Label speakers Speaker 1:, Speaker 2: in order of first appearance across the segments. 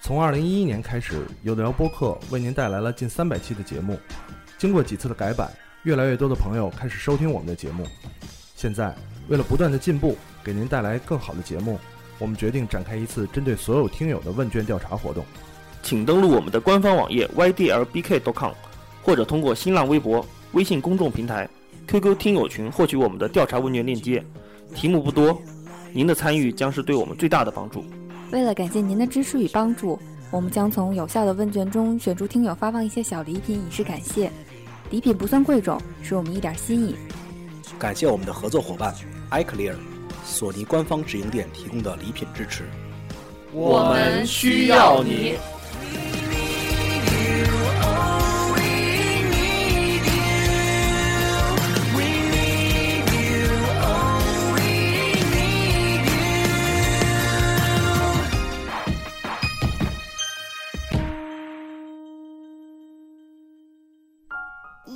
Speaker 1: 从二零一一年开始，有聊播客为您带来了近三百期的节目。经过几次的改版，越来越多的朋友开始收听我们的节目。现在，为了不断的进步，给您带来更好的节目，我们决定展开一次针对所有听友的问卷调查活动。
Speaker 2: 请登录我们的官方网页 ydlbk.com，或者通过新浪微博、微信公众平台、QQ 听友群获取我们的调查问卷链接。题目不多，您的参与将是对我们最大的帮助。
Speaker 3: 为了感谢您的支持与帮助，我们将从有效的问卷中选出听友发放一些小礼品以示感谢。礼品不算贵重，是我们一点心意。
Speaker 4: 感谢我们的合作伙伴 iClear、索尼官方直营店提供的礼品支持。
Speaker 5: 我们需要你。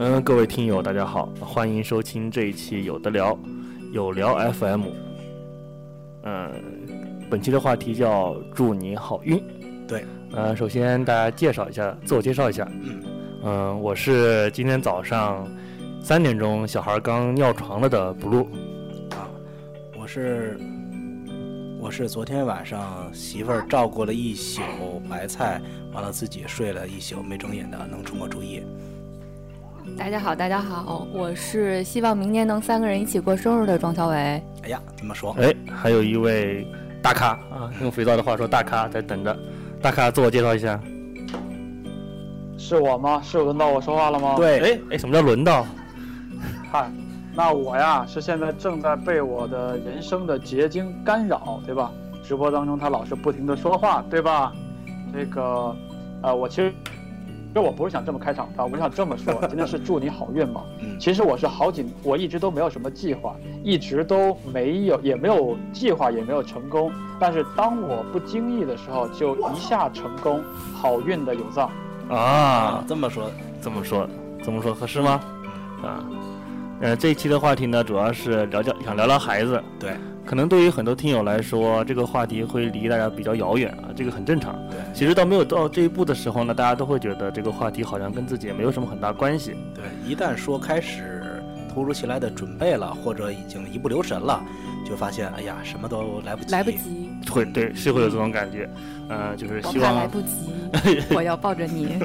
Speaker 2: 嗯，各位听友，大家好，欢迎收听这一期《有的聊》，有聊 FM。嗯，本期的话题叫“祝你好运”。
Speaker 4: 对，
Speaker 2: 呃，首先大家介绍一下，自我介绍一下。
Speaker 4: 嗯，
Speaker 2: 嗯，我是今天早上三点钟小孩刚尿床了的 blue。
Speaker 4: 啊，我是我是昨天晚上媳妇儿照顾了一宿白菜，完了自己睡了一宿没睁眼的能冲我注意。
Speaker 3: 大家好，大家好，我是希望明年能三个人一起过生日的庄小伟。
Speaker 4: 哎呀，这么说，
Speaker 2: 哎，还有一位大咖啊，用肥皂的话说，大咖在等着。大咖，自我介绍一下。
Speaker 6: 是我吗？是轮到我说话了吗？
Speaker 4: 对，
Speaker 2: 哎哎，什么叫轮到？
Speaker 6: 嗨，那我呀是现在正在被我的人生的结晶干扰，对吧？直播当中他老是不停的说话，对吧？这个，呃，我其实。这我不是想这么开场的，我想这么说，今天是祝你好运嘛。其实我是好几，我一直都没有什么计划，一直都没有，也没有计划，也没有成功。但是当我不经意的时候，就一下成功，好运的有藏。
Speaker 2: 啊，
Speaker 4: 这么说，
Speaker 2: 这么说，这么说合适吗？啊，呃，这一期的话题呢，主要是聊聊想聊聊孩子。
Speaker 4: 对，
Speaker 2: 可能对于很多听友来说，这个话题会离大家比较遥远啊，这个很正常。
Speaker 4: 对，
Speaker 2: 其实到没有到这一步的时候呢，大家都会觉得这个话题好像跟自己也没有什么很大关系。
Speaker 4: 对，一旦说开始突如其来的准备了，或者已经一不留神了，就发现哎呀，什么都来不及，
Speaker 3: 来不及，
Speaker 2: 会对是会有这种感觉，呃，就是
Speaker 3: 我
Speaker 2: 希
Speaker 3: 怕
Speaker 2: 望
Speaker 3: 来不及， 我要抱着你。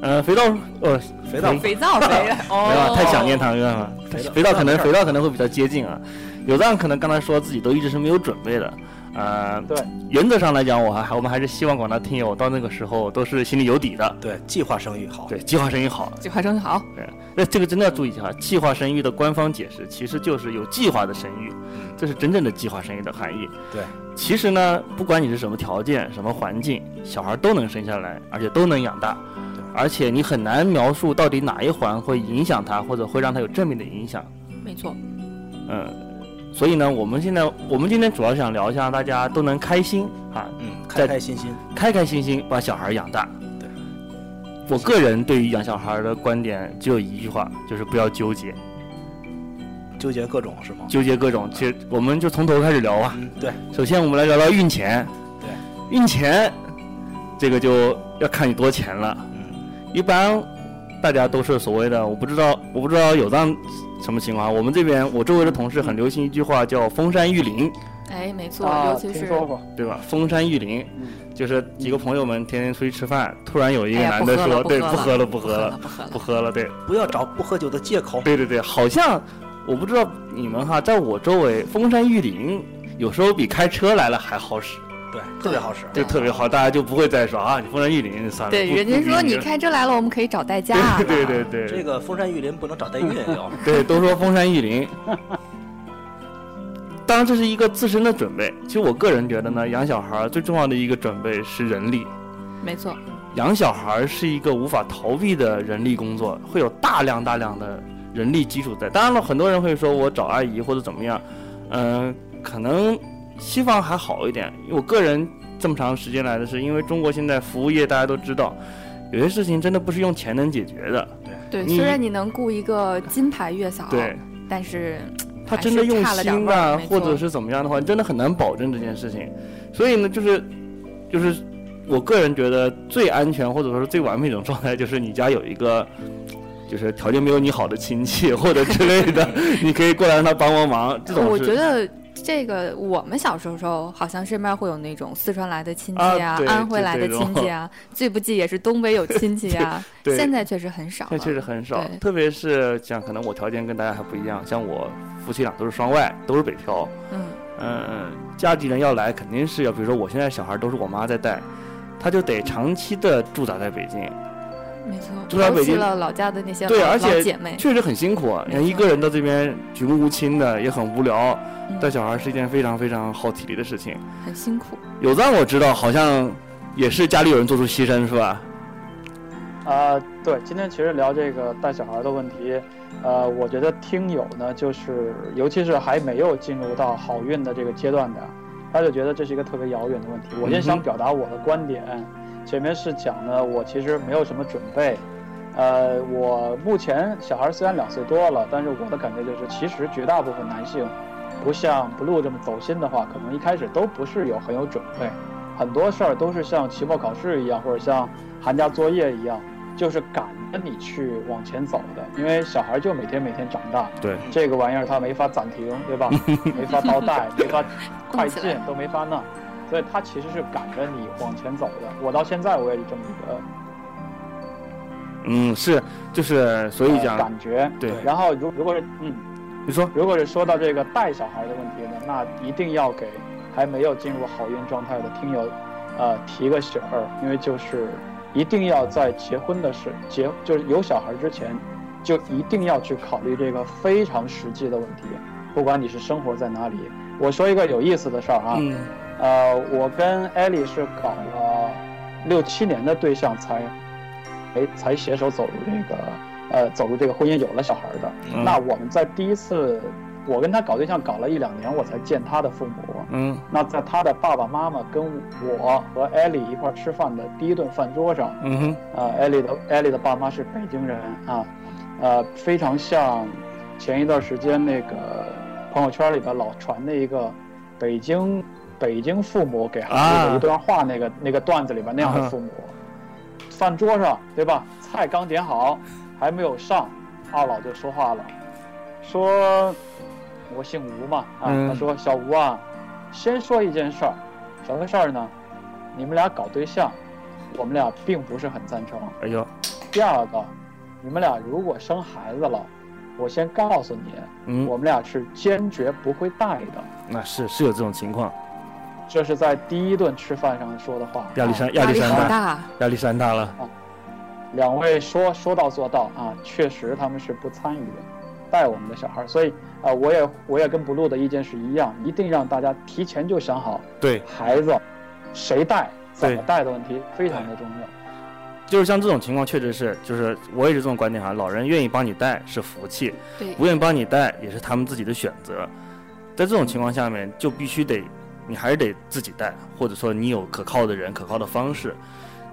Speaker 2: 呃，肥皂呃
Speaker 4: 肥皂
Speaker 3: 肥皂肥了，
Speaker 2: 没有啊，
Speaker 3: 哦，
Speaker 2: 太想念。唐渊了。
Speaker 4: 肥皂
Speaker 2: 肥皂可能
Speaker 4: 没事儿
Speaker 2: 肥皂可能会比较接近啊。有藏可能刚才说自己都一直是没有准备的，呃，
Speaker 6: 对，
Speaker 2: 原则上来讲，我还我们还是希望广大听友到那个时候都是心里有底的，
Speaker 4: 对，计划生育好。
Speaker 2: 对，计划生育好。
Speaker 3: 计划生好，
Speaker 2: 那这个真的要注意一下，啊计划生育的官方解释其实就是有计划的生育，这是真正的计划生育的含义。
Speaker 4: 嗯对，
Speaker 2: 其实呢，不管你是什么条件、什么环境，小孩都能生下来，而且都能养大，而且你很难描述到底哪一环会影响他，或者会让他有正面的影响。
Speaker 3: 没错，
Speaker 2: 嗯，所以呢，我们现在我们今天主要想聊一下，大家都能开心啊，
Speaker 4: 嗯，开开心心。
Speaker 2: 开开心心把小孩养大。
Speaker 4: 对，
Speaker 2: 我个人对于养小孩的观点只有一句话，就是不要纠结，
Speaker 4: 纠结各种是吗？
Speaker 2: 纠结各种。其实我们就从头开始聊啊。
Speaker 4: 嗯，对，
Speaker 2: 首先我们来聊聊运钱。
Speaker 4: 对，
Speaker 2: 运钱这个就要看你多钱了。
Speaker 4: 嗯，
Speaker 2: 一般大家都是所谓的，我不知道，我不知道有藏什么情况啊。我们这边我周围的同事很流行一句话叫“封山育林”。
Speaker 3: 哎，没错，
Speaker 6: 啊，
Speaker 2: 哦
Speaker 3: 尤其
Speaker 6: 听
Speaker 3: 是
Speaker 6: 说过，
Speaker 2: 对吧？封山育林，
Speaker 6: 嗯
Speaker 2: 就是几个朋友们天天出去吃饭，突然有一个
Speaker 3: 哎呀
Speaker 2: 男的说：“
Speaker 3: 不
Speaker 2: 对，嗯不
Speaker 3: 喝
Speaker 2: 喝了，
Speaker 3: 了
Speaker 2: 不喝
Speaker 3: 喝
Speaker 2: 了，，
Speaker 3: 不喝了
Speaker 2: 不，喝了。”对，
Speaker 4: 不要找不喝酒的借口。
Speaker 2: 对对对，好像我不知道你们哈，在我周围，封山育林有时候比开车来了还好使。
Speaker 4: 对，特别好使。
Speaker 2: 就特别好，大家就不会再说啊，你风山玉林算了。
Speaker 3: 对，
Speaker 2: 不
Speaker 3: 人家
Speaker 2: 不
Speaker 3: 说
Speaker 2: 比
Speaker 3: 你
Speaker 2: 这
Speaker 3: 开车来了，我们可以找代驾。
Speaker 2: 对对对
Speaker 4: 这
Speaker 2: 对
Speaker 4: 个风山玉林不能找代孕哟。
Speaker 2: 对，都说风山玉林。当然，这是一个自身的准备。其实我个人觉得呢，养小孩儿最重要的一个准备是人力。
Speaker 3: 没错，
Speaker 2: 养小孩是一个无法逃避的人力工作，会有大量大量的人力基础在。当然了，很多人会说我找阿姨或者怎么样，嗯、可能西方还好一点。因为我个人这么长时间来的是，因为中国现在服务业大家都知道，有些事情真的不是用钱能解决的。
Speaker 3: 对，
Speaker 2: 你
Speaker 3: 虽然你能雇一个金牌月嫂，
Speaker 5: 啊
Speaker 2: 对，
Speaker 3: 但是
Speaker 2: 他真的用
Speaker 3: 还是差了点
Speaker 2: 心
Speaker 3: 味儿
Speaker 2: 啊
Speaker 3: 没，错
Speaker 2: 或者是怎么样的话，真的很难保证这件事情。所以呢，就是就是我个人觉得最安全或者说是最完美的一种状态，就是你家有一个。就是条件没有你好的亲戚或者之类 的，你可以过来让他帮帮忙。这种
Speaker 3: 我
Speaker 2: 是
Speaker 3: 觉得这个我们小时候时候，好像身边会有那种四川来的亲戚
Speaker 2: 啊对
Speaker 3: 安徽
Speaker 2: 就
Speaker 3: 来的
Speaker 2: 这种。
Speaker 3: 亲戚啊，最不济也是东北有亲戚啊
Speaker 2: 对
Speaker 3: 现在确实很少了，
Speaker 2: 现在确实很少
Speaker 3: 对，
Speaker 2: 特别是像可能我条件跟大家还不一样，像我夫妻俩都是双外，都是北漂，
Speaker 3: 嗯，
Speaker 2: 嗯，家里人要来肯定是要，比如说我现在小孩都是我妈在带，他就得长期的驻扎在北京，
Speaker 3: 没错，
Speaker 2: 住在
Speaker 3: 抛
Speaker 2: 北
Speaker 3: 弃
Speaker 2: 京
Speaker 3: 了老家的那些
Speaker 2: 对
Speaker 3: 老
Speaker 2: 而且
Speaker 3: 老姐妹，
Speaker 2: 确实很辛苦啊。你看
Speaker 3: 没
Speaker 2: 一
Speaker 3: 错
Speaker 2: 个人到这边举目无亲的，也很无聊，
Speaker 3: 嗯
Speaker 2: 带小孩是一件非常非常耗体力的事情。
Speaker 3: 很辛苦。
Speaker 2: 有赞我知道，好像也是家里有人做出牺牲，是吧？
Speaker 6: 啊、对，今天其实聊这个带小孩的问题，呃，我觉得听友呢，就是尤其是还没有进入到好运的这个阶段的，他就觉得这是一个特别遥远的问题。我
Speaker 2: 嗯
Speaker 6: 也
Speaker 2: 哼
Speaker 6: 想表达我的观点，前面是讲呢，我其实没有什么准备，呃，我目前小孩虽然两岁多了，但是我的感觉就是，其实绝大部分男性，不像 Blue 这么走心的话，可能一开始都不是有很有准备，很多事儿都是像期末考试一样，或者像寒假作业一样，就是赶着你去往前走的。因为小孩就每天每天长大，
Speaker 2: 对，
Speaker 6: 这个玩意儿他没法暂停，对吧？没法倒带，没法 快
Speaker 3: 动起
Speaker 6: 进
Speaker 3: 来，
Speaker 6: 都没法弄，所以他其实是赶着你往前走的。我到现在我也是这么一个
Speaker 2: 嗯，是，就是所以
Speaker 6: 呃
Speaker 3: 哦
Speaker 2: 讲，
Speaker 6: 感觉。
Speaker 2: 对，
Speaker 6: 然后如如果是嗯。
Speaker 2: 你说，
Speaker 6: 如果是说到这个带小孩的问题呢，那一定要给还没有进入好运状态的听友，呃，提个醒儿，因为就是一定要在结婚的事结就是有小孩之前，就一定要去考虑这个非常实际的问题，不管你是生活在哪里。我说一个有意思的事儿啊，
Speaker 2: 嗯
Speaker 6: 呃，我跟艾丽是搞了六七年的对象才，哎，才携手走入这个，呃，走入这个婚姻，有了小孩的。
Speaker 2: 嗯
Speaker 6: 那我们在第一次，我跟他搞对象搞了一两年，我才见他的父母。
Speaker 2: 嗯
Speaker 6: 那在他的爸爸妈妈跟我和艾丽一块儿吃饭的第一顿饭桌上，
Speaker 2: 嗯哼，
Speaker 6: 呃，艾丽的艾丽的爸妈是北京人啊，呃，非常像前一段时间那个朋友圈里边老传的一个北京北京父母给孩子
Speaker 2: 啊
Speaker 6: 的一段话那个、那个段子里边那样的父母，饭桌上对吧？菜刚点好，还没有上，二老就说话了，说我姓吴嘛啊，
Speaker 2: 嗯
Speaker 6: 他说小吴啊，先说一件事儿，什么事儿呢？你们俩搞对象，我们俩并不是很赞成。
Speaker 2: 哎呦，
Speaker 6: 第二个，你们俩如果生孩子了，我先告诉你，
Speaker 2: 嗯，
Speaker 6: 我们俩是坚决不会带的。
Speaker 2: 那是是有这种情
Speaker 3: 哦
Speaker 2: 况，
Speaker 6: 这是在第一顿吃饭上说的话。
Speaker 2: 亚历山
Speaker 3: 压
Speaker 2: 亚历
Speaker 3: 力
Speaker 2: 山
Speaker 3: 好
Speaker 2: 大
Speaker 3: 大。
Speaker 2: 亚历山大了，
Speaker 6: 两位说说到做到啊，确实他们是不参与带我们的小孩，所以啊、呃我也我也跟 blue 的意见是一样，一定让大家提前就想好
Speaker 2: 对，
Speaker 6: 孩子谁带、怎么
Speaker 2: 对
Speaker 6: 带的问题非常的重要。
Speaker 2: 就是像这种情况，确实是，就是我也是这种观点哈，老人愿意帮你带是福气，
Speaker 3: 对，
Speaker 2: 不愿意帮你带也是他们自己的选择。在这种情况下面，就必须得你还是得自己带，或者说你有可靠的人、可靠的方式。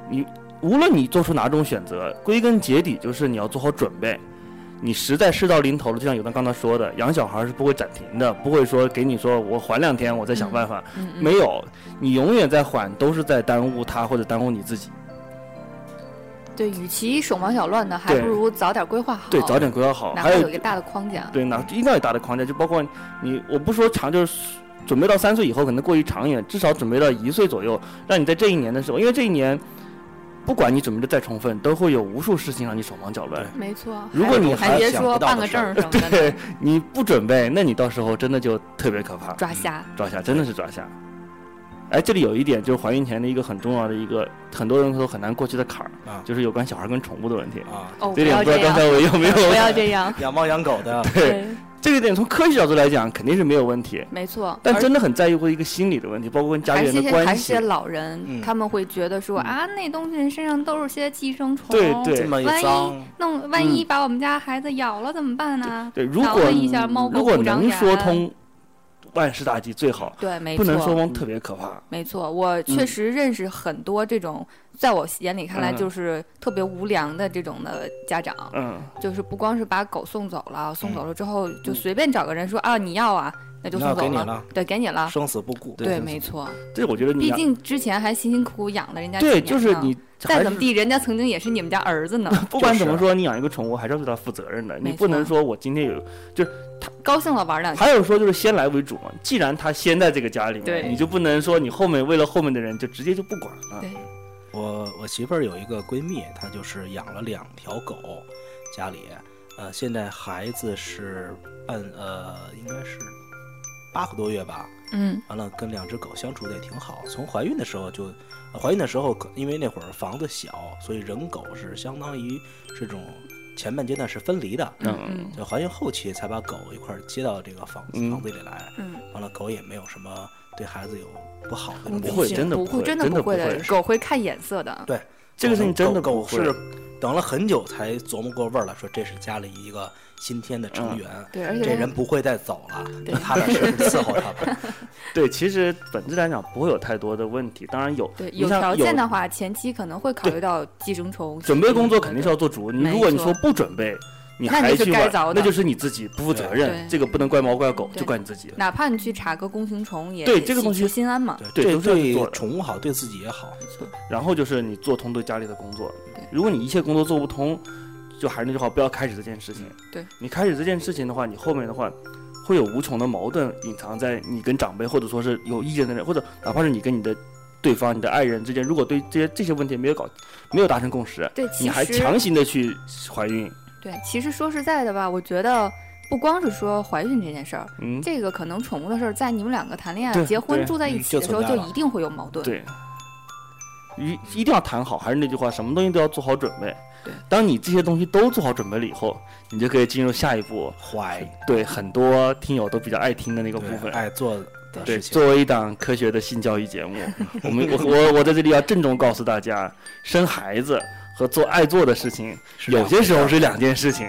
Speaker 2: 你无论你做出哪种选择，归根结底就是你要做好准备。你实在事到临头了，就像有的刚才说的，养小孩是不会暂停的，不会说给你说我缓两天，我再想办法，
Speaker 3: 嗯嗯
Speaker 2: 没有，你永远在缓，都是在耽误他或者耽误你自己。
Speaker 3: 对，与其手忙脚乱呢，还
Speaker 2: 对
Speaker 3: 不如早点规划好。
Speaker 2: 对，早点规划好。
Speaker 3: 哪
Speaker 2: 还
Speaker 3: 怕
Speaker 2: 有
Speaker 3: 有一个大的框架。
Speaker 2: 对，那一定要有大的框架，就包括你，我不说长，就是准备到三岁以后可能过于长远，至少准备到一岁左右，让你在这一年的时候，因为这一年，不管你准备的再充分，都会有无数事情让你手忙脚乱。
Speaker 3: 没错。
Speaker 2: 如果你
Speaker 3: 还
Speaker 2: 还
Speaker 3: 别
Speaker 4: 想
Speaker 3: 说
Speaker 4: 不到
Speaker 3: 办
Speaker 4: 的
Speaker 3: 个
Speaker 4: 事
Speaker 3: 证
Speaker 4: 儿
Speaker 3: 儿什么的
Speaker 2: 对
Speaker 3: 呢，
Speaker 2: 你不准备，那你到时候真的就特别可怕，
Speaker 3: 抓瞎。
Speaker 2: 抓瞎真的是抓瞎。哎，这里有一点就是怀孕前的一个很重要的一个很多人都很难过去的坎儿，
Speaker 4: 啊
Speaker 2: 就是有关小孩跟宠物的问题。
Speaker 4: 啊，
Speaker 7: 哦，不
Speaker 2: 这点
Speaker 7: 要
Speaker 2: 不
Speaker 7: 这
Speaker 2: 知道刚才
Speaker 7: 样，
Speaker 2: 我有没有
Speaker 7: 不要这样，
Speaker 4: 养猫养狗的
Speaker 2: 对这个点从科学角度来讲肯定是没有问题，
Speaker 5: 没错。
Speaker 2: 但
Speaker 5: 而
Speaker 2: 真的很在意会一个心理的问题，包括跟家
Speaker 5: 还
Speaker 2: 里
Speaker 5: 是
Speaker 2: 人
Speaker 5: 些
Speaker 2: 的
Speaker 5: 还
Speaker 2: 关
Speaker 5: 是
Speaker 2: 系
Speaker 5: 些。老人，
Speaker 4: 嗯
Speaker 5: 他们会觉得说、
Speaker 2: 嗯
Speaker 5: 啊，那东西身上都是些寄生虫，
Speaker 2: 对对嗯
Speaker 4: 这么一
Speaker 5: 万
Speaker 4: 脏
Speaker 5: 一，弄万一把我们家孩子咬了怎么办呢？
Speaker 2: 对，如
Speaker 5: 挠
Speaker 2: 果
Speaker 5: 了一下猫
Speaker 2: 如
Speaker 5: 狗
Speaker 2: 果
Speaker 5: 不长
Speaker 2: 能
Speaker 5: 眼
Speaker 2: 说通，万事大吉最好，
Speaker 5: 对，没
Speaker 2: 不能说
Speaker 5: 错，
Speaker 2: 通特别可怕。
Speaker 5: 没错。我确实认识很多这种，在我眼里看来
Speaker 2: 嗯
Speaker 5: 就是特别无良的这种的家长，
Speaker 2: 嗯，
Speaker 5: 就是不光是把狗送走了，送走了之后就随便找个人说、啊，你要啊，那就
Speaker 4: 那
Speaker 5: 送走
Speaker 4: 给你了
Speaker 5: 对，给你了。
Speaker 4: 生死不顾。
Speaker 5: 对，没错，
Speaker 2: 这我觉得你
Speaker 5: 毕
Speaker 2: 要
Speaker 5: 竟之前还辛辛苦苦养了人家几
Speaker 2: 对，
Speaker 5: 年呢，
Speaker 2: 就是你还
Speaker 5: 嗯再
Speaker 2: 是
Speaker 5: 怎么地，人家曾经也是你们家儿 子呢，
Speaker 2: 不管
Speaker 4: 就
Speaker 2: 怎么
Speaker 4: 是
Speaker 2: 说，你养一个宠物还是要对它负责任的，你
Speaker 5: 没
Speaker 2: 不能
Speaker 5: 错
Speaker 2: 说我今天有
Speaker 5: 高兴了玩两天。
Speaker 2: 还有说就是先来为主嘛，既然他先在这个家里面，
Speaker 5: 对
Speaker 2: 你就不能说你后面为了后面的人就直接就不管了。
Speaker 5: 对
Speaker 4: 我我媳妇儿有一个闺蜜，她就是养了两条狗，家里，呃，现在孩子是半呃，应该是八个多月吧。
Speaker 5: 嗯，
Speaker 4: 完了，跟两只狗相处的也挺好。从怀孕的时候就，呃怀孕的时候可因为那会儿房子小，所以人狗是相当于这种前半阶段是分离的，
Speaker 2: 嗯
Speaker 4: 就怀孕后期才把狗一块儿接到这个房子、
Speaker 2: 嗯
Speaker 4: 房子里来。
Speaker 5: 嗯，
Speaker 4: 完了，狗也没有什么对孩子有不好的
Speaker 5: 攻击
Speaker 2: 不
Speaker 4: 东
Speaker 5: 性
Speaker 4: 西。
Speaker 2: 会真的
Speaker 5: 不
Speaker 2: 不会
Speaker 5: 真
Speaker 2: 真的
Speaker 5: 不
Speaker 2: 不
Speaker 5: 的
Speaker 2: 会，
Speaker 5: 狗会看眼色的。
Speaker 4: 对，
Speaker 2: 这个事情真的
Speaker 4: 狗
Speaker 2: 不
Speaker 4: 狗
Speaker 2: 会
Speaker 4: 是等了很久才琢磨过味儿来说，这是家里一个新添的成员，
Speaker 5: 对，
Speaker 2: 嗯
Speaker 5: 而且
Speaker 4: 这人不会再走了，那踏踏实实伺候他 吧。
Speaker 2: 对，其实本质来讲不会有太多的问题，当然有，
Speaker 5: 对
Speaker 2: 你
Speaker 5: 有
Speaker 2: 像
Speaker 5: 条件的话，前期可能会考虑到寄生虫。
Speaker 2: 准备工作肯定是要做主。你
Speaker 5: 嗯没
Speaker 2: 如果你
Speaker 5: 错
Speaker 2: 说不准备，你
Speaker 5: 那你
Speaker 2: 还
Speaker 5: 是
Speaker 2: 去
Speaker 5: 该
Speaker 2: 玩
Speaker 5: 遭，
Speaker 2: 那
Speaker 5: 的
Speaker 2: 就是你自己不负责任
Speaker 5: 对，
Speaker 2: 这个不能怪猫怪狗，就
Speaker 5: 对
Speaker 2: 怪你自己。
Speaker 5: 哪怕你去查个弓形虫，也
Speaker 2: 对这个东西
Speaker 5: 喜出心安嘛。
Speaker 2: 对
Speaker 4: 这
Speaker 2: 都是要去做
Speaker 4: 对
Speaker 2: 的
Speaker 4: 宠物好，对自己也好。
Speaker 5: 没错，
Speaker 2: 然后就是你做通对家里的工作
Speaker 5: 对。
Speaker 2: 如果你一切工作做不通，就还是那句话，不要开始这件事情。
Speaker 5: 对
Speaker 2: 你开始这件事情的话，你后面的话会有无穷的矛盾隐藏在你跟长辈或者说是有意见的人，或者哪怕是你跟你的对方、你的爱人之间，如果对这些这些问题没有搞没有达成共识，
Speaker 5: 对，其
Speaker 2: 你还强
Speaker 5: 实
Speaker 2: 行的去怀孕，
Speaker 5: 对，其实说实在的吧，我觉得不光是说怀孕这件事儿，
Speaker 2: 嗯，
Speaker 5: 这个可能宠物的事儿，在你们两个谈恋
Speaker 2: 对
Speaker 5: 爱、结
Speaker 2: 对
Speaker 5: 婚住在一
Speaker 4: 嗯
Speaker 5: 起
Speaker 4: 就
Speaker 5: 的时候，
Speaker 4: 存在
Speaker 5: 就
Speaker 4: 了
Speaker 5: 一定会有矛盾。
Speaker 2: 对，一一定要谈好。还是那句话，什么东西都要做好准备
Speaker 5: 对。
Speaker 2: 当你这些东西都做好准备了以后，你就可以进入下一步。
Speaker 4: 怀
Speaker 2: 对很多听友都比较爱听的那个部
Speaker 4: 对
Speaker 2: 分。
Speaker 4: 爱做的
Speaker 2: 对，
Speaker 4: 事情，
Speaker 2: 作为一档科学的性教育 节目，我们我我我在这里要郑重告诉大家，生孩子和做爱做的事情，
Speaker 4: 是
Speaker 2: 有
Speaker 4: 两
Speaker 2: 些
Speaker 4: 回
Speaker 2: 时
Speaker 4: 事
Speaker 2: 候
Speaker 4: 儿
Speaker 2: 是两件事 情。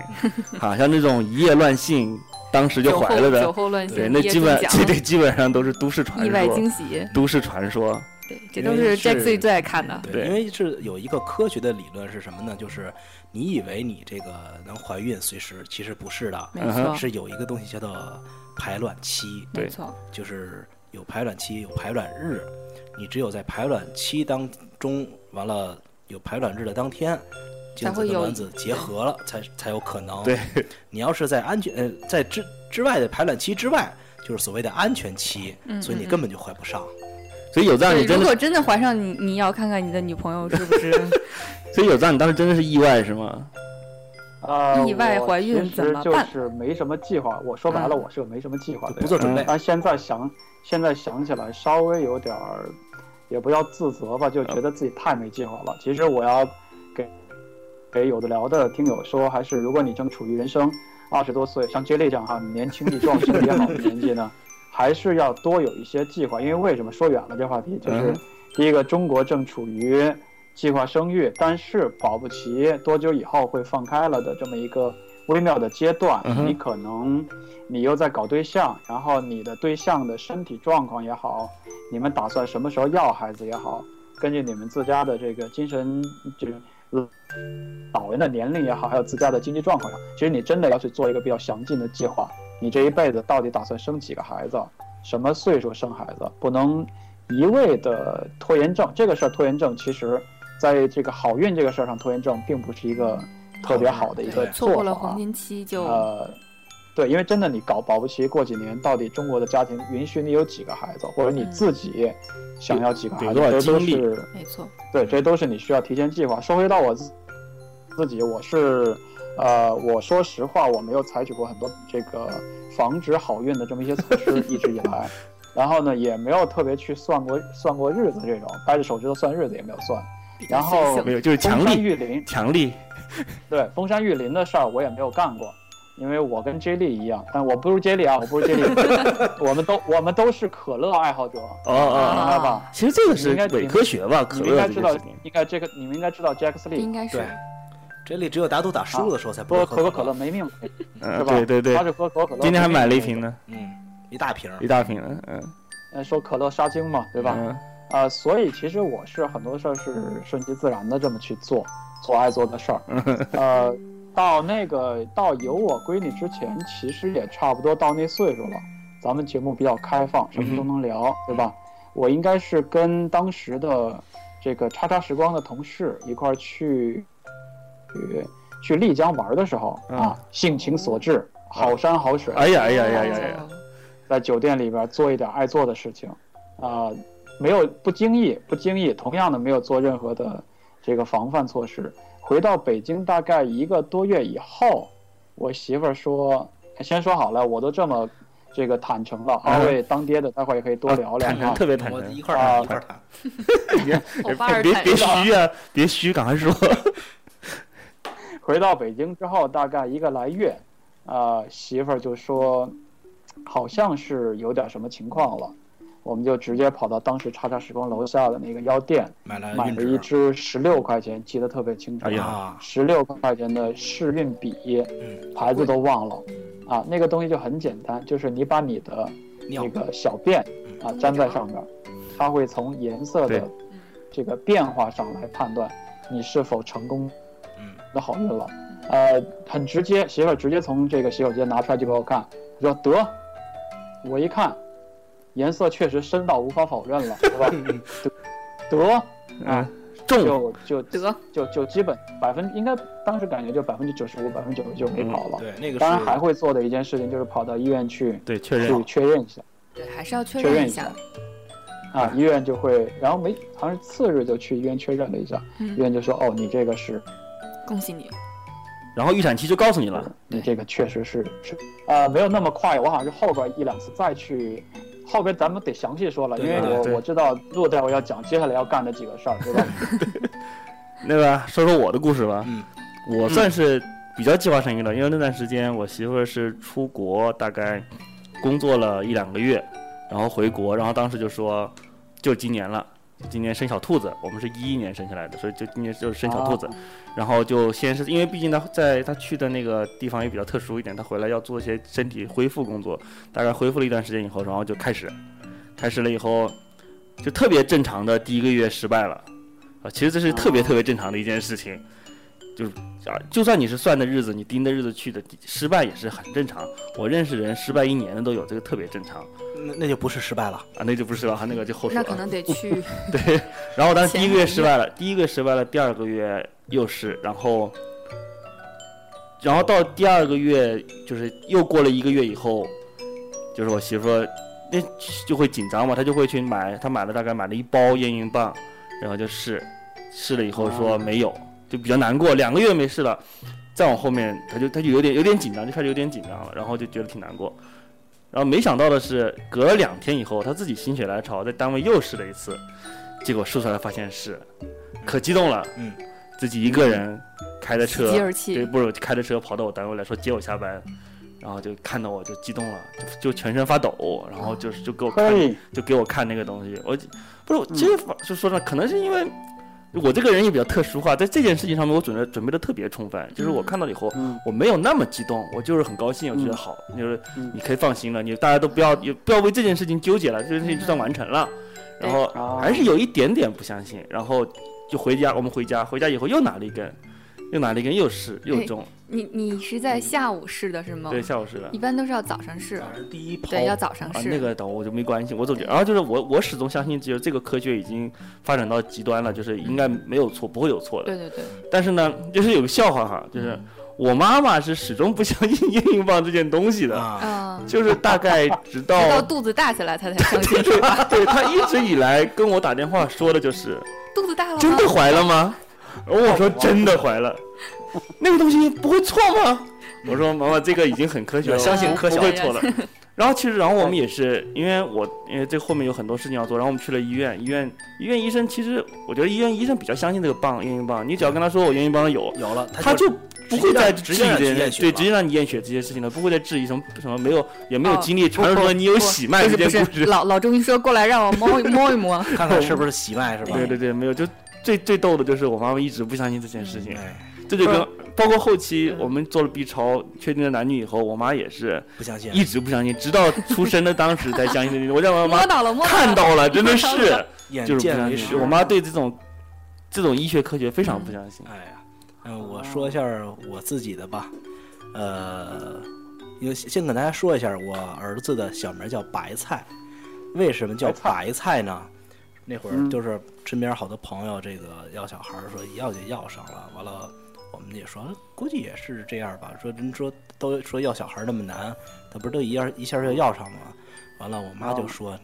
Speaker 2: 啊，像那种一夜乱性，当时就
Speaker 5: 酒
Speaker 2: 怀
Speaker 5: 后
Speaker 2: 了
Speaker 5: 酒
Speaker 2: 的，
Speaker 5: 后乱 性
Speaker 2: 对，，那
Speaker 5: 一夜
Speaker 2: 基本
Speaker 5: 中
Speaker 2: 这
Speaker 5: 奖
Speaker 2: 这基本上都是都市传
Speaker 5: 意外
Speaker 2: 说，嗯
Speaker 5: 惊喜，
Speaker 2: 都市传说。
Speaker 5: 对，这
Speaker 4: 因
Speaker 5: 都
Speaker 4: 为
Speaker 5: 是 Jack
Speaker 4: 是
Speaker 5: 自己最爱看的。
Speaker 2: 对
Speaker 4: 对，因为是有一个科学的理论是什么呢？就是你以为你这个能怀孕随时，其实不是的，
Speaker 5: 没
Speaker 2: 嗯哼
Speaker 5: 错，
Speaker 4: 是有一个东西叫做排卵期，
Speaker 2: 对
Speaker 5: 没错，
Speaker 4: 就是有排卵期，有排卵日。你只有在排卵期当中，完了有排卵日的当天，精
Speaker 5: 才
Speaker 4: 子
Speaker 5: 会
Speaker 4: 跟
Speaker 5: 有
Speaker 4: 卵子结合了，才才有可能。
Speaker 2: 对，
Speaker 4: 你要是在安全呃在之之外的排卵期之外，就是所谓的安全期，
Speaker 5: 嗯
Speaker 4: 所以你
Speaker 5: 嗯
Speaker 4: 根本就怀不上。
Speaker 2: 所以有藏，
Speaker 5: 对，
Speaker 2: 你真
Speaker 5: 如
Speaker 2: 的
Speaker 5: 果真的怀上你，你要看看你的女朋友是不 是
Speaker 2: 所以有藏，你当时真的是意外是吗？
Speaker 6: 呃，
Speaker 5: 意外怀孕
Speaker 6: 我其
Speaker 5: 怎
Speaker 6: 实
Speaker 5: 么
Speaker 6: 就
Speaker 5: 办
Speaker 6: 是没什么计划。我说白了，
Speaker 5: 嗯
Speaker 6: 我是个没什么计划
Speaker 4: 就
Speaker 6: 的人。
Speaker 4: 不做准备，
Speaker 6: 但现在想，现在想起来稍微有点儿，也不叫自责吧，就觉得自己太没计划了。其实我要给给有的聊的听友说，还是如果你正处于人生二十多岁，像 J 类这样哈，年轻力 壮、身体也好的年纪呢，还是要多有一些计划。因为为什么说远了这话题，就是
Speaker 2: 嗯
Speaker 6: 第一个，中国正处于计划生育，但是保不齐多久以后会放开了的这么一个微妙的阶段，
Speaker 2: 嗯哼
Speaker 6: 你可能你又在搞对象，然后你的对象的身体状况也好，你们打算什么时候要孩子也好，根据你们自家的这个精神就是老人的年龄也好，还有自家的经济状况也好，其实你真的要去做一个比较详尽的计划，你这一辈子到底打算生几个孩子，什么岁数生孩子，不能一味的拖延症。这个事儿拖延症其实在这个好运这个事儿上，拖延症并不是一个特别好的一个
Speaker 5: 对
Speaker 6: 做
Speaker 5: 错过了
Speaker 6: 法
Speaker 5: 黄金期就
Speaker 2: 啊
Speaker 6: 呃，对，因为真的你搞保不齐过几年，到底中国的家庭允许你有几个孩子，或者你
Speaker 5: 嗯
Speaker 6: 自己想要几个
Speaker 2: 有
Speaker 6: 孩子，
Speaker 2: 多少
Speaker 6: 这都
Speaker 2: 精力
Speaker 6: 是
Speaker 5: 没错，
Speaker 6: 对，这都是你需要提前计划。说回到我自自己，我是，呃，我说实话，我没有采取过很多这个防止好运的这么一些措施，一直以来。然后呢也没有特别去算过算过日子这种，掰着手指头算日子也没有算。然后
Speaker 2: 没有就是强
Speaker 6: 风山
Speaker 2: 力
Speaker 6: 玉林，
Speaker 2: 强力，
Speaker 6: 对封山育林的事儿我也没有干过，因为我跟 J 莉一样，但我不如 J 莉啊，我不如 J 莉，我们都我们都是可乐爱好者，
Speaker 2: 哦
Speaker 5: 啊
Speaker 2: 哦，哦
Speaker 6: 明白吧？
Speaker 2: 其实这个
Speaker 6: 啊你
Speaker 2: 是
Speaker 6: 应该
Speaker 2: 伪科学吧？
Speaker 6: 你
Speaker 2: 可
Speaker 6: 们应
Speaker 2: 乐
Speaker 6: 该
Speaker 2: 这
Speaker 6: 知
Speaker 2: 个
Speaker 6: 道
Speaker 2: 事情，
Speaker 6: 应该这个你们应该知道 Jack Lee，
Speaker 3: 应该是
Speaker 4: 对这里只有打赌打输的时候才
Speaker 6: 喝
Speaker 4: 播
Speaker 6: 可口可
Speaker 4: 乐
Speaker 6: 乐，没命，
Speaker 2: 嗯，
Speaker 6: 是吧？
Speaker 2: 对对对
Speaker 6: 他，是喝可口可乐。
Speaker 2: 今天还买了一
Speaker 6: 没
Speaker 2: 瓶
Speaker 6: 命，
Speaker 2: 呢，
Speaker 4: 嗯，一大瓶儿
Speaker 2: 一大瓶呢，嗯，
Speaker 6: 呃说可乐杀精嘛，对吧？
Speaker 2: 嗯
Speaker 6: 啊，所以其实我是很多事儿是顺其自然的这么去做，做爱做的事儿。
Speaker 2: 嗯
Speaker 6: 呃，到那个到有我闺女之前，其实也差不多到那岁数了。咱们节目比较开放，什
Speaker 2: 嗯
Speaker 6: 么都能聊，对吧？我应该是跟当时的这个叉叉时光的同事一块儿去去去丽江玩的时候、
Speaker 2: 嗯
Speaker 6: 啊，性情所致，好山好水，
Speaker 2: 哎呀哎呀哎呀哎呀哎呀，
Speaker 6: 在酒店里边做一点爱做的事情，啊、没有不经意，不经意，同样的没有做任何的这个防范措施。回到北京大概一个多月以后，我媳妇儿说，先说好了，我都这么这个坦诚了，二位当爹的，待会儿也可以多聊
Speaker 2: 嗯
Speaker 6: 聊
Speaker 2: 坦诚
Speaker 6: 啊。
Speaker 2: 特别坦
Speaker 4: 我
Speaker 2: 诚，
Speaker 4: 一块儿谈
Speaker 6: 啊
Speaker 4: 一块儿谈。
Speaker 5: 我爸是
Speaker 2: 别
Speaker 5: 坦
Speaker 2: 别
Speaker 5: 诚
Speaker 2: 虚啊，别虚，赶快说，
Speaker 6: 啊回到北京之后，大概一个来月，啊，媳妇儿就说，好像是有点什么情况了，我们就直接跑到当时叉叉时光楼下的那个药店。
Speaker 4: 买了
Speaker 6: 买
Speaker 4: 运
Speaker 6: 了
Speaker 4: 纸
Speaker 6: 一支十六块钱，记得特别清楚
Speaker 2: 哎，呀
Speaker 4: 啊，
Speaker 6: 十六块钱的试运笔，
Speaker 4: 嗯
Speaker 6: 牌子都忘了，啊，那个东西就很简单，就是你把你的
Speaker 4: 尿
Speaker 6: 那个小便啊粘在上面，它会从颜色
Speaker 2: 对
Speaker 6: 的这个变化上来判断你是否成功
Speaker 4: 嗯
Speaker 6: 的好运了。呃，很直接，媳妇儿直接从这个洗手间拿出来就给我看，我说得，我一看，颜色确实深到无法否认了，是吧？得得。
Speaker 2: 嗯，中，
Speaker 6: 就就
Speaker 5: 得
Speaker 6: 就就基本百分应该当时感觉就百分之九十五、百分之九十九没跑了。
Speaker 4: 对，那个
Speaker 6: 当然
Speaker 4: 是
Speaker 6: 还会做的一件事情就是跑到医院去
Speaker 2: 对，确认
Speaker 6: 去确认一下
Speaker 3: 对，还是要确
Speaker 6: 确认
Speaker 3: 认
Speaker 6: 一
Speaker 3: 一
Speaker 6: 下
Speaker 3: 下。
Speaker 6: 啊，医院就会，然后没好像是次日就去医院确认了一下，医
Speaker 5: 嗯，
Speaker 6: 院就说哦你这个是
Speaker 5: 恭喜你，
Speaker 2: 然后预产期就告诉你了，
Speaker 6: 你这个确实是是呃没有那么快，我好像是后边一两次再去。后边咱们得详细说了，因
Speaker 4: 对
Speaker 6: 为
Speaker 4: 对
Speaker 6: 我
Speaker 2: 对
Speaker 6: 我知道陆大夫要讲接下来要干的几个事儿，对吧？
Speaker 2: 那个说说我的故事吧，
Speaker 4: 嗯
Speaker 2: 我算是比较计划生育了，因为那段时间我媳妇儿是出国，大概工作了一两个月，然后回国，然后当时就说，就今年了，今年生小兔子，我们是一一年生下来的，所以就今年就是生小兔子，然后就先是因为毕竟她在她去的那个地方也比较特殊一点，她回来要做一些身体恢复工作，大概恢复了一段时间以后，然后就开始，开始了以后，就特别正常的第一个月失败了，啊，其实这是特
Speaker 3: 哦
Speaker 2: 别特别正常的一件事情，就是啊，就算你是算的日子，你盯着日子去的，失败也是很正常。我认识人失败一年的都有，这个特别正常
Speaker 4: 那那就不是失败了，
Speaker 2: 啊，那就不是了，那个就后说
Speaker 3: 那可
Speaker 2: 了。
Speaker 3: 能得去
Speaker 2: 对，然后当时
Speaker 3: 前
Speaker 2: 第一
Speaker 3: 两
Speaker 2: 个月
Speaker 3: 个
Speaker 2: 失败了，第一个月失败了，第二个月又是，然后，然后到第二个月就是又过了一个月以后，就是我媳妇儿那就会紧张嘛，她就会去买，她买了大概买了一包验孕棒，然后就试，试了以后说没有，就比较难过，两个月没试了，再往后面她就她就有点有点紧张，就开始有点紧张了，然后就觉得挺难过。然后没想到的是，隔了两天以后，她自己心血来潮，在单位又试了一次，结果说出来发现是，可激动了，
Speaker 4: 嗯，
Speaker 2: 自己一个人开着
Speaker 3: 喜极
Speaker 5: 嗯
Speaker 2: 车，
Speaker 3: 而
Speaker 2: 对，
Speaker 3: 泣，
Speaker 2: 不是开着车跑到我单位来说接我下班，然后就看到我就激动了，就就全身发抖，然后就是就给我看，
Speaker 6: 嘿，
Speaker 2: 就给我看那个东西，我不是，我其实就说呢，可能是因为。我这个人也比较特殊化，在这件事情上面，我准备准备的特别充分。就是我看到了以后，
Speaker 6: 嗯
Speaker 2: 我没有那么激动，我就是很高兴，我觉得
Speaker 6: 嗯
Speaker 2: 好，就是
Speaker 6: 嗯
Speaker 2: 你可以放心了，你大家都不要也不要为这件事情纠结了，这件事情就算完成了。
Speaker 3: 嗯
Speaker 2: 然后
Speaker 3: 哦
Speaker 6: 啊
Speaker 2: 还是有一点点不相信，然后就回家，我们回家，回家以后又拿了一根，又拿了一根，又试
Speaker 3: 哎
Speaker 2: 又中，
Speaker 3: 你你是在下午试的是吗？
Speaker 2: 对，下午试的
Speaker 3: 一。般都是要早上试，
Speaker 4: 早上第一泡
Speaker 3: 哦对，要早上
Speaker 2: 啊，
Speaker 3: 试。
Speaker 2: 那个等我就没关系，我总觉得，然后就是我，我始终相信，就是这个科学已经发展到极端了，就是应该没有错，不会有错的。
Speaker 3: 对嗯 对对，
Speaker 2: 但是呢，就是有个笑话哈，就是我妈妈是始终不相信验孕棒这件东西的，
Speaker 4: 啊，
Speaker 3: 嗯，
Speaker 2: 就是大概直到
Speaker 3: 直到肚子大起来，他才相 信是吧？
Speaker 2: 对她一直以来跟我打电话说的就是，
Speaker 3: 肚子大了
Speaker 5: 哦
Speaker 3: 吗？
Speaker 2: 真的怀了吗？然后我说真的怀了， 那个东西不会错吗？我说妈妈，这个已经很科学了，
Speaker 4: 相信科学
Speaker 2: 不会错了。然后其实，然后我们也是，因为我因为这后面有很多事情要做，然后我们去了医院，医院医院医生其实我觉得医院医生比较相信这个棒验孕棒，你只要跟他说我验孕棒上有，
Speaker 4: 有了，
Speaker 2: 嗯他就不会再质
Speaker 4: 直
Speaker 2: 疑
Speaker 4: 接
Speaker 2: 这
Speaker 4: 让直接让
Speaker 2: 件事，
Speaker 4: 你验血
Speaker 2: 对，
Speaker 4: 吧
Speaker 2: 直接让你验血这些事情了，不会再质疑什么什么没有也没有
Speaker 5: 哦
Speaker 2: 经历传
Speaker 5: 不
Speaker 2: 说
Speaker 5: 不
Speaker 2: 中你有
Speaker 5: 不
Speaker 2: 喜
Speaker 5: 不
Speaker 2: 脉
Speaker 5: 是
Speaker 2: 这
Speaker 5: 不
Speaker 2: 件
Speaker 5: 是
Speaker 2: 故事，
Speaker 5: 老老中医说过来让我摸一摸 一摸，
Speaker 4: 看看是不是喜脉是吧？
Speaker 2: 对对对，没有就。最最逗的就是我妈妈一直不相信这件事情，
Speaker 4: 哎，
Speaker 2: 这就跟
Speaker 5: 不是
Speaker 2: 包括后期我们做了 B 超，确定了男女以后，我妈也是
Speaker 4: 不相信，
Speaker 2: 一直不相信，直到出生的当时才相信这件事。我让我妈
Speaker 5: 摸到了摸
Speaker 2: 看
Speaker 5: 到
Speaker 2: 到
Speaker 5: 了，
Speaker 2: 了，真的是
Speaker 5: 摸到了
Speaker 4: 眼
Speaker 2: 就是
Speaker 4: 见
Speaker 2: 不相
Speaker 4: 为
Speaker 2: 信。
Speaker 4: 实。
Speaker 2: 我妈对这种这种医学科学非常不相信。
Speaker 4: 哎呀，嗯，我说一下我自己的吧，呃，因为先跟大家说一下，我儿子的小名叫白菜，为什么叫白菜呢？那会儿
Speaker 6: 嗯
Speaker 4: 就是身边好多朋友这个要小孩儿，说要就要上了，完了我们也说估计也是这样吧，说您说都说要小孩儿那么难，他不是都一样一下就要上了吗？完了，我妈就说。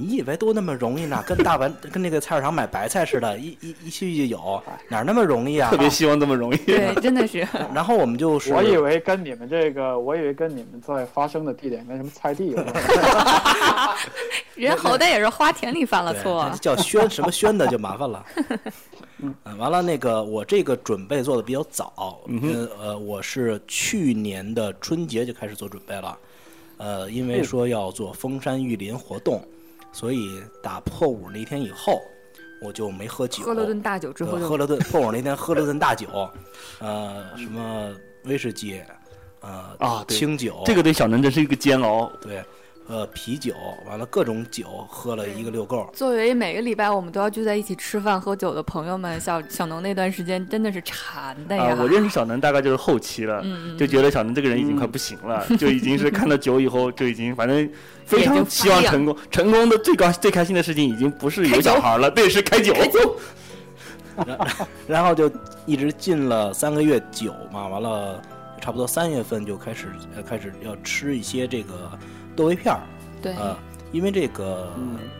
Speaker 4: 你以为都那么容易呢？跟大白跟那个菜市场买白菜似的，一一一去就有，哪儿那么容易啊？
Speaker 2: 特别希望这么容易。
Speaker 5: 对，真 的是
Speaker 4: 然后我们就是，
Speaker 6: 我以为跟你们这个，我以为跟你们在发生的地点跟什么 菜地有关。
Speaker 5: 人好歹也是花田里犯了
Speaker 4: 对
Speaker 5: 错啊
Speaker 4: 那，叫宣什么宣的就麻烦了。嗯，完了，那个我这个准备做的比较早，嗯呃，我是去年的春节就开始做准备了，呃，因
Speaker 2: 嗯
Speaker 4: 为说要做封山育林活动，所以打破五那天以后，我就没喝酒，
Speaker 3: 喝了顿大酒之后
Speaker 4: 呃
Speaker 3: 就
Speaker 4: 喝了顿破五那天喝了顿大酒，呃，什么威士忌，呃
Speaker 2: 啊对
Speaker 4: 清酒，
Speaker 2: 这个对小能真是一个煎熬。
Speaker 4: 对，呃啤酒，完了各种酒喝了一个溜够，
Speaker 5: 作为每个礼拜我们都要聚在一起吃饭喝酒的朋友们，小小农那段时间真的是馋的
Speaker 2: 啊
Speaker 5: 呀！，
Speaker 2: 我认识小能大概就是后期了，
Speaker 5: 嗯嗯
Speaker 2: 就觉得小能这个人已经快不行了，就已经是看到酒以后就已经反正非常期望成功。成功的最高最开心的事情已经不是有小孩了，对，是开酒。
Speaker 4: 然后就一直禁了三个月酒嘛，完了差不多三月份就开始呃开始要吃一些这个豆维片儿，
Speaker 5: 对，
Speaker 4: 呃，
Speaker 2: 啊
Speaker 4: 因为这个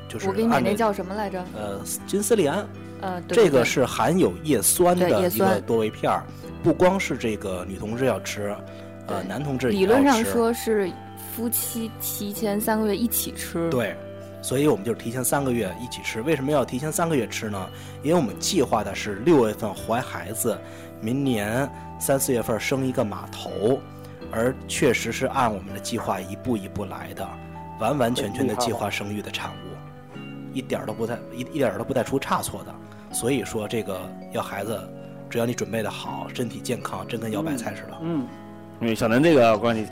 Speaker 4: 就
Speaker 3: 嗯
Speaker 4: 是
Speaker 3: 我给你买
Speaker 4: 按
Speaker 3: 那
Speaker 4: 照
Speaker 3: 叫什么来着？
Speaker 4: 呃金丝莲，
Speaker 3: 呃，对
Speaker 4: 这
Speaker 3: 对
Speaker 4: 个
Speaker 3: 对
Speaker 4: 是含有叶酸
Speaker 3: 对叶
Speaker 4: 的一个
Speaker 3: 酸
Speaker 4: 多维片儿，不光是这个女同志要吃，呃，男同志也
Speaker 3: 理论
Speaker 4: 要
Speaker 3: 上
Speaker 4: 吃
Speaker 3: 说是夫妻提前三个月一起吃，，
Speaker 4: 对，所以我们就是提前三个月一起吃。为什么要提前三个月吃呢？因为我们计划的是六月份怀孩子，明年三四月份生一个码头，而确实是按我们的计划一步一步来的，完完全全的计划生育的产物，一点儿都不带一一点儿都不带出差错的。所以说，这个要孩子，只要你准备的好，身体健康，真跟摇白菜似的。
Speaker 6: 嗯，
Speaker 2: 因为小能这个我告诉你，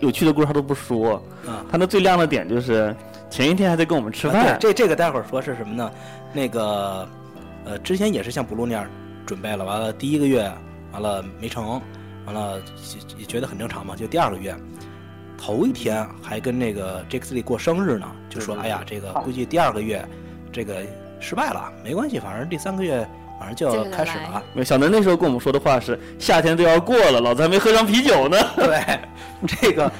Speaker 2: 有趣的故事他都不说，
Speaker 4: 啊
Speaker 2: 他那最亮的点就是前一天还在跟我们吃饭，
Speaker 4: 啊对这这个待会儿说是什么呢？那个，呃，之前也是像布鲁那样准备了，完了第一个月完了没成，完了也也觉得很正常嘛。就第二个月，头一天还跟那个 Jake Lee 过生日呢，就说哎呀，这个估计第二个月这个失败了，没关系，反正第三个月马上就
Speaker 5: 接
Speaker 4: 要
Speaker 5: 着
Speaker 4: 开始
Speaker 5: 来
Speaker 4: 了。啊
Speaker 2: 没有小南那时候跟我们说的话是：夏天都要过了，老子还没喝上啤 酒呢。
Speaker 4: 对，这个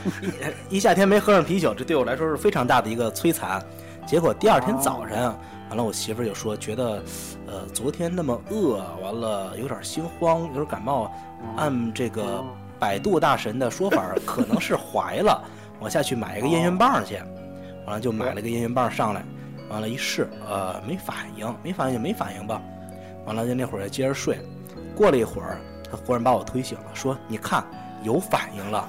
Speaker 4: 一一夏天没喝上啤酒，这对我来说是非常大的一个摧残。结果第二天早晨，完了我媳妇儿就说，觉得，呃，昨天那么饿，完了有点心慌，有点感冒，
Speaker 5: 嗯
Speaker 6: 嗯
Speaker 4: 按这
Speaker 5: 哦
Speaker 4: 个百度大神的说法儿，可能是怀了。我下去买一个
Speaker 5: 哦
Speaker 4: 验孕棒去，完了就买了个验孕棒上来，完了一试，呃，没反应，没反应就没反应吧。完了就那会儿接着睡，过了一会儿，他忽然把我推醒了，说：“你看，有反应了。”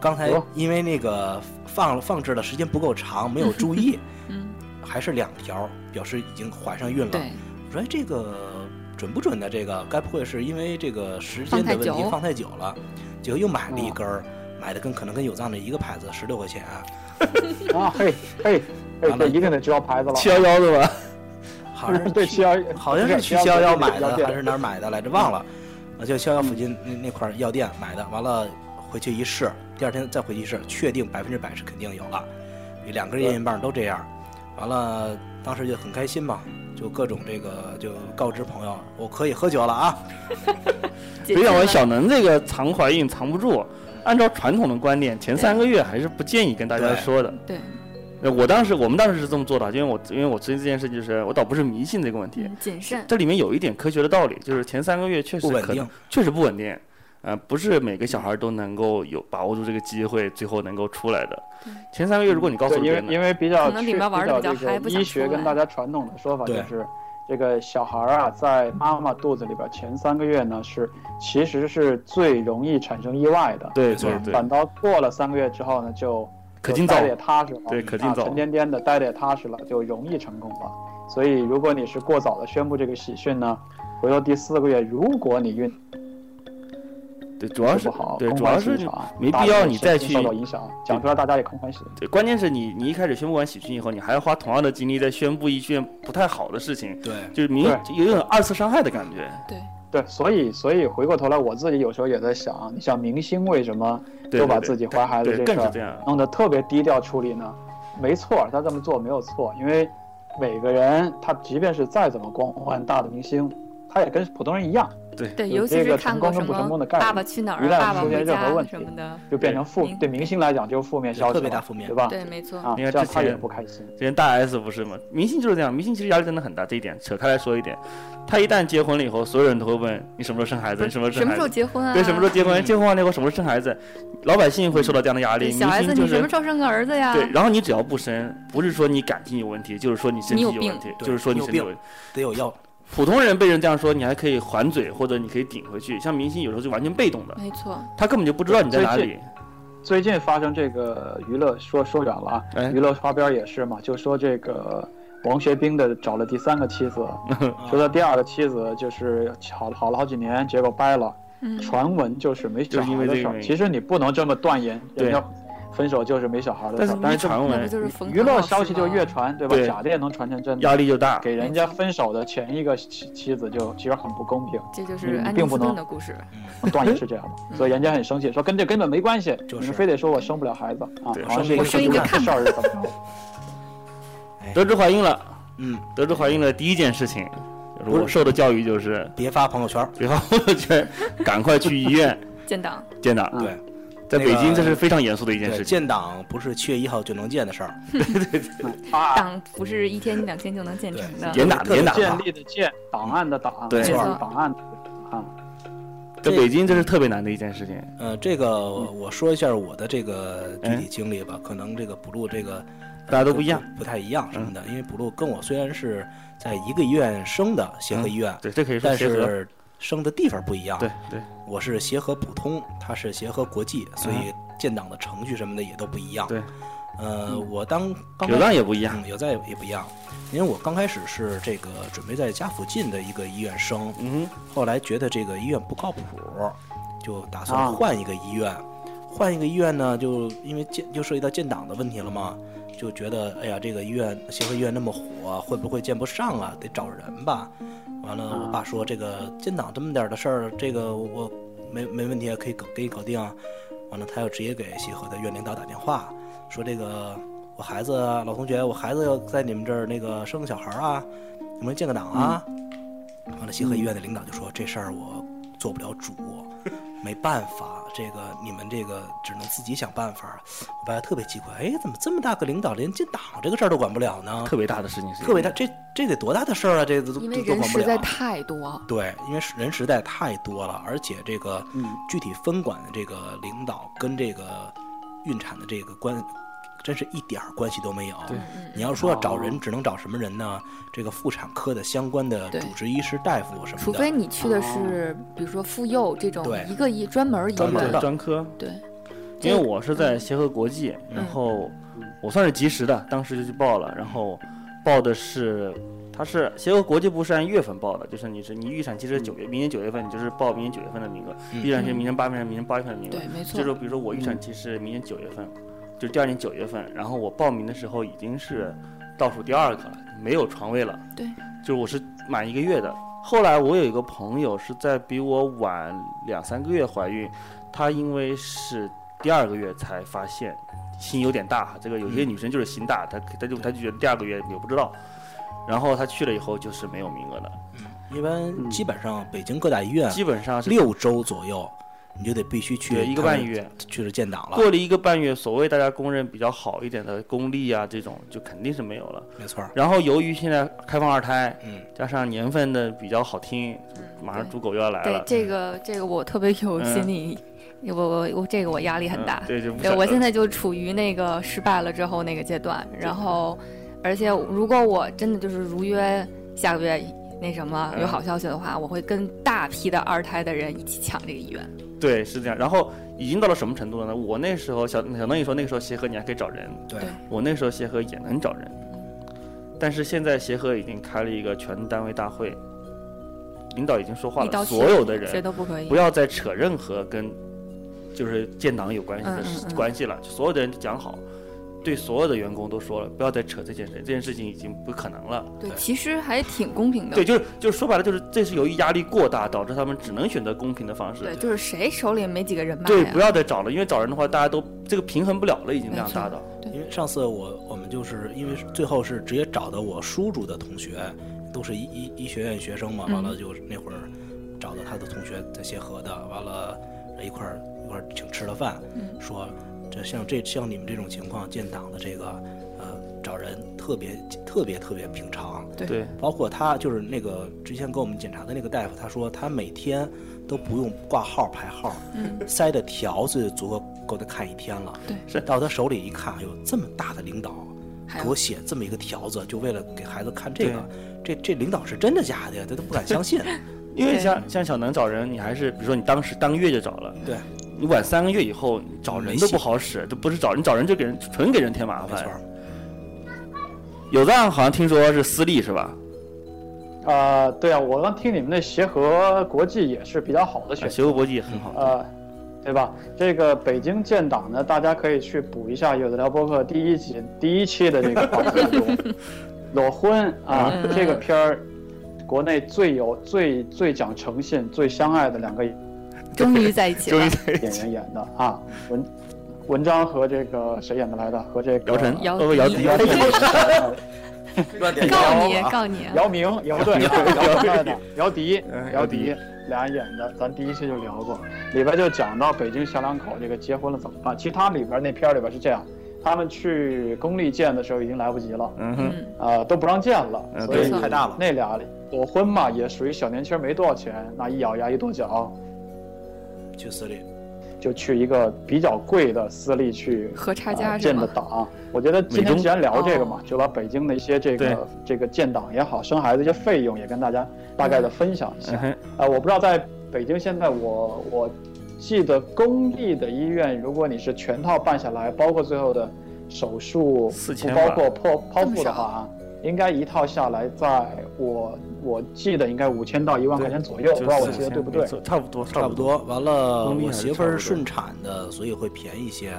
Speaker 4: 刚才
Speaker 6: 哦
Speaker 4: 因为那个放放置的时间不够长，没有注意，
Speaker 5: 嗯，
Speaker 4: 还是两条，表示已经怀上孕了。
Speaker 5: 对，
Speaker 4: 我说哎这个准不准的？这个该不会是因为这个时间的问
Speaker 5: 放太
Speaker 4: 题
Speaker 5: 久哦
Speaker 4: 放太久了？结果又买了一根儿，买的跟可能跟有藏的一个牌子，十六块钱。
Speaker 6: 啊，嘿嘿嘿，
Speaker 4: 完了
Speaker 6: 这一定得知道牌子了。
Speaker 2: 七幺幺 的吧？
Speaker 4: 好像是
Speaker 6: 对
Speaker 4: 去
Speaker 6: 七幺，
Speaker 4: 好像是去
Speaker 6: 七
Speaker 4: 逍遥
Speaker 6: 幺
Speaker 4: 买的，还是哪儿买的来着？忘了。
Speaker 2: 嗯
Speaker 4: 啊，就逍遥附近那那块儿药店买的，完了回去一试，第二天再回去一试，确定百分之百是肯定有了。两根验孕棒都这样，完了当时就很开心嘛，就各种这个就告知朋友，我可以喝酒了啊。
Speaker 2: 别
Speaker 5: 解禁
Speaker 2: 想
Speaker 5: 了
Speaker 2: 我小能这个藏怀孕藏不住，按照传统的观念，前三个月还是不建议跟大家
Speaker 4: 对
Speaker 2: 说的。
Speaker 5: 对，
Speaker 2: 呃我当时我们当时是这么做的，因为我因为我最近这件事就是我倒不是迷信这个问题，
Speaker 5: 嗯谨慎，
Speaker 2: 这里面有一点科学的道理，就是前三个月确实
Speaker 4: 不稳
Speaker 2: 可能
Speaker 4: 定
Speaker 2: 确实不稳定。呃，不是每个小孩都能够有把握住这个机会，最后能够出来的。前三个月，如果你告诉了
Speaker 6: 对，因
Speaker 2: 别
Speaker 6: 为
Speaker 2: 人，
Speaker 6: 因为比较
Speaker 5: 可能里面玩得
Speaker 6: 比较
Speaker 5: 比较嗨
Speaker 6: 这
Speaker 5: 不
Speaker 6: 个
Speaker 5: 想
Speaker 6: 医学
Speaker 5: 出来
Speaker 6: 跟大家传统的说法就
Speaker 4: 对
Speaker 6: 是，这个小孩儿啊，在妈妈肚子里边前三个月呢是其实是最容易产生意外的，
Speaker 2: 对
Speaker 4: 错
Speaker 2: 对
Speaker 6: 反
Speaker 2: 对，
Speaker 6: 倒过了三个月之后呢，就
Speaker 2: 可
Speaker 6: 就
Speaker 2: 劲
Speaker 6: 待
Speaker 2: 造
Speaker 6: 的也踏实了，
Speaker 2: 对可劲
Speaker 6: 啊
Speaker 2: 造
Speaker 6: 沉甸甸的待的也踏实了，就容易成功了。所以，如果你是过早的宣布这个喜讯呢，回到第四个月，如果你运气
Speaker 2: 对，主要是
Speaker 6: 不好，
Speaker 2: 对，
Speaker 6: 空
Speaker 2: 主要
Speaker 6: 欢喜
Speaker 2: 是
Speaker 6: 一场，
Speaker 2: 没
Speaker 6: 大
Speaker 2: 必
Speaker 6: 家
Speaker 2: 要
Speaker 6: 的
Speaker 2: 你
Speaker 6: 身
Speaker 2: 再
Speaker 6: 心
Speaker 2: 去
Speaker 6: 受到影响，讲出来大家也空欢喜。
Speaker 2: 对，关键是你你一开始宣布完喜讯以后，你还要花同样的精力再宣布一件不太好的事情，
Speaker 4: 对，
Speaker 2: 就是明
Speaker 6: 对
Speaker 2: 就有点二次伤害的感觉。
Speaker 6: 对，所以所以回过头来，我自己有时候也在想，你像明星为什么
Speaker 2: 对
Speaker 6: 又把
Speaker 2: 对
Speaker 6: 自己怀孩子
Speaker 2: 对，
Speaker 6: 这
Speaker 2: 更
Speaker 6: 事
Speaker 2: 是
Speaker 6: 儿
Speaker 2: 这样。
Speaker 6: 弄得特别低调处理呢？没错，他这么做没有错，因为每个人他即便是再怎么光环大的明星，他也跟普通人一样，
Speaker 5: 对，
Speaker 6: 有
Speaker 5: 尤
Speaker 6: 这
Speaker 5: 其是
Speaker 6: 个
Speaker 5: 看
Speaker 6: 成
Speaker 5: 过什
Speaker 6: 功跟不
Speaker 5: 么
Speaker 6: 成功的
Speaker 5: 《
Speaker 6: 概
Speaker 5: 爸
Speaker 6: 率
Speaker 5: 爸去哪儿
Speaker 6: 一》旦
Speaker 5: 啊，《爸爸
Speaker 6: 出现
Speaker 5: 回
Speaker 6: 任何
Speaker 5: 家
Speaker 6: 问》
Speaker 5: 什
Speaker 6: 题啊
Speaker 5: 么的。
Speaker 6: 就变成负
Speaker 5: 明
Speaker 6: 对明星来讲就是负面消息了，
Speaker 4: 特别大负面
Speaker 6: 对吧？
Speaker 5: 对，没错。
Speaker 6: 啊，
Speaker 2: 你看
Speaker 6: 这样
Speaker 2: 之
Speaker 6: 他也
Speaker 2: 前
Speaker 6: 不开心。
Speaker 2: 之前大 S 不是吗？明星就是这样，明星其实压力真的很大。这一点扯开来说一点，他一旦结婚了以后，所有人都会问你什么时候生孩子，你什么时候
Speaker 5: 什
Speaker 2: 生
Speaker 5: 么
Speaker 2: 孩
Speaker 5: 时候
Speaker 2: 子，
Speaker 5: 结婚啊？
Speaker 2: 对，什么时候结
Speaker 4: 嗯
Speaker 2: 婚，结婚完了以后什么时候生孩子，老百姓会受到这样的压力。
Speaker 5: 对小
Speaker 2: 明
Speaker 5: S，
Speaker 2: 星就
Speaker 5: 你什
Speaker 2: 是
Speaker 5: 么时候生啊个儿子呀？
Speaker 2: 对，然后你只要不生，不是说你感情有问题，就是说你身
Speaker 5: 你
Speaker 2: 体
Speaker 5: 有
Speaker 2: 问
Speaker 5: 病
Speaker 2: 题，
Speaker 4: 对
Speaker 2: 就是说你身体
Speaker 4: 你
Speaker 2: 有
Speaker 4: 有
Speaker 2: 问
Speaker 4: 病
Speaker 2: 题。
Speaker 4: 得有药，
Speaker 2: 普通人被人这样说，你还可以还嘴，或者你可以顶回去。像明星有时候就完全被动的，
Speaker 5: 没错，
Speaker 2: 他根本就不知道你在哪
Speaker 6: 最
Speaker 2: 里。
Speaker 6: 最近发生这个娱乐说说远了啊，
Speaker 2: 哎
Speaker 6: 娱乐花边也是嘛，就说这个王学兵的找了第三个妻子，
Speaker 2: 啊嗯
Speaker 6: 说他第二个妻子就是好好了好几年，结果掰了，
Speaker 5: 嗯，
Speaker 6: 传闻就是没小
Speaker 2: 就是因
Speaker 6: 孩
Speaker 2: 为
Speaker 6: 的
Speaker 2: 这个原
Speaker 6: 事儿。
Speaker 2: 因
Speaker 6: 其实你不能这么断言，
Speaker 2: 对
Speaker 6: 人家分手就是没小孩的
Speaker 2: 但
Speaker 6: 事
Speaker 2: 是
Speaker 6: 儿，但
Speaker 2: 一
Speaker 6: 是这么
Speaker 2: 传
Speaker 5: 那不
Speaker 2: 闻，
Speaker 5: 就是冯
Speaker 6: 娱乐
Speaker 5: 唐老
Speaker 6: 消息
Speaker 5: 师
Speaker 6: 就
Speaker 5: 吗
Speaker 6: 越传，对吧？
Speaker 2: 对
Speaker 6: 假的也能传成真的，
Speaker 2: 压力就大。
Speaker 6: 给人家分手的前一个妻妻子就其实很不公平，
Speaker 5: 这就是
Speaker 6: 嗯
Speaker 5: 安
Speaker 6: 并
Speaker 5: 妮
Speaker 6: 不
Speaker 5: 斯
Speaker 6: 能
Speaker 5: 顿的故事。
Speaker 6: 断言是这样的，所以人家很生气，说跟这根本没关系，
Speaker 4: 就是
Speaker 6: 你们非得说我生不了孩子啊
Speaker 2: 对，
Speaker 6: 好像是一
Speaker 4: 我
Speaker 6: 个
Speaker 4: 生一
Speaker 6: 很
Speaker 4: 个
Speaker 6: 难的事儿是怎么着？
Speaker 2: 得知怀孕了，
Speaker 4: 哎嗯，
Speaker 2: 得知怀孕了，第一件事情，就是
Speaker 4: 不
Speaker 2: 我
Speaker 4: 是
Speaker 2: 受的教育就是，
Speaker 4: 别发朋友圈儿，
Speaker 2: 别发朋友圈，赶快去医 院
Speaker 5: 建党，
Speaker 2: 见他。
Speaker 4: 对，
Speaker 2: 在
Speaker 4: 啊那
Speaker 2: 北京
Speaker 4: 个
Speaker 2: 这是非常严肃的一件
Speaker 4: 对，
Speaker 2: 事情。
Speaker 4: 建党不是七月一号就能建的事儿，
Speaker 6: 啊，
Speaker 5: 党不是一天两天就能建成的。
Speaker 2: 严打
Speaker 4: 特别
Speaker 2: 严打嗯
Speaker 6: 建立的建，档案的档，
Speaker 2: 对
Speaker 6: 就是
Speaker 4: 没
Speaker 5: 错
Speaker 6: 档案的档。
Speaker 2: 在北京这是特别难的一件事情。
Speaker 4: 呃，这个
Speaker 2: 嗯
Speaker 4: 我说一下我的这个具体经历吧，可能这个补录这个呃
Speaker 2: 哎大家都不一样，嗯
Speaker 4: 不太一样什么的，因为补录跟我虽然是在一个医院生的协和医院，
Speaker 2: 对，这可以说
Speaker 4: 但
Speaker 2: 嗯协和。
Speaker 4: 是生的地方不一样。
Speaker 2: 对，对，
Speaker 4: 我是协和普通，他是协和国际，所以建档的程序什么的也都不一样。
Speaker 2: 嗯对，嗯
Speaker 4: 呃，我当刚
Speaker 2: 流
Speaker 4: 开
Speaker 2: 浪
Speaker 4: 始
Speaker 2: 也不一样。
Speaker 4: 嗯，有在也不一样，因为我刚开始是这个准备在家附近的一个医院生，
Speaker 2: 嗯哼，
Speaker 4: 后来觉得这个医院不靠谱，就打
Speaker 6: 啊
Speaker 4: 算换一个医院。换一个医院呢，就因为建就涉及到建档的问题了嘛，就觉得哎呀，这个医院协和医院那么火，会不会见不上啊？得找人吧。完了，我爸说这个建档这么点儿的事儿，这个我没没问题啊，可以搞给你搞定啊。完了，他又直接给协和的院领导打电话，说这个我孩子啊老同学，我孩子要在你们这儿那个生个小孩儿啊，能不能建个档啊？完了，协和医院的领导就说：“这事儿我做不了主，没办法，这个你们这个只能自己想办法。”我爸特别奇怪，哎，怎么这么大个领导连建档这个事儿都管不了呢？
Speaker 2: 特别大的事情是。
Speaker 4: 特别大，。这这得多大的事儿啊？这都都
Speaker 5: 因为
Speaker 4: 都
Speaker 5: 人
Speaker 4: 管不
Speaker 5: 实在
Speaker 6: 啊
Speaker 4: 了。
Speaker 5: 太多，
Speaker 4: 对，因为是人实在太多了，而且这个
Speaker 6: 嗯
Speaker 4: 具体分管的这个领导跟这个孕产的这个关，真是一点儿关系都没有。
Speaker 2: 对
Speaker 5: 嗯
Speaker 4: 你要说要找
Speaker 6: 哦
Speaker 4: 人，只能找什么人呢？这个妇产科的相关的
Speaker 5: 对
Speaker 4: 主治医师、大夫什么的。
Speaker 5: 除非你去的是比如说妇幼这种
Speaker 4: 对
Speaker 5: 一个医专门儿医
Speaker 4: 专门
Speaker 5: 院
Speaker 4: 儿的，
Speaker 2: 哦专科，
Speaker 5: 对，
Speaker 2: 因为我是在协和国际，然后我算是及时的，当时就去报了，然后报的是。它是协和国际部是按月份报的，就是你是你预产期是九月，明年九月份你就是报明年九月份的名额，
Speaker 4: 嗯
Speaker 2: 预产期明年八月份的名额，明年八月份的名额，
Speaker 5: 对，没
Speaker 2: 就
Speaker 5: 错嗯
Speaker 2: 是，比如说我预产期是明年九月份，就是第二年九月份，然后我报名的时候已经是倒数第二个了，没有床位了。
Speaker 5: 对，
Speaker 2: 就是我是满一个月的。后来我有一个朋友是在比我晚两三个月怀孕，她因为是第二个月才发现心有点大，这个有些
Speaker 4: 嗯
Speaker 2: 女生就是心大，她她就她就觉得第二个月也不知道，然后她去了以后就是没有名额的，
Speaker 4: 一般基本上北京各大医院
Speaker 2: 嗯基本上是
Speaker 4: 六周左右你就得必须去
Speaker 2: 对一个
Speaker 4: 他们
Speaker 2: 半月，
Speaker 4: 去了建档了，
Speaker 2: 过了一个半月，所谓大家公认比较好一点的公立啊，这种就肯定是没有了。
Speaker 4: 没错儿。
Speaker 2: 然后由于现在开放二胎，
Speaker 4: 嗯，
Speaker 2: 加上年份的比较好听，马上猪狗又要来
Speaker 5: 嗯对
Speaker 2: 了，
Speaker 5: 这 个这个我特别有
Speaker 2: 嗯
Speaker 5: 心理，我我我这个我压力很大
Speaker 2: 嗯。对，就不
Speaker 5: 对
Speaker 2: 想
Speaker 5: 我现在就处于那个失败了之后那个阶段，然后而且如果我真的就是如约下个月那什么有
Speaker 2: 嗯
Speaker 5: 好消息的话，我会跟大批的二胎的人一起抢这个医院。
Speaker 2: 对是这样。然后已经到了什么程度了呢？我那时候小小邓你说那个时候协和你还可以找人，
Speaker 4: 对
Speaker 5: 对
Speaker 2: 我那时候协和也能找人，但是现在协和已经开了一个全单位大会，领导已经说话
Speaker 5: 一刀
Speaker 2: 了，
Speaker 5: 切
Speaker 2: 所有的
Speaker 5: 谁
Speaker 2: 人
Speaker 5: 都不可以
Speaker 2: 不。要再扯任何跟就是建党有关系的
Speaker 5: 嗯嗯嗯
Speaker 2: 关系了，就所有的人都讲好，对所有的员工都说了，不要再扯这件事，这件事情已经不可能了。
Speaker 5: 对，其实还挺公平的。
Speaker 2: 对，就是就是说白了，就是这是由于压力过大导致他们只能选择公平的方式。
Speaker 5: 对，就是谁手里没几个人脉啊
Speaker 2: 对，
Speaker 5: 呀
Speaker 2: 不要再找了，因为找人的话，大家都这个平衡不了了，已经
Speaker 5: 没
Speaker 2: 量
Speaker 5: 错
Speaker 2: 大到。
Speaker 4: 因为上次我我们就是因为最后是直接找的我叔叔的同学，都是医医医学院学生嘛，
Speaker 5: 嗯
Speaker 4: 完了就那会儿找到他的同学在协和的，完了一块儿一块儿请吃了饭，
Speaker 5: 嗯
Speaker 4: 说这像这像你们这种情况建档的这个呃找人特别特别特别平常，
Speaker 5: 对
Speaker 2: 对，
Speaker 4: 包括他就是那个之前给我们检查的那个大夫，他说他每天都不用挂号排号，
Speaker 5: 嗯
Speaker 4: 塞的条子足够够他看一天了。
Speaker 5: 对
Speaker 2: 是
Speaker 4: 到他手里一看，有这么大的领导
Speaker 5: 还
Speaker 4: 给
Speaker 5: 有
Speaker 4: 我写这么一个条子，就为了给孩子看这个，这这领导是真的假的呀？他都不敢 相信。
Speaker 2: 因为
Speaker 5: 对
Speaker 2: 像像小能找人，你还是比如说你当时当月就找了，
Speaker 4: 嗯对，
Speaker 2: 你晚三个月以后你找人都不好使，都不是找人找人就给人纯给人添麻
Speaker 4: 没错
Speaker 2: 烦。，有藏好像听说是私立是吧？
Speaker 6: 啊、对啊，我刚听你们那协和国际也是比较好的选
Speaker 2: 啊
Speaker 6: 择。
Speaker 2: 协和国际也很好。
Speaker 6: 呃，对吧？这个北京建党呢，大家可以去补一下有的聊播客第一集第一期的这个访谈中，裸婚啊、
Speaker 5: 嗯
Speaker 6: 这个片儿，国内最有最最讲诚信、最相爱的两个演
Speaker 5: 终于在一起了，
Speaker 6: 员演的啊，文文章和这个谁演的来的？和这个
Speaker 2: 姚晨，
Speaker 5: 姚
Speaker 2: 哦不姚笛，
Speaker 5: 姚
Speaker 2: 姚 笛，
Speaker 5: 告 你告你，
Speaker 6: 姚明，姚对，姚明的姚笛
Speaker 2: 嗯，姚
Speaker 6: 姚
Speaker 2: 笛
Speaker 6: 笛俩人演的，咱第一期就聊过，里边就讲到北京小两口这个结婚了怎么办。其实他里边那片儿里边是这样，他们去公立建的时候已经来不及了，
Speaker 2: 嗯哼，
Speaker 5: 嗯，
Speaker 6: 呃，都不让建了，
Speaker 2: 嗯
Speaker 6: 所
Speaker 2: 对
Speaker 6: 以
Speaker 4: 太大了
Speaker 6: 那俩裸婚嘛，也属于小年轻，没多少钱，那一咬牙一跺脚，
Speaker 4: 去私立。
Speaker 6: 就去一个比较贵的私立去
Speaker 5: 和差
Speaker 6: 呃
Speaker 5: 价是
Speaker 6: 建
Speaker 5: 吗
Speaker 6: 的？档。我觉得今
Speaker 2: 美
Speaker 6: 天
Speaker 2: 中
Speaker 6: 既然聊这个
Speaker 5: 哦
Speaker 6: 嘛，就把北京的一些这
Speaker 2: 对
Speaker 6: 个这个建档也好，生孩子一些费用也跟大家大概的分享一下
Speaker 2: 嗯。哼，
Speaker 6: 呃，我不知道在北京现在我我记得公立的医院，如果你是全套办下来，包括最后的手术，
Speaker 2: 4000吧
Speaker 6: 不包括剖
Speaker 5: 这
Speaker 6: 剖
Speaker 5: 么
Speaker 6: 腹的
Speaker 5: 少
Speaker 6: 话啊，应该一套下来在我我记得应该五千到一万块钱左右，我不知道我记得对不对
Speaker 2: 没？错差不多，
Speaker 4: 差不。多，完了，
Speaker 2: 公立
Speaker 4: 我
Speaker 2: 还是
Speaker 4: 媳妇
Speaker 2: 差不
Speaker 4: 儿
Speaker 2: 多
Speaker 4: 顺产的，所以会便宜一些。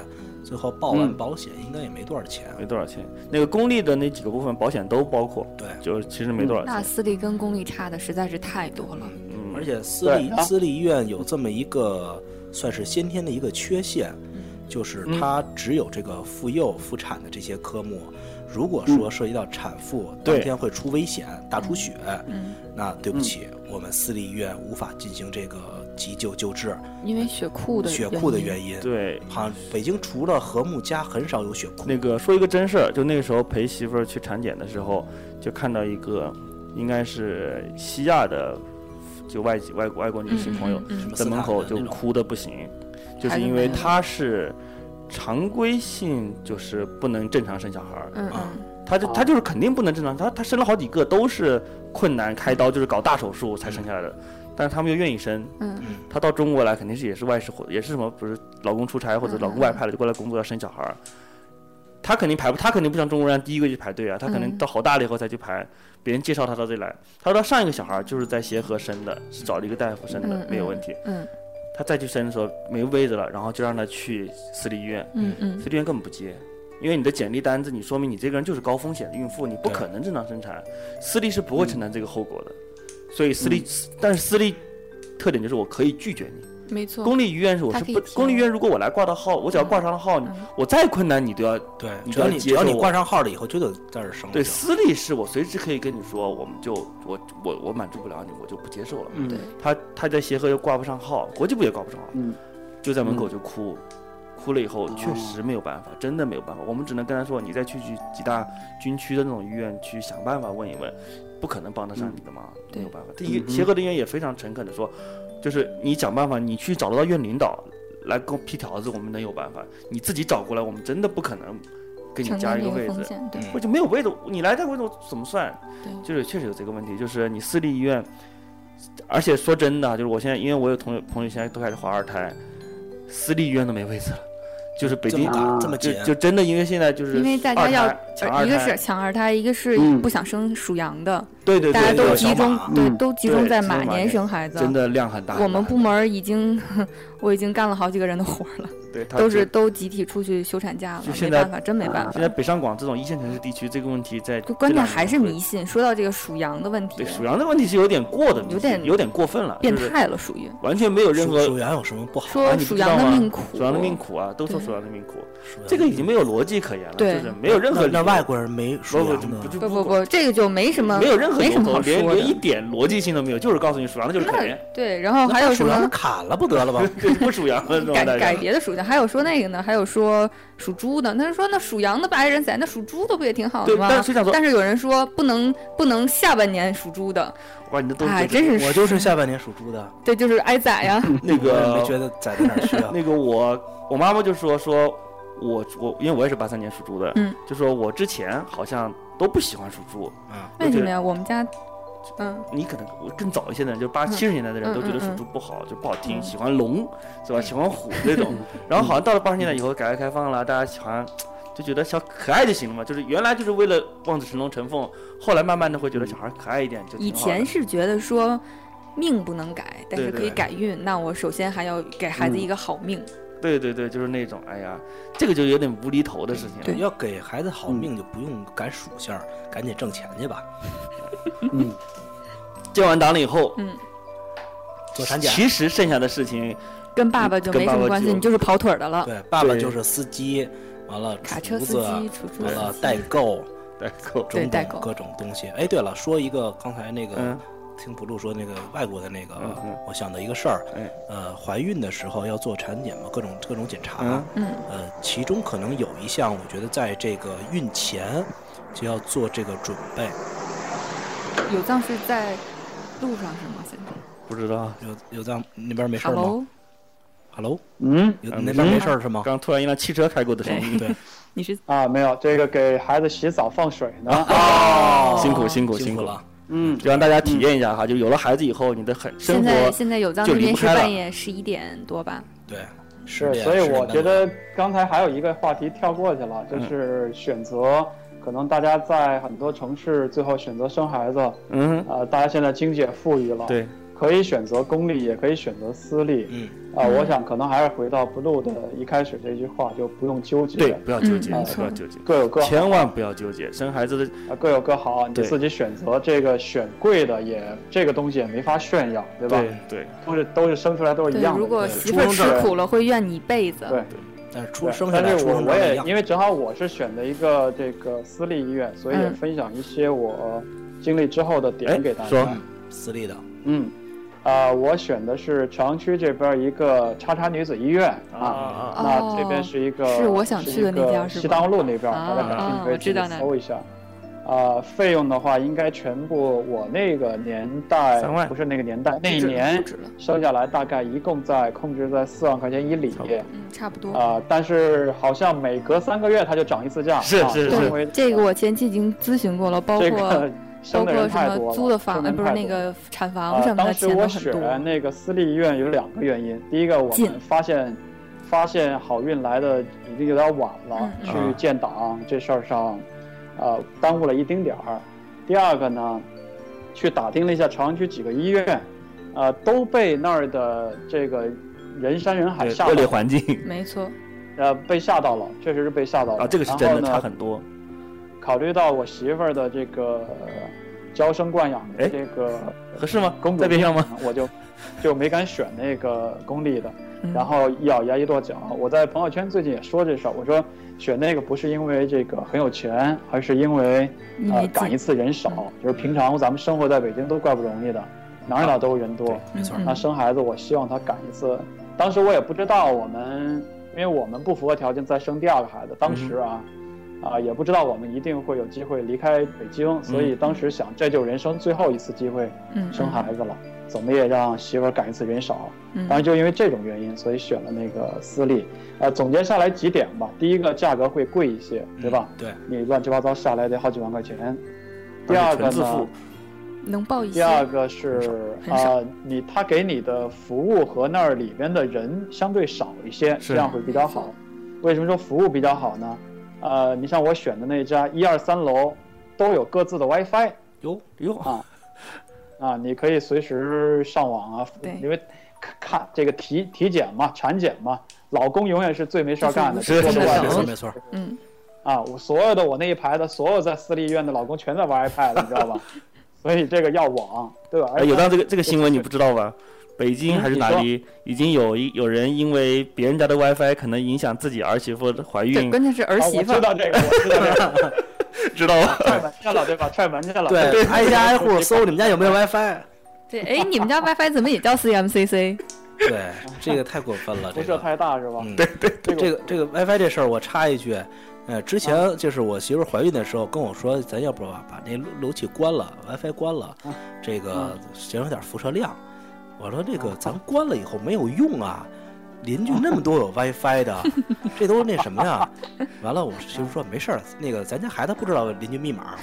Speaker 4: 最后报
Speaker 2: 嗯
Speaker 4: 完
Speaker 2: 哎
Speaker 4: 保险，应该也没多少钱。
Speaker 2: 没多少钱，那个公立的那几个部分保险都包括，
Speaker 4: 对，
Speaker 2: 就是其实没多少
Speaker 5: 嗯那
Speaker 2: 钱。
Speaker 5: 私立跟公立差的实在是太多了。
Speaker 2: 嗯
Speaker 4: 而且私立、
Speaker 6: 对啊
Speaker 4: 私立医院有这么一个算是先天的一个缺陷，
Speaker 2: 嗯
Speaker 4: 就是它只有这个妇幼、妇产的这些科目，如果说涉及到产妇、
Speaker 2: 嗯
Speaker 4: 当
Speaker 2: 对
Speaker 4: 天会出危险、大出血，
Speaker 5: 嗯，
Speaker 4: 那对不起，我们私立医院无法进行这个急救救治，
Speaker 5: 因为血库的
Speaker 4: 血库的原
Speaker 5: 因，
Speaker 4: 因。
Speaker 2: 对，
Speaker 4: 好像北京除了和睦家，很少有血库。
Speaker 2: 那个说一个真事儿，就那个时候陪媳妇儿去产检的时候，就看到一个应该是西亚的，就外籍外外国女性朋友
Speaker 5: 嗯
Speaker 4: 什么
Speaker 2: 在
Speaker 4: 斯
Speaker 2: 门
Speaker 4: 坦
Speaker 2: 口
Speaker 4: 的
Speaker 2: 就
Speaker 4: 那种
Speaker 2: 哭的不行，就是
Speaker 5: 孩子
Speaker 2: 因
Speaker 5: 没
Speaker 2: 为
Speaker 5: 了
Speaker 2: 她是常规性就是不能正常生小孩儿，
Speaker 5: 嗯
Speaker 4: 啊
Speaker 5: 嗯，
Speaker 2: 她就
Speaker 6: 哦
Speaker 2: 她就是肯定不能正常，她她生了好几个都是困难开刀，就是搞大手术才生下来的，但是他们又愿意生，
Speaker 5: 嗯
Speaker 4: 嗯，
Speaker 2: 她到中国来肯定是也是外事活，也是什么不是老公出差或
Speaker 5: 嗯
Speaker 2: 者老公外派了就过来工作要生小孩儿，她肯定排不，她肯定不像中国人第一个去排队啊，她可能
Speaker 5: 嗯
Speaker 2: 到好大了以后才去排，别人介绍她到这里来，她说她上一个小孩儿就是在协和生的，是找了一个大夫生
Speaker 5: 嗯
Speaker 2: 的，没有问题，
Speaker 5: 嗯
Speaker 2: 她再去生的时候没位子了，然后就让她去私立医院，
Speaker 5: 嗯嗯
Speaker 2: 私立医院根本不接。因为你的简历单子，你说明你这个人就是高风险的孕妇，你不可能正常生产，私立是不会承担这个后果的。所以私立，但是私立特点就是我可以拒绝你，
Speaker 5: 嗯，没错，
Speaker 2: 公立医院是我
Speaker 5: 它
Speaker 2: 是
Speaker 5: 可以
Speaker 2: 不
Speaker 5: 提
Speaker 2: 公立医
Speaker 5: 供
Speaker 2: 院，如果我来挂到号，我只要挂上了号，你
Speaker 5: 嗯
Speaker 2: 我再困难你都要
Speaker 4: 对，
Speaker 2: 你
Speaker 4: 只要
Speaker 2: 要
Speaker 4: 你
Speaker 2: 接
Speaker 4: 只要
Speaker 2: 受
Speaker 4: 你
Speaker 2: 我
Speaker 4: 挂上号了以后，就得在这儿生了
Speaker 2: 对
Speaker 4: 就
Speaker 2: 私立是我随时可以跟你说，我们就我我我满足不了你，我就不接受了。
Speaker 6: 嗯
Speaker 5: 对
Speaker 2: 他他在协和又挂不上号，国际部也挂不上号，
Speaker 6: 嗯
Speaker 2: 就在门口就哭，哭了以
Speaker 5: 哦
Speaker 2: 后确实没有办法，真的没有办法，我们只能跟他说，你再去去几大军区的那种医院去想办法问一问，不可能帮得上你的忙，
Speaker 5: 嗯对嗯
Speaker 2: 没有办法。第一个，协和人员也非常诚恳的说，就是你想办法，你去找得到院领导来给我批条子，我们能有办法，你自己找过来，我们真的不可能给你
Speaker 5: 承
Speaker 2: 加
Speaker 5: 担
Speaker 2: 一
Speaker 5: 这
Speaker 2: 个
Speaker 5: 个
Speaker 2: 位
Speaker 5: 风
Speaker 2: 置。
Speaker 5: 险，对，
Speaker 4: 嗯
Speaker 2: 我就没有位置，你来这个位置我怎么算？
Speaker 5: 对
Speaker 2: 就是确实有这个问题，就是你私立医院，而且说真的啊，就是我现在因为我有同友朋友现在都开始怀二胎，私立医院都没位置了，就是北
Speaker 4: 这么啊
Speaker 2: 京啊
Speaker 4: 赶这么
Speaker 2: 就
Speaker 4: 紧，
Speaker 2: 就真的因为现在就是
Speaker 5: 因为大家
Speaker 2: 二
Speaker 5: 要
Speaker 2: 胎抢
Speaker 5: 呃
Speaker 2: 二
Speaker 5: 一个
Speaker 2: 胎
Speaker 5: 是抢二胎，一个是
Speaker 6: 嗯
Speaker 5: 不想生属羊的，
Speaker 2: 对对
Speaker 5: 大家
Speaker 2: 对，
Speaker 5: 都
Speaker 2: 对
Speaker 5: 集中
Speaker 4: 马，
Speaker 5: 对
Speaker 6: 嗯
Speaker 5: 都集中
Speaker 2: 对
Speaker 5: 在
Speaker 2: 集中马
Speaker 5: 马年
Speaker 2: 年
Speaker 5: 生孩子。
Speaker 2: 真的量很大。
Speaker 5: 我们部门儿已经， 我已经干了好几个人的活儿了，
Speaker 2: 对他
Speaker 5: 都是
Speaker 2: 就
Speaker 5: 都集体出去休产假了
Speaker 2: 就，
Speaker 5: 没
Speaker 2: 现在
Speaker 5: 办法，真没办法
Speaker 2: 现。在北上广这种一线城市地区这个问题在
Speaker 5: 就关
Speaker 2: 这
Speaker 5: 键
Speaker 2: 两年
Speaker 5: 还是
Speaker 2: 会
Speaker 5: 迷信。说到这个属羊的问题
Speaker 2: 对，属羊的问题是有点过的迷信，
Speaker 5: 有点
Speaker 2: 有点过分了，
Speaker 5: 变
Speaker 2: 就是
Speaker 5: 态了，属于
Speaker 2: 完全没有任
Speaker 4: 属
Speaker 2: 何
Speaker 4: 属羊有什么不好？
Speaker 2: 啊
Speaker 5: 说
Speaker 2: 你不
Speaker 5: 属
Speaker 2: 知
Speaker 5: 羊
Speaker 2: 道
Speaker 5: 的
Speaker 2: 吗
Speaker 5: 命苦，
Speaker 2: 属羊的命苦啊，都说属羊的命苦，
Speaker 4: 属
Speaker 2: 嗯
Speaker 4: 羊
Speaker 2: 这个已经没有逻辑可言了，
Speaker 5: 对
Speaker 2: 就是没有任何
Speaker 4: 那那
Speaker 2: 理由
Speaker 4: 外国啊人没属
Speaker 2: 不不
Speaker 4: 羊
Speaker 2: 不
Speaker 4: 的，
Speaker 2: 就
Speaker 5: 不不不，这个就没什么
Speaker 2: 没有任何
Speaker 5: 没什
Speaker 2: 由
Speaker 5: 么好
Speaker 2: 头，连
Speaker 5: 说
Speaker 2: 连一
Speaker 5: 的。
Speaker 2: 点逻辑性都没有，就是告诉你属羊的就是可怜，
Speaker 5: 对，然后还有什
Speaker 4: 属羊的
Speaker 5: 么
Speaker 4: 砍了不 得了吧？
Speaker 2: 对，不属羊的这种
Speaker 5: 改
Speaker 2: 大
Speaker 5: 改
Speaker 2: 家。
Speaker 5: 别的属相，还有说那个呢，还有说属猪的，他说那属羊的白人宰，那属猪的不也挺好的
Speaker 2: 对，
Speaker 5: 吗？
Speaker 2: 但是想说，
Speaker 5: 但是有人说不能不能下半年属猪的，
Speaker 2: 哇，你这都
Speaker 5: 哎，真是
Speaker 4: 我就是下半年属猪的，
Speaker 5: 对，就是挨宰呀。
Speaker 2: 那
Speaker 4: 我也没
Speaker 2: 个
Speaker 4: 觉得在哪儿去 啊。
Speaker 2: 那个我我妈妈就说说我我因为我也是八三年属猪的，
Speaker 5: 嗯，
Speaker 2: 就说我之前好像都不喜欢属猪，
Speaker 4: 嗯，
Speaker 5: 为什么呀？我们家，嗯，
Speaker 2: 你可能我更早一些的人，就八
Speaker 5: 嗯
Speaker 2: 七十年代的人
Speaker 5: 嗯
Speaker 2: 都觉得
Speaker 5: 嗯
Speaker 2: 属
Speaker 5: 嗯
Speaker 2: 猪不好，就不好听，
Speaker 5: 嗯
Speaker 2: 喜欢龙是吧？喜欢虎这种。然后好像到了八十年代以后，改革开放了，大家喜欢就觉得小可爱就行了嘛，就是原来就是为了望子成龙成凤，后来慢慢的会觉得小孩可爱一点就挺
Speaker 5: 以
Speaker 2: 好的
Speaker 5: 前是觉得说命不能改，但是
Speaker 2: 对对
Speaker 5: 可以
Speaker 2: 对嗯
Speaker 5: 改运。那我首先还要给孩子一个好命，
Speaker 2: 对对对，就是那种哎呀，这个就有点无厘头的事情了。
Speaker 4: 要给孩子好命就不用赶属相，赶紧挣钱去吧，
Speaker 2: 建完档了以后，
Speaker 5: 嗯，
Speaker 4: 做产检。
Speaker 2: 其实剩下的事情
Speaker 5: 跟爸爸就
Speaker 2: 跟
Speaker 5: 没
Speaker 2: 爸
Speaker 5: 什么
Speaker 2: 爸
Speaker 5: 关系，
Speaker 2: 就
Speaker 5: 你就是跑腿儿的了。
Speaker 4: 对，爸爸
Speaker 2: 对
Speaker 4: 就是司机，完了
Speaker 5: 卡
Speaker 4: 厨
Speaker 5: 车司
Speaker 4: 子，
Speaker 5: 机、出租
Speaker 4: 完了
Speaker 5: 司
Speaker 4: 呃代
Speaker 5: 机，
Speaker 4: 购，
Speaker 2: 哎 代购，
Speaker 5: 对
Speaker 4: 种
Speaker 5: 代
Speaker 4: 种
Speaker 5: 购
Speaker 4: 各种东西。哎，对了，说一个刚才那个、
Speaker 2: 嗯
Speaker 4: 听补录说那个外国的那个，
Speaker 2: 嗯嗯
Speaker 4: 我想到一个事儿，
Speaker 2: 哎
Speaker 4: 呃，怀孕的时候要做产检嘛，各种各种检查，
Speaker 2: 嗯
Speaker 5: 嗯，
Speaker 4: 呃，其中可能有一项，我觉得在这个孕前就要做这个准备。
Speaker 5: 有藏是在路上是吗？现在
Speaker 2: 不知道，
Speaker 4: 有有在那边没事儿吗
Speaker 5: ，Hello，
Speaker 4: ？Hello，
Speaker 6: 嗯
Speaker 4: 有
Speaker 2: 嗯
Speaker 4: 那边没事儿是吗？嗯
Speaker 2: 刚突然一辆汽车开过的嗯声音，
Speaker 4: 对，
Speaker 5: 你是
Speaker 6: 啊，没有这个给孩子洗澡放水 呢。啊
Speaker 5: 哦
Speaker 2: 辛苦辛苦
Speaker 4: 辛
Speaker 2: 辛
Speaker 4: 苦
Speaker 2: 苦
Speaker 4: 了，
Speaker 6: 嗯，
Speaker 2: 就让大家体验一下哈，就有了孩子以后，你的很生
Speaker 5: 现
Speaker 2: 活
Speaker 5: 在现在有藏
Speaker 2: 就
Speaker 5: 那
Speaker 2: 离
Speaker 5: 边
Speaker 2: 不
Speaker 5: 是
Speaker 2: 开了
Speaker 5: 半夜十一点多吧？
Speaker 4: 对，是
Speaker 6: 对，
Speaker 4: 也
Speaker 6: 所以
Speaker 4: 是
Speaker 6: 我
Speaker 4: 那
Speaker 6: 觉
Speaker 4: 个
Speaker 6: 得刚才还有一个话题跳过去了，
Speaker 2: 嗯
Speaker 6: 就是选择。可能大家在很多城市最后选择生孩子，
Speaker 2: 嗯，
Speaker 6: 呃，大家现在经济也富裕了，，
Speaker 2: 对，
Speaker 6: 可以选择公立，也可以选择私立，
Speaker 4: 嗯，
Speaker 6: 啊、我想可能还是回到 blue 的一开始这句话，就不用纠结，
Speaker 2: 对，不要纠
Speaker 5: 嗯
Speaker 2: 结，
Speaker 5: 没
Speaker 2: 不
Speaker 5: 错
Speaker 2: 要纠结，
Speaker 6: 各有各好，
Speaker 2: 千万不要纠结，生孩子的
Speaker 6: 啊，各有各好，你就
Speaker 2: 对
Speaker 6: 自己选择这个选贵的也，这个东西也没法炫耀，对吧？
Speaker 2: 对对，
Speaker 6: 都是都是生出来都是
Speaker 5: 对
Speaker 6: 一样，的。
Speaker 5: 如果
Speaker 6: 对
Speaker 5: 媳妇儿吃苦了，会怨你一辈子。
Speaker 6: 对
Speaker 4: 但是出
Speaker 6: 对
Speaker 4: 生下
Speaker 6: 但
Speaker 4: 来
Speaker 6: 是
Speaker 4: 出
Speaker 6: 我
Speaker 4: 生
Speaker 6: 我
Speaker 4: 长得一
Speaker 6: 也
Speaker 4: 样
Speaker 6: 因为正好我是选的一个这个私立医院，所以也
Speaker 5: 嗯
Speaker 6: 分享一些我经历之后的点给大
Speaker 2: 哎
Speaker 6: 家。
Speaker 2: 说
Speaker 4: 私立的，
Speaker 6: 嗯，啊、我选的是朝阳区这边一个叉叉女子医院啊。
Speaker 2: 啊
Speaker 6: 那这边是一个，
Speaker 5: 哦是我想去的那
Speaker 6: 是一个
Speaker 5: 家是吧
Speaker 6: 西塘路那边，
Speaker 5: 啊
Speaker 6: 大家感兴趣可
Speaker 5: 我
Speaker 6: 以
Speaker 5: 知
Speaker 6: 自己
Speaker 5: 道那
Speaker 6: 搜一下。啊，费用的话，应该全部我那个年代
Speaker 2: 三万
Speaker 6: 不是那个年代，那一
Speaker 5: 不止
Speaker 6: 年
Speaker 5: 不止了，
Speaker 6: 生下来大概一共在控制在四万块钱以里。
Speaker 2: 差不多
Speaker 5: 嗯，差不多。
Speaker 6: 啊、但是好像每隔三个月它就涨一次价，
Speaker 2: 是
Speaker 6: 啊
Speaker 2: 是
Speaker 6: 因
Speaker 2: 是
Speaker 6: 为
Speaker 5: 对，这个我前期已经咨询过了，包
Speaker 6: 这
Speaker 5: 括
Speaker 6: 个
Speaker 5: 包
Speaker 6: 生的
Speaker 5: 括
Speaker 6: 人
Speaker 5: 什
Speaker 6: 太多
Speaker 5: 么
Speaker 6: 了，
Speaker 5: 租的房，
Speaker 6: 生
Speaker 5: 呃，
Speaker 6: 人
Speaker 5: 不是
Speaker 6: 太
Speaker 5: 那
Speaker 6: 多了
Speaker 5: 个产
Speaker 6: 啊
Speaker 5: 房什么
Speaker 6: 当
Speaker 5: 的，
Speaker 6: 时
Speaker 5: 钱都
Speaker 6: 我
Speaker 5: 很多。
Speaker 6: 选那个私立医院有两个原因，第一个我
Speaker 5: 近
Speaker 6: 们发现发现好运来的已经有点晚了，
Speaker 5: 嗯
Speaker 6: 去建档这事儿上，呃，耽误了一丁点儿。第二个呢，去打听了一下朝阳区几个医院，呃，都被那儿的这个人山人海
Speaker 2: 对
Speaker 6: 吓
Speaker 2: 恶劣
Speaker 6: 到，
Speaker 2: 环境
Speaker 5: 没错，
Speaker 6: 呃，被吓到了，确实是被吓到了。
Speaker 2: 啊，这个是
Speaker 6: 然
Speaker 2: 真
Speaker 6: 后
Speaker 2: 的
Speaker 6: 呢
Speaker 2: 差很多。
Speaker 6: 考虑到我媳妇儿的这个呃娇生惯养的
Speaker 2: 哎
Speaker 6: 这个
Speaker 2: 合适吗
Speaker 6: 公主
Speaker 2: 在边上
Speaker 6: 病
Speaker 2: 吗？
Speaker 6: 我就就没敢选那个公立的，
Speaker 5: 嗯
Speaker 6: 然后一咬牙一跺脚。我在朋友圈最近也说这事儿，我说选那个不是因为这个很有钱，而是因为
Speaker 5: 因
Speaker 6: 呃
Speaker 5: 为
Speaker 6: 赶一
Speaker 5: 近，
Speaker 6: 次人少，就是平常咱们生活在北京都怪不容易的，哪儿哪儿都人多。
Speaker 4: 没错儿，
Speaker 5: 嗯
Speaker 6: 那生孩子，我希望他赶一次当时我也不知道我们，因为我们不符合条件再生第二个孩子，当时啊。啊，也不知道我们一定会有机会离开北京，所
Speaker 2: 嗯
Speaker 6: 以当时想，这就是人生最后一次机会
Speaker 5: 嗯
Speaker 6: 生孩子了，怎么也让媳妇儿赶一次人少。
Speaker 5: 嗯
Speaker 6: 当然，就因为这种原因，所以选了那个私立。呃，总结下来几点吧：第一个，价格会贵一些，对吧？
Speaker 4: 对，
Speaker 6: 你乱七八糟下来得好几万块钱。第
Speaker 2: 嗯而
Speaker 6: 二
Speaker 2: 且
Speaker 6: 个
Speaker 2: 全自
Speaker 6: 呢
Speaker 2: 付，，
Speaker 5: 能报一
Speaker 6: 第
Speaker 5: 些，
Speaker 6: 二个是
Speaker 5: 很
Speaker 6: 啊、
Speaker 5: 少
Speaker 6: 你他给你的服务和那儿里边的人相对少一些，
Speaker 2: 是
Speaker 6: 这样会比较好。为什么说服务比较好呢？呃，你像我选的那家一二三楼都有各自的 WiFi
Speaker 2: 哟哟，
Speaker 6: 啊啊，你可以随时上网啊
Speaker 5: 对，
Speaker 6: 因为看这个体体检嘛、产检嘛，老公永远是最没事儿干的，
Speaker 2: 是
Speaker 6: 坐
Speaker 4: 没
Speaker 6: 在
Speaker 5: 是
Speaker 6: 外
Speaker 5: 是
Speaker 4: 错没
Speaker 6: 面
Speaker 5: 是
Speaker 4: 错没错，
Speaker 5: 嗯，
Speaker 6: 啊，我所有的我那一排的所有在私立医院的老公全在玩 iPad，你知 道吧？所以这个要网，对吧？
Speaker 2: 哎，有
Speaker 6: 的
Speaker 2: 当这个这个新闻你不知道吧？北京
Speaker 6: 嗯
Speaker 2: 还是哪里已经有一有人因为别人家的 WiFi 可能影响自己儿媳妇怀
Speaker 5: 对，
Speaker 2: 孕，
Speaker 5: 关键是儿媳妇
Speaker 6: 嗯啊哦我知
Speaker 5: 儿，
Speaker 6: 道这个，我知道这个，
Speaker 2: 知道吧？
Speaker 6: 踹门去了，对吧？踹
Speaker 4: 对，
Speaker 6: 门去了，
Speaker 4: 挨家挨 户搜你们家有没有 WiFi。
Speaker 5: 对，哎，你们家 WiFi 怎么也叫 CMCC？
Speaker 4: 对，这个太过分了，这
Speaker 6: 辐
Speaker 4: 个。
Speaker 6: 射太大是吧？
Speaker 4: 嗯，对对
Speaker 6: 对
Speaker 4: 这个这个 WiFi 这事儿，我插一句，呃，之前就是我媳妇儿怀孕的时候跟我说，咱要不把把那路由器关了，WiFi 关了
Speaker 6: 嗯，
Speaker 4: 这个
Speaker 6: 嗯
Speaker 4: 减少点辐射量。我说这个咱关了以后没有用啊，邻居那么多有 WiFi 的，这都那什么呀？ 完了，我媳妇说没事儿，那个咱家孩子不知道邻居密码，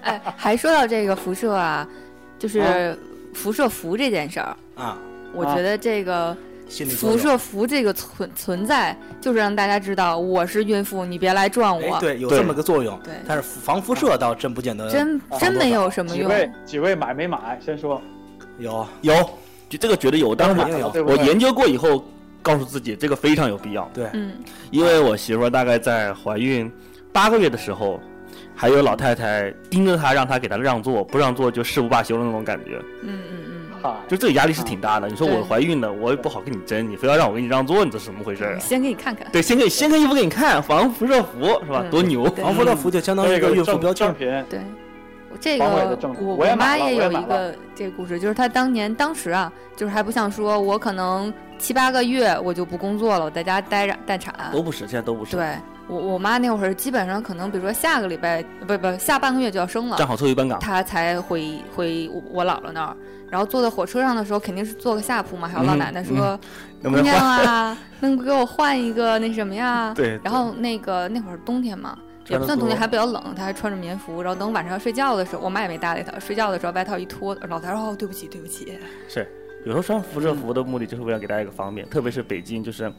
Speaker 5: 哎，还说到这个辐射啊，就是
Speaker 6: 啊
Speaker 5: 辐射服这件事儿，
Speaker 4: 啊，
Speaker 5: 我
Speaker 6: 啊
Speaker 5: 觉得这个
Speaker 4: 心理作
Speaker 5: 辐
Speaker 4: 用。
Speaker 5: 射服这个存存在，就是让大家知道我是孕妇，你别来撞
Speaker 4: 哎，
Speaker 5: 我，
Speaker 4: 对，有
Speaker 2: 对
Speaker 4: 这么个作用，
Speaker 5: 对
Speaker 4: 但是防辐射倒真不见得
Speaker 5: 真
Speaker 6: 啊
Speaker 5: 真没有什么
Speaker 6: 几
Speaker 5: 用。
Speaker 6: 位几位买没买？先说，
Speaker 4: 有，
Speaker 2: 有，就这个觉得有，但是
Speaker 4: 肯定有
Speaker 2: 我
Speaker 6: 对不
Speaker 2: 我
Speaker 6: 对？
Speaker 2: 研究过以后，告诉自己这个非常有必要，
Speaker 4: 对，
Speaker 5: 嗯，
Speaker 2: 因为我媳妇儿大概在怀孕八个月的时候，还有老太太盯着她，让她给她让座，不让座就誓不罢休的那种感觉，
Speaker 5: 嗯嗯
Speaker 6: 嗨，
Speaker 2: 就这个压力是挺大的。你说
Speaker 5: 对
Speaker 2: 我怀孕了，我也不好跟你争，你非要让我给你让座，你这是怎么回事儿
Speaker 5: 嗯，
Speaker 2: 啊？
Speaker 5: 先给你看看。
Speaker 2: 对，先给先给衣服给你看，防辐射服是吧？
Speaker 5: 嗯
Speaker 2: 多牛！
Speaker 5: 对
Speaker 4: 防辐射服就相
Speaker 2: 嗯
Speaker 4: 当于
Speaker 6: 这
Speaker 4: 一个孕妇
Speaker 6: 正
Speaker 4: 标签
Speaker 6: 正。品，
Speaker 5: 对，我这
Speaker 6: 防伪
Speaker 5: 个
Speaker 6: 的政策
Speaker 5: 我
Speaker 6: 我也
Speaker 5: 妈
Speaker 6: 买
Speaker 5: 也
Speaker 6: 了我也
Speaker 5: 有
Speaker 6: 买
Speaker 5: 一个这个故事，就是她当年当时啊，就是还不像说，我可能七八个月我就不工作了，我在家待着待产。
Speaker 2: 都不是，现在都不是，
Speaker 5: 对我我妈那会儿基本上可能，比如说下个礼拜不不下半个月就要生了，
Speaker 2: 正好凑一班岗。
Speaker 5: 她才回回我我姥姥那儿。然后坐在火车上的时候，肯定是坐个下铺嘛。还有老
Speaker 2: 嗯
Speaker 5: 奶奶
Speaker 2: 嗯
Speaker 5: 说：“
Speaker 2: 能
Speaker 5: 姑
Speaker 2: 不能
Speaker 5: 娘
Speaker 2: 换？
Speaker 5: 啊，能给我换一个那什么呀？”
Speaker 2: 对，
Speaker 5: 然后那个那会儿冬天嘛，也
Speaker 2: 穿
Speaker 5: 不
Speaker 2: 得
Speaker 5: 算冬天，
Speaker 2: 多
Speaker 5: 还比较冷，他还穿着棉服。然后等晚上要睡觉的时候，我妈也没搭理他。睡觉的时候外套一脱，老太太说：“哦，对不起，对不起。
Speaker 2: 有时候穿辐射服的目的就是为了给大家一个方便，特别是北京，就是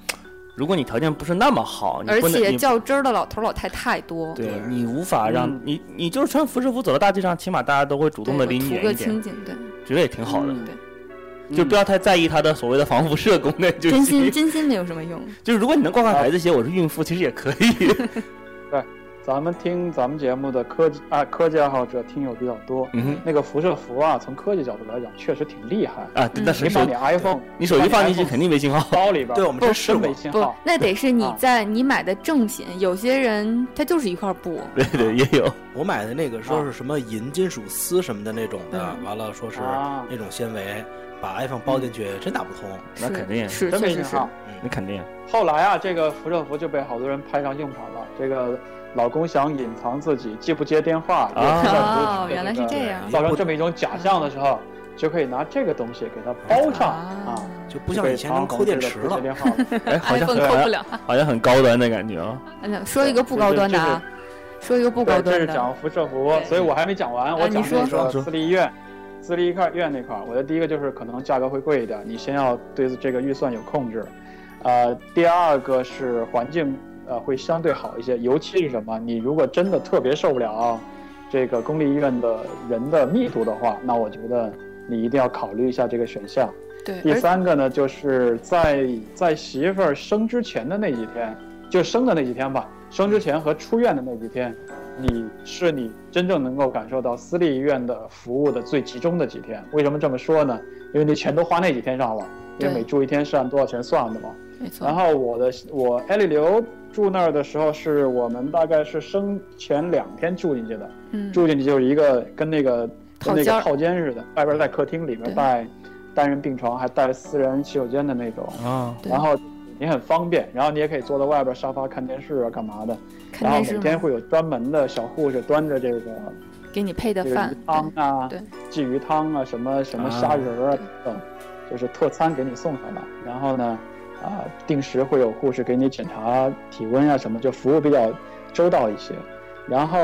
Speaker 2: 如果你条件不是那么好，”你
Speaker 5: 而
Speaker 2: 不能
Speaker 5: 且
Speaker 2: 你
Speaker 5: 较真儿的老头老太太多，
Speaker 2: 对你无法让、
Speaker 6: 嗯
Speaker 2: 你你就是穿辐射服走到大街上，起码大家都会主动的
Speaker 5: 对
Speaker 2: 离你
Speaker 5: 图
Speaker 2: 远
Speaker 5: 个
Speaker 2: 一点
Speaker 5: 清，静，对，
Speaker 2: 觉得也挺好的。
Speaker 6: 嗯
Speaker 2: 就不要太在意它的所谓的防辐射功能就
Speaker 5: 真
Speaker 2: 行
Speaker 5: 心。真心没有什么用。
Speaker 2: 就是如果你能挂上牌子写我是孕妇，其实也可 以。
Speaker 6: 咱们听咱们节目的科技啊科技爱好者听友比较多，
Speaker 2: 嗯哼
Speaker 6: 那个辐射服啊，从科技角度来讲，确实挺厉害。
Speaker 2: 啊，
Speaker 5: 嗯
Speaker 2: 但是
Speaker 6: 你把
Speaker 2: 手
Speaker 6: 你 iPhone，
Speaker 2: 你手机放进去
Speaker 6: 把你 iPhone
Speaker 2: 肯定没信号。
Speaker 6: 包里边，
Speaker 4: 对我们真试
Speaker 6: 真
Speaker 4: 过
Speaker 6: 没信
Speaker 5: 不
Speaker 6: 号，，
Speaker 5: 那得是你
Speaker 6: 啊
Speaker 5: 在你买的正品。有些人他就是一块布，
Speaker 2: 对对，也有。
Speaker 4: 我买的那个说是什么银金属丝什么的那种的，
Speaker 5: 嗯
Speaker 4: 完了说是
Speaker 6: 啊
Speaker 4: 那种纤维，把 iPhone 包进
Speaker 5: 嗯
Speaker 4: 去、真打不通。
Speaker 2: 那
Speaker 5: 是
Speaker 2: 肯定
Speaker 5: 是
Speaker 6: 真
Speaker 5: 确
Speaker 6: 没
Speaker 5: 实
Speaker 6: 信
Speaker 5: 是
Speaker 6: 号。
Speaker 2: 那肯定。
Speaker 6: 后来啊，这个辐射服就被好多人拍上硬盘了。这个老公想隐藏自己，既不接电话，也
Speaker 2: 啊
Speaker 6: 不在服务
Speaker 5: 哦
Speaker 6: 区，
Speaker 5: 原来是这样
Speaker 6: 造成这么一种假象的时候，就可以拿这个东西给它包上啊，
Speaker 4: 就不像以前能抠电池
Speaker 6: 就可以防止这个不接
Speaker 2: 哎，
Speaker 4: 了。
Speaker 6: 电话了。
Speaker 2: 好像
Speaker 5: ，iPhone
Speaker 2: 好
Speaker 5: 扣不
Speaker 2: 像
Speaker 5: 了。
Speaker 2: 好像很高端的感觉啊。
Speaker 5: 嗯，说一个不高端的啊，说一个不高
Speaker 6: 对，这
Speaker 5: 端
Speaker 6: 是
Speaker 5: 的
Speaker 6: 讲。辐射服
Speaker 5: 对，
Speaker 6: 所以我还没讲完，
Speaker 4: 哎
Speaker 6: 我
Speaker 5: 你
Speaker 6: 讲
Speaker 5: 说
Speaker 6: 那
Speaker 2: 说
Speaker 6: 个私立医院。私立医院那块儿，我的第一个就是可能价格会贵一点，你先要对这个预算有控制。呃，第二个是环境，呃，会相对好一些。尤其是什么，你如果真的特别受不了这个公立医院的人的密度的话，那我觉得你一定要考虑一下这个选项。
Speaker 5: 对，
Speaker 6: 第
Speaker 5: 而
Speaker 6: 三个呢，就是在在媳妇儿生之前的那几天，就生的那几天吧，生之前和出院的那几天，你是你真正能够感受到私立医院的服务的最集中的几天。为什么这么说呢？因为你全都花那几天上了，因为
Speaker 5: 对
Speaker 6: 每住一天是按多少钱算的嘛。
Speaker 5: 没错，
Speaker 6: 然后我的我艾丽刘住那儿的时候，是我们大概是生前两天住进去的，
Speaker 5: 嗯，
Speaker 6: 住进去就是一个跟那个
Speaker 5: 套
Speaker 6: 跟那
Speaker 5: 间儿
Speaker 6: 个套间似的，外边带客厅，里边
Speaker 5: 对
Speaker 6: 带单人病床，还带私人洗手间的那种，
Speaker 4: 啊，
Speaker 5: 对
Speaker 6: 然后你很方便，然后你也可以坐在外边沙发看电视啊，干嘛的。
Speaker 5: 看
Speaker 6: 然后
Speaker 5: 电视
Speaker 6: 每
Speaker 5: 吗
Speaker 6: 天会有专门的小护士端着这个
Speaker 5: 给你配的
Speaker 6: 这个
Speaker 5: 饭
Speaker 6: 鱼，汤啊
Speaker 5: 对、
Speaker 6: 鲫鱼汤啊、什么什么虾仁儿啊等等，就是特餐给你送上来。然后呢，啊、定时会有护士给你检查体温啊什么，就服务比较周到一些。然后，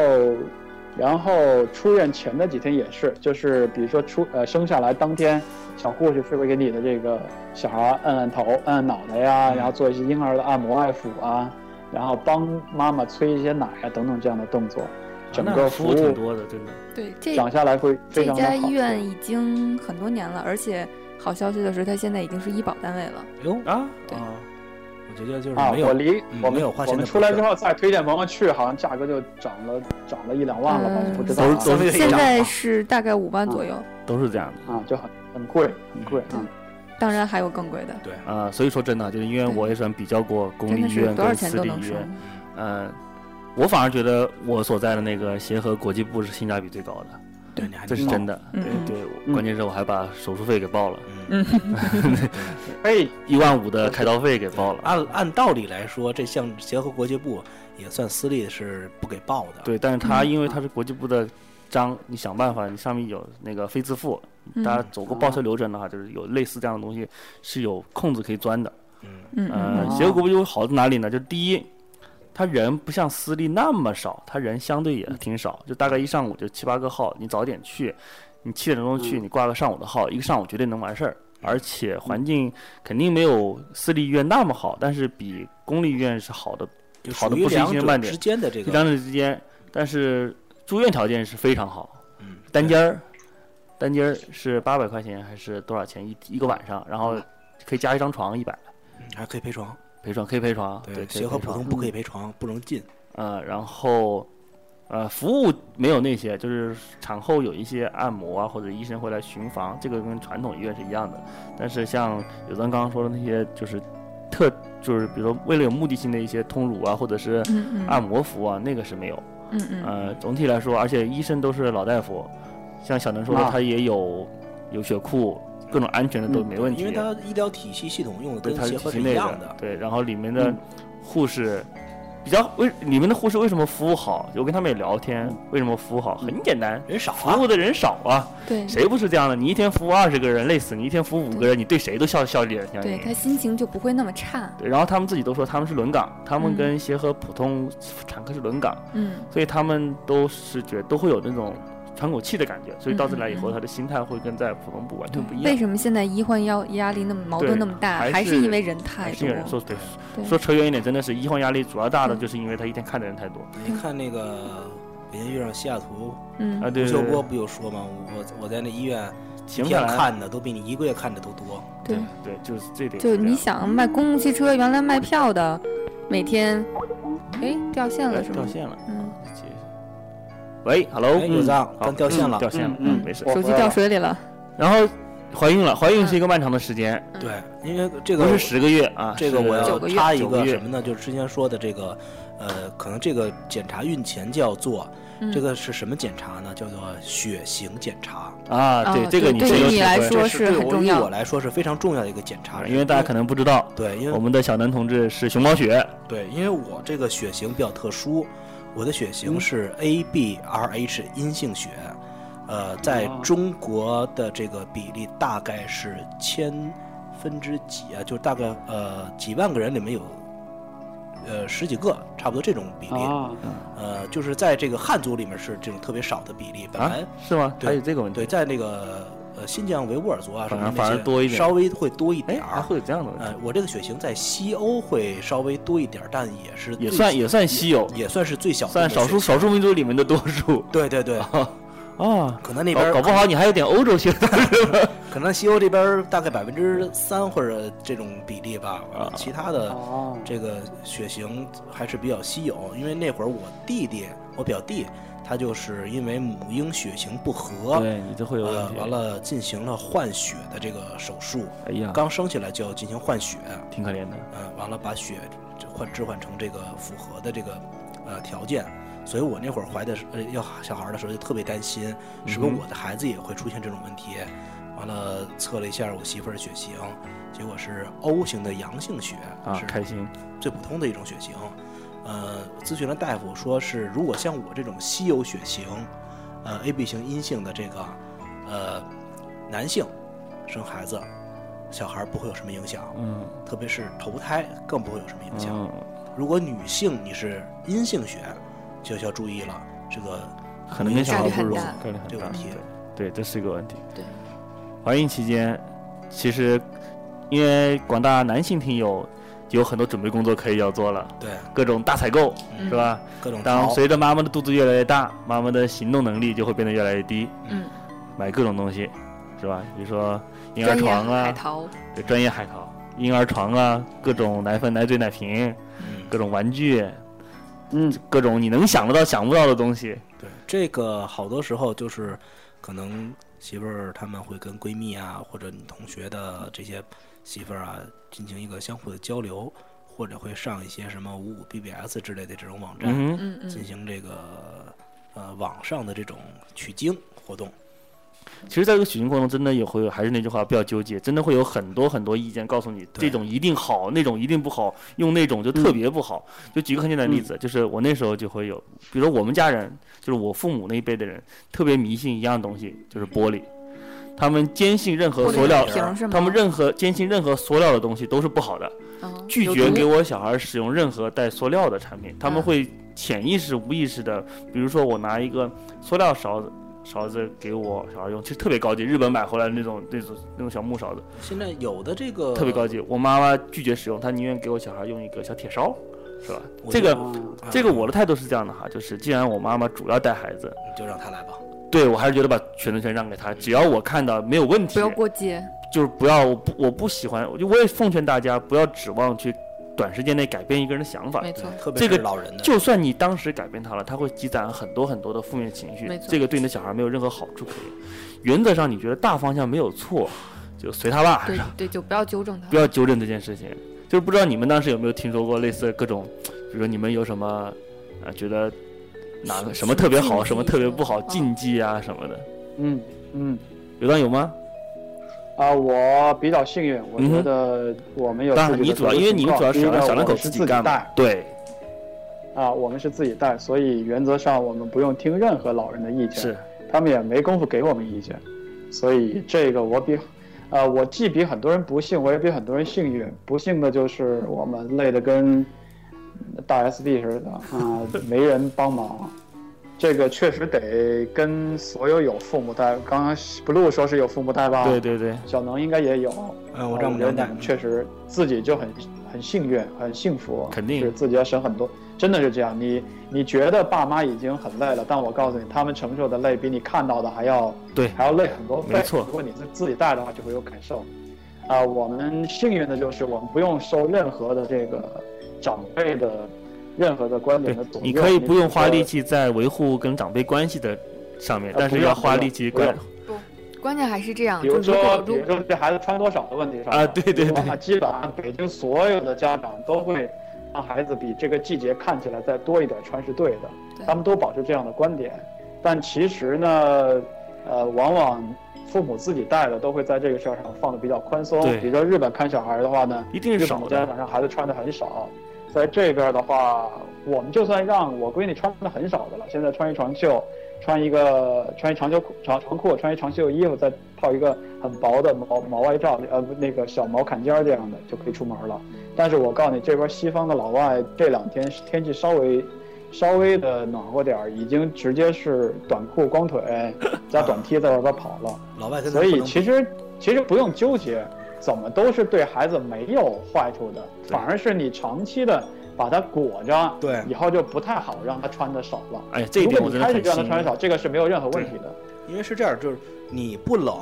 Speaker 6: 然后出院前的几天也是，就是比如说出呃生下来当天，小护士是会给你的这个小孩按按头、按按脑袋呀，
Speaker 2: 嗯
Speaker 6: 然后做一些婴儿的按摩、按抚啊，然后帮妈妈催一些奶啊等等这样的动作。整
Speaker 2: 那
Speaker 6: 个
Speaker 2: 服
Speaker 6: 服
Speaker 2: 务
Speaker 6: 务
Speaker 2: 挺多的，真的。
Speaker 5: 对这
Speaker 6: 讲下来会
Speaker 5: 这
Speaker 6: 非常的
Speaker 5: 家
Speaker 6: 好。
Speaker 5: 医院已经很多年了，而且好消息的是，它现在已经是医保单位了。
Speaker 4: 哟
Speaker 2: 啊，
Speaker 5: 对
Speaker 4: 啊，我觉得就是
Speaker 6: 啊，
Speaker 4: 没有
Speaker 6: 我离
Speaker 4: 嗯
Speaker 6: 我们
Speaker 4: 没有花
Speaker 6: 我
Speaker 4: 钱
Speaker 6: 们
Speaker 4: 的
Speaker 6: 出来
Speaker 4: 不
Speaker 6: 之
Speaker 4: 是
Speaker 6: 后再推荐朋友去，好像价格就涨了，涨了一两万了吧？
Speaker 5: 嗯
Speaker 6: 不知道
Speaker 2: 都是都
Speaker 6: 啊
Speaker 2: 是
Speaker 5: 现
Speaker 2: 这样
Speaker 5: 在是大概五万
Speaker 6: 嗯
Speaker 5: 左右，
Speaker 2: 都是这样的
Speaker 6: 啊，就很很贵，很贵啊。
Speaker 2: 嗯
Speaker 5: 当然还有更贵的，
Speaker 2: 啊、所以说真的，就是因为我也算比较过公
Speaker 5: 真
Speaker 2: 立
Speaker 5: 的
Speaker 2: 医
Speaker 5: 是
Speaker 2: 院
Speaker 5: 多少
Speaker 2: 跟
Speaker 5: 钱
Speaker 2: 私
Speaker 5: 都
Speaker 2: 立
Speaker 5: 能
Speaker 2: 医
Speaker 5: 收。
Speaker 2: 院，呃，我反而觉得我所在的那个协和国际部是性价比最高的，
Speaker 4: 对，你还
Speaker 2: 这是真的。
Speaker 5: 嗯嗯
Speaker 2: 对对，
Speaker 6: 嗯
Speaker 2: 关键是我还把手术费给报了，
Speaker 4: 嗯，
Speaker 6: 嘿，
Speaker 2: 一万五的开刀费给报了。
Speaker 4: 按按道理来说，这像协和国际部也算私立是不给报的，
Speaker 2: 对，但是他因为他是国际部的章，你想办法，你上面有那个非自付，
Speaker 5: 嗯
Speaker 2: 大家走过报销流程的话，就是有类似这样的东西是有空子可以钻的。
Speaker 4: 嗯，
Speaker 5: 嗯
Speaker 2: 呃，
Speaker 5: 嗯
Speaker 2: 协和国际部好在哪里呢？就第一，他人不像私立那么少，他人相对也挺少，就大概一上午就七八个号，你早点去，你七点钟去，
Speaker 4: 嗯
Speaker 2: 你挂个上午的号，一个上午绝对能完事儿。而且环境肯定没有私立医院那么好，但是比公立医院是好的，
Speaker 4: 就
Speaker 2: 好
Speaker 4: 属
Speaker 2: 的
Speaker 4: 于
Speaker 2: 不是一
Speaker 4: 两
Speaker 2: 星半
Speaker 4: 者
Speaker 2: 点
Speaker 4: 之间的这
Speaker 2: 这
Speaker 4: 个，
Speaker 2: 两者之间。但是住院条件是非常好，
Speaker 4: 嗯，
Speaker 2: 单
Speaker 4: 对
Speaker 2: 间儿，单间儿是八百块钱还是多少钱一一个晚上？然后
Speaker 4: 嗯
Speaker 2: 可以加一张床一百，
Speaker 4: 还可以陪床，
Speaker 2: 陪床可以陪床，对，嗯可以
Speaker 4: 协和
Speaker 2: 陪
Speaker 4: 普
Speaker 2: 床
Speaker 4: 通不可以陪床，不能进，
Speaker 2: 呃，然后呃，服务没有那些，就是产后有一些按摩啊，或者医生会来巡房，这个跟传统医院是一样的。但是像有咱刚刚说的那些，就是特就是比如说为了有目的性的一些通乳啊，或者是
Speaker 5: 嗯
Speaker 2: 按摩服啊，那个是没有。
Speaker 5: 嗯嗯
Speaker 2: 呃，总体来说，而且医生都是老大夫，像小能说的，
Speaker 6: 啊
Speaker 2: 他也有有血库，各种安全的都
Speaker 6: 嗯
Speaker 2: 没问题。
Speaker 4: 因为它医疗体系系统用的
Speaker 2: 对，它
Speaker 4: 跟
Speaker 2: 是
Speaker 4: 协
Speaker 2: 体
Speaker 4: 和
Speaker 2: 系
Speaker 4: 是一
Speaker 2: 内
Speaker 4: 样
Speaker 2: 的
Speaker 4: 的，，
Speaker 2: 对。然后里面的
Speaker 6: 嗯
Speaker 2: 护士比较为里面的护士为什么服务好？我跟他们也聊天，
Speaker 5: 嗯
Speaker 2: 为什么服务好？很简单，
Speaker 4: 人少啊
Speaker 2: 服务，的人少啊，
Speaker 5: 对
Speaker 2: 谁不是这样的？你一天服务二十个人，累死你；一天服务五个人，你对谁都笑笑脸相
Speaker 5: 对，
Speaker 2: 迎。
Speaker 5: 他心情就不会那么差。
Speaker 2: 对，然后他们自己都说他们是轮岗，他们
Speaker 5: 嗯
Speaker 2: 跟协和普通产科是轮岗，
Speaker 5: 嗯
Speaker 2: 所以他们都是觉都会有那种喘口气的感觉，所以到这来以后，
Speaker 5: 嗯嗯嗯
Speaker 2: 他的心态会跟在普通部完全不一
Speaker 5: 为
Speaker 2: 样。
Speaker 5: 什么现在医患压压力那么矛
Speaker 2: 对
Speaker 5: 盾那么大？
Speaker 2: 还
Speaker 5: 还
Speaker 2: 是
Speaker 5: 因为人太
Speaker 2: 还是
Speaker 5: 多
Speaker 2: 有。人说对，
Speaker 5: 哎对
Speaker 2: 说扯远一点，真的是医患压力主要大的
Speaker 5: 嗯
Speaker 2: 就是因为他一天看的人太多。
Speaker 4: 你看那个。北京遇上西雅图，
Speaker 5: 嗯
Speaker 2: 啊，
Speaker 4: 吴
Speaker 2: 对
Speaker 4: 秀
Speaker 2: 对
Speaker 4: 波
Speaker 2: 对，
Speaker 4: 不有说吗？我我在那医院一
Speaker 2: 停下
Speaker 4: 天
Speaker 2: 来，
Speaker 4: 看的都比你一个月看的都多。
Speaker 5: 对，
Speaker 2: 对，就是这点。
Speaker 5: 就是
Speaker 2: 这
Speaker 5: 你
Speaker 2: 样
Speaker 5: 想卖公共汽车，原来卖票的，每天，哎掉线了
Speaker 2: 哎
Speaker 5: 是
Speaker 2: 掉
Speaker 5: 吗？
Speaker 2: 线了，
Speaker 5: 嗯，
Speaker 2: 接喂，Hello，
Speaker 4: 哎，有
Speaker 2: 嗯
Speaker 4: 藏，
Speaker 2: 好
Speaker 4: 但掉线了。
Speaker 2: 掉线了，
Speaker 6: 嗯嗯
Speaker 2: 没事
Speaker 6: 我。
Speaker 5: 手机掉水里了。
Speaker 2: 然后怀孕了，怀孕是一个漫长的时间，
Speaker 4: 对，因为这
Speaker 2: 不
Speaker 4: 个
Speaker 2: 是十个月啊，
Speaker 4: 这个
Speaker 2: 是
Speaker 4: 我要
Speaker 5: 九个月
Speaker 4: 插一
Speaker 2: 九个
Speaker 4: 个
Speaker 2: 月
Speaker 4: 什么呢？就是之前说的这个，呃，可能这个检查孕前就要做，
Speaker 5: 嗯
Speaker 4: 这个是什么检查呢？叫做血型检查。
Speaker 2: 啊，对
Speaker 5: 哦
Speaker 2: 这个
Speaker 5: 对
Speaker 2: 你
Speaker 5: 对
Speaker 2: 是
Speaker 5: 于
Speaker 2: 有
Speaker 5: 你
Speaker 2: 体
Speaker 5: 来
Speaker 2: 会啊
Speaker 5: 说
Speaker 4: 这
Speaker 5: 是
Speaker 4: 对
Speaker 5: 很
Speaker 4: 我
Speaker 5: 重
Speaker 4: 于
Speaker 5: 要
Speaker 4: 我来说是非常重要的一个检查，
Speaker 2: 因为大家可能不知道，
Speaker 4: 对，因
Speaker 2: 我
Speaker 4: 为
Speaker 2: 们的小南同志是熊猫血，
Speaker 4: 对，因为我这个血型比较特殊，我的血
Speaker 2: 嗯
Speaker 4: 型是 ABRH 阴性血，呃，在
Speaker 6: 哦
Speaker 4: 中国的这个比例大概是千分之几啊，就是大概呃几万个人里面有。呃，十几个，差不多这种比例。
Speaker 2: 哦
Speaker 6: 啊，
Speaker 2: 嗯
Speaker 4: 呃，就是在这个汉族里面是这种特别少的比例，本
Speaker 2: 啊
Speaker 4: 来、
Speaker 2: 是吗？
Speaker 4: 对
Speaker 2: 还有这个问题
Speaker 4: 对，，在那个呃新疆维吾尔族啊什
Speaker 2: 反
Speaker 4: 么
Speaker 2: 而
Speaker 4: 那
Speaker 2: 反而
Speaker 4: 些
Speaker 2: 多一点
Speaker 4: 稍微会多一
Speaker 2: 哎，
Speaker 4: 点
Speaker 2: 还
Speaker 4: 儿。
Speaker 2: 会有这样的问题，
Speaker 4: 呃，我这个血型在西欧会稍微多一点儿，但也是
Speaker 2: 也
Speaker 4: 最
Speaker 2: 算也算稀有，
Speaker 4: 也算是最小的
Speaker 2: 算
Speaker 4: 一个
Speaker 2: 少数
Speaker 4: 血型。
Speaker 2: 少数民族里面的多数
Speaker 4: 对对 对，
Speaker 2: 啊。
Speaker 4: 可能那边
Speaker 2: 搞
Speaker 4: 儿
Speaker 2: 搞不好你还有点欧洲血统，
Speaker 4: 可能西欧这边儿大概百分之三或者这种比例吧，完
Speaker 2: 啊
Speaker 4: 了其他的
Speaker 6: 哦，
Speaker 4: 这个血型还是比较稀有。因为那会儿我弟弟，我表弟，他就是因为母婴血型不 合，
Speaker 2: 对你这会有问
Speaker 4: 呃，
Speaker 2: 题。
Speaker 4: 完，了进行了换血的这个手术，
Speaker 2: 哎呀，
Speaker 4: 刚生下来就要进行换血，
Speaker 2: 挺可怜的。
Speaker 4: 呃，完了把血换置换成这个符合的这个呃条件，所以我那会儿怀的是呃要小孩的时候就特别担心，是不是
Speaker 2: 嗯哼
Speaker 4: 我的孩子也会出现这种问题？完了测了一下我媳妇儿的血型，结果是 O 型的阳性血
Speaker 2: 啊，
Speaker 4: 是
Speaker 2: 开心，
Speaker 4: 最普通的一种血型。呃，咨询了大夫，说是如果像我这种稀有血型，呃，AB 型阴性的这个，呃，男性生孩子，小孩不会有什么影响，
Speaker 2: 嗯，
Speaker 4: 特别是头胎更不会有什么影响。
Speaker 2: 嗯，
Speaker 4: 如果女性你是阴性血，就需要注意了，这个
Speaker 2: 可能跟小孩
Speaker 5: 概率
Speaker 2: 不
Speaker 5: 很
Speaker 2: 容，
Speaker 5: 大
Speaker 2: 概率很大，
Speaker 4: 这个问题
Speaker 2: 对，这是一个问题。
Speaker 5: 对，
Speaker 2: 怀孕期间，其实因为广大男性听友有很多准备工作可以要做了，
Speaker 4: 对
Speaker 2: 各种大采购
Speaker 4: 嗯
Speaker 2: 是吧？
Speaker 4: 各种
Speaker 2: 当
Speaker 4: 挠
Speaker 2: 随着妈妈的肚子越来越大，妈妈的行动能力就会变得越来越低，
Speaker 5: 嗯，
Speaker 2: 买各种东西是吧？比如说婴儿
Speaker 5: 专业
Speaker 2: 床
Speaker 5: 海
Speaker 2: 啊，
Speaker 5: 淘，
Speaker 2: 对，专业海淘，婴儿床啊，各种奶粉、奶嘴、奶瓶，
Speaker 4: 嗯
Speaker 2: 各种玩具，
Speaker 6: 嗯，
Speaker 2: 各种你能想得到、想不到的东西。
Speaker 4: 对，这个好多时候就是可能媳妇儿她们会跟闺蜜啊，或者你同学的这些媳妇儿啊，进行一个相互的交流，或者会上一些什么五五 BBS 之类的这种网站，
Speaker 2: 嗯哼，
Speaker 5: 嗯
Speaker 4: 进
Speaker 5: 嗯，
Speaker 4: 行这个呃网上的这种取经活动。
Speaker 2: 其实在这个取经过程中，真的也会有还是那句话，不要纠结，真的会有很多很多意见告诉你，
Speaker 4: 对
Speaker 2: 这种一定好，那种一定不好，用那种就特别不好。
Speaker 5: 嗯
Speaker 2: 就举个很简单的例子，就是我那时候就会有，比如说我们家人，就是我父母那一辈的人，特别迷信一样东西，就是玻璃。他们坚信任何
Speaker 5: 嗯玻
Speaker 2: 塑
Speaker 5: 璃
Speaker 2: 料
Speaker 5: 奶，瓶是吗？
Speaker 2: 他们任何坚信任何塑料的东西都是不好的，
Speaker 5: 嗯
Speaker 2: 拒
Speaker 5: 有
Speaker 2: 绝
Speaker 5: 毒
Speaker 2: 给我小孩使用任何带塑料的产品，他们
Speaker 5: 嗯
Speaker 2: 会潜意识、无意识的，比如说我拿一个塑料勺子。勺子给我小孩用，其实特别高级，日本买回来的那种那种那种小木勺子，
Speaker 4: 现在有的这
Speaker 5: 嗯
Speaker 4: 个
Speaker 2: 特别高级。我妈妈拒绝使用，她宁愿给我小孩用一个小铁勺，是吧？
Speaker 4: 我
Speaker 2: 这
Speaker 4: 就
Speaker 2: 个
Speaker 6: 嗯
Speaker 4: 啊
Speaker 2: 这个我的态度是这样的哈，就是既然我妈妈主要带孩子，
Speaker 4: 你就让她来吧。
Speaker 2: 对我还是觉得把选择权让给她，只要我看到没有问题，
Speaker 5: 不要过界，
Speaker 2: 就是不要，我不我不喜欢，我就我也奉劝大家不要指望去短时间内改变一个人的想法。
Speaker 5: 没
Speaker 4: 对
Speaker 5: 错，，
Speaker 4: 特别
Speaker 2: 这个
Speaker 4: 是老人的，
Speaker 2: 就算你当时改变他了，他会积攒很多很多的负面情绪
Speaker 5: 没，错
Speaker 2: 这个对你的小孩没有任何好处可言。原则上你觉得大方向没有错，就随他吧，
Speaker 5: 对
Speaker 2: 是吧
Speaker 5: 对，就不要纠正他
Speaker 2: 哎不。要纠正这件事情。就是不知道你们当时有没有听说过类似的各种，比如说你们有什么，呃，觉得哪个什么特别好，什
Speaker 5: 什
Speaker 2: 么
Speaker 5: 么禁忌
Speaker 2: 特别不好，
Speaker 5: 哦
Speaker 2: 禁忌啊什么的，
Speaker 6: 嗯嗯
Speaker 2: 有当有吗？
Speaker 6: 啊，我比较幸运，我
Speaker 2: 嗯哼
Speaker 6: 觉得我们有
Speaker 2: 当
Speaker 6: 自
Speaker 2: 然
Speaker 6: 己
Speaker 2: 你
Speaker 6: 的
Speaker 2: 主要
Speaker 6: 这个
Speaker 2: 因为你
Speaker 6: 情
Speaker 2: 们
Speaker 6: 况
Speaker 2: 主要
Speaker 6: 第一
Speaker 2: 小
Speaker 6: 个
Speaker 2: 两小两
Speaker 6: 我
Speaker 2: 口
Speaker 6: 是自
Speaker 2: 己干嘛
Speaker 6: 带，
Speaker 2: 对，
Speaker 6: 啊，我们是自己带，所以原则上我们不用听任何老人的意见，
Speaker 2: 是，
Speaker 6: 他们也没工夫给我们意见，所以这个我比，呃，我既比很多人不幸，我也比很多人幸运。不幸的就是我们累得跟大 SB 似的啊、 没人帮忙。这个确实得跟所有有父母带，刚刚 blue 说是有父母带吧？
Speaker 2: 对，对对，
Speaker 6: 小能应该也有。
Speaker 2: 啊
Speaker 4: 嗯，我
Speaker 6: 啊我
Speaker 4: 丈母
Speaker 6: 觉得
Speaker 4: 娘带
Speaker 6: 你们，确实自己就很很幸运，很幸福，
Speaker 2: 肯定
Speaker 6: 是自己要省很多，真的是这样。你你觉得爸妈已经很累了，但我告诉你，他们承受的累比你看到的还要
Speaker 2: 对
Speaker 6: 还要累很多倍。
Speaker 2: 没错
Speaker 6: 如果你是自己带的话，就会有感受。啊、我们幸运的就是我们不用受任何的这个长辈的任何的观
Speaker 2: 对
Speaker 6: 点的左右，
Speaker 2: 你可以不用花力
Speaker 6: 气。
Speaker 2: 气在维护跟长辈关系的上面，
Speaker 6: 呃
Speaker 2: 但
Speaker 6: 不
Speaker 2: 是
Speaker 6: 用
Speaker 2: 要
Speaker 6: 不
Speaker 2: 花
Speaker 6: 用
Speaker 2: 力气
Speaker 6: 不
Speaker 2: 关
Speaker 6: 用
Speaker 5: 关键还是这样，
Speaker 6: 比
Speaker 5: 就
Speaker 6: 如
Speaker 5: 如果
Speaker 6: 说，比
Speaker 5: 如
Speaker 6: 如说这孩子穿多少的问题上
Speaker 2: 啊对对对
Speaker 6: 啊，基本上北京所有的家长都会让孩子比这个季节看起来再多一点穿是对的，
Speaker 5: 对
Speaker 6: 他们都保持这样的观点。但其实呢，呃，往往父母自己带的都会在这个事儿上放的比较宽松
Speaker 2: 对。
Speaker 6: 比如说日本看小孩的话呢，
Speaker 2: 一定是
Speaker 6: 日本
Speaker 2: 少
Speaker 6: 的家
Speaker 2: 的，
Speaker 6: 长让孩子穿的很少，在这边的话，我们就算让我闺女穿的很少的了，现在穿一长袖，穿一个穿一长袖裤长长裤，穿一长袖衣服，再套一个很薄的毛毛外罩，呃，不那个小毛坎肩儿这样的就可以出门了。
Speaker 2: 嗯
Speaker 6: 但是我告诉你，这边西方的老外这两天天气稍微。稍微的暖和点儿，已经直接是短裤、光腿加短 T 在外边跑了。
Speaker 4: 老外跟咱
Speaker 6: 所
Speaker 4: 不
Speaker 6: 以
Speaker 4: 能
Speaker 6: 其实其实不用纠结，怎么都是对孩子没有坏处的，
Speaker 2: 对
Speaker 6: 反而是你长期的把它裹着，
Speaker 4: 对
Speaker 6: 以后就不太好让他穿的少了。
Speaker 2: 哎呀，这一点
Speaker 6: 如
Speaker 2: 我
Speaker 6: 果
Speaker 2: 真
Speaker 6: 你
Speaker 2: 的
Speaker 6: 开始
Speaker 2: 很
Speaker 6: 就让他
Speaker 2: 欣
Speaker 6: 穿
Speaker 2: 慰。
Speaker 6: 得少，这个是没有任何问题的。
Speaker 4: 因为是这样，就是你不冷，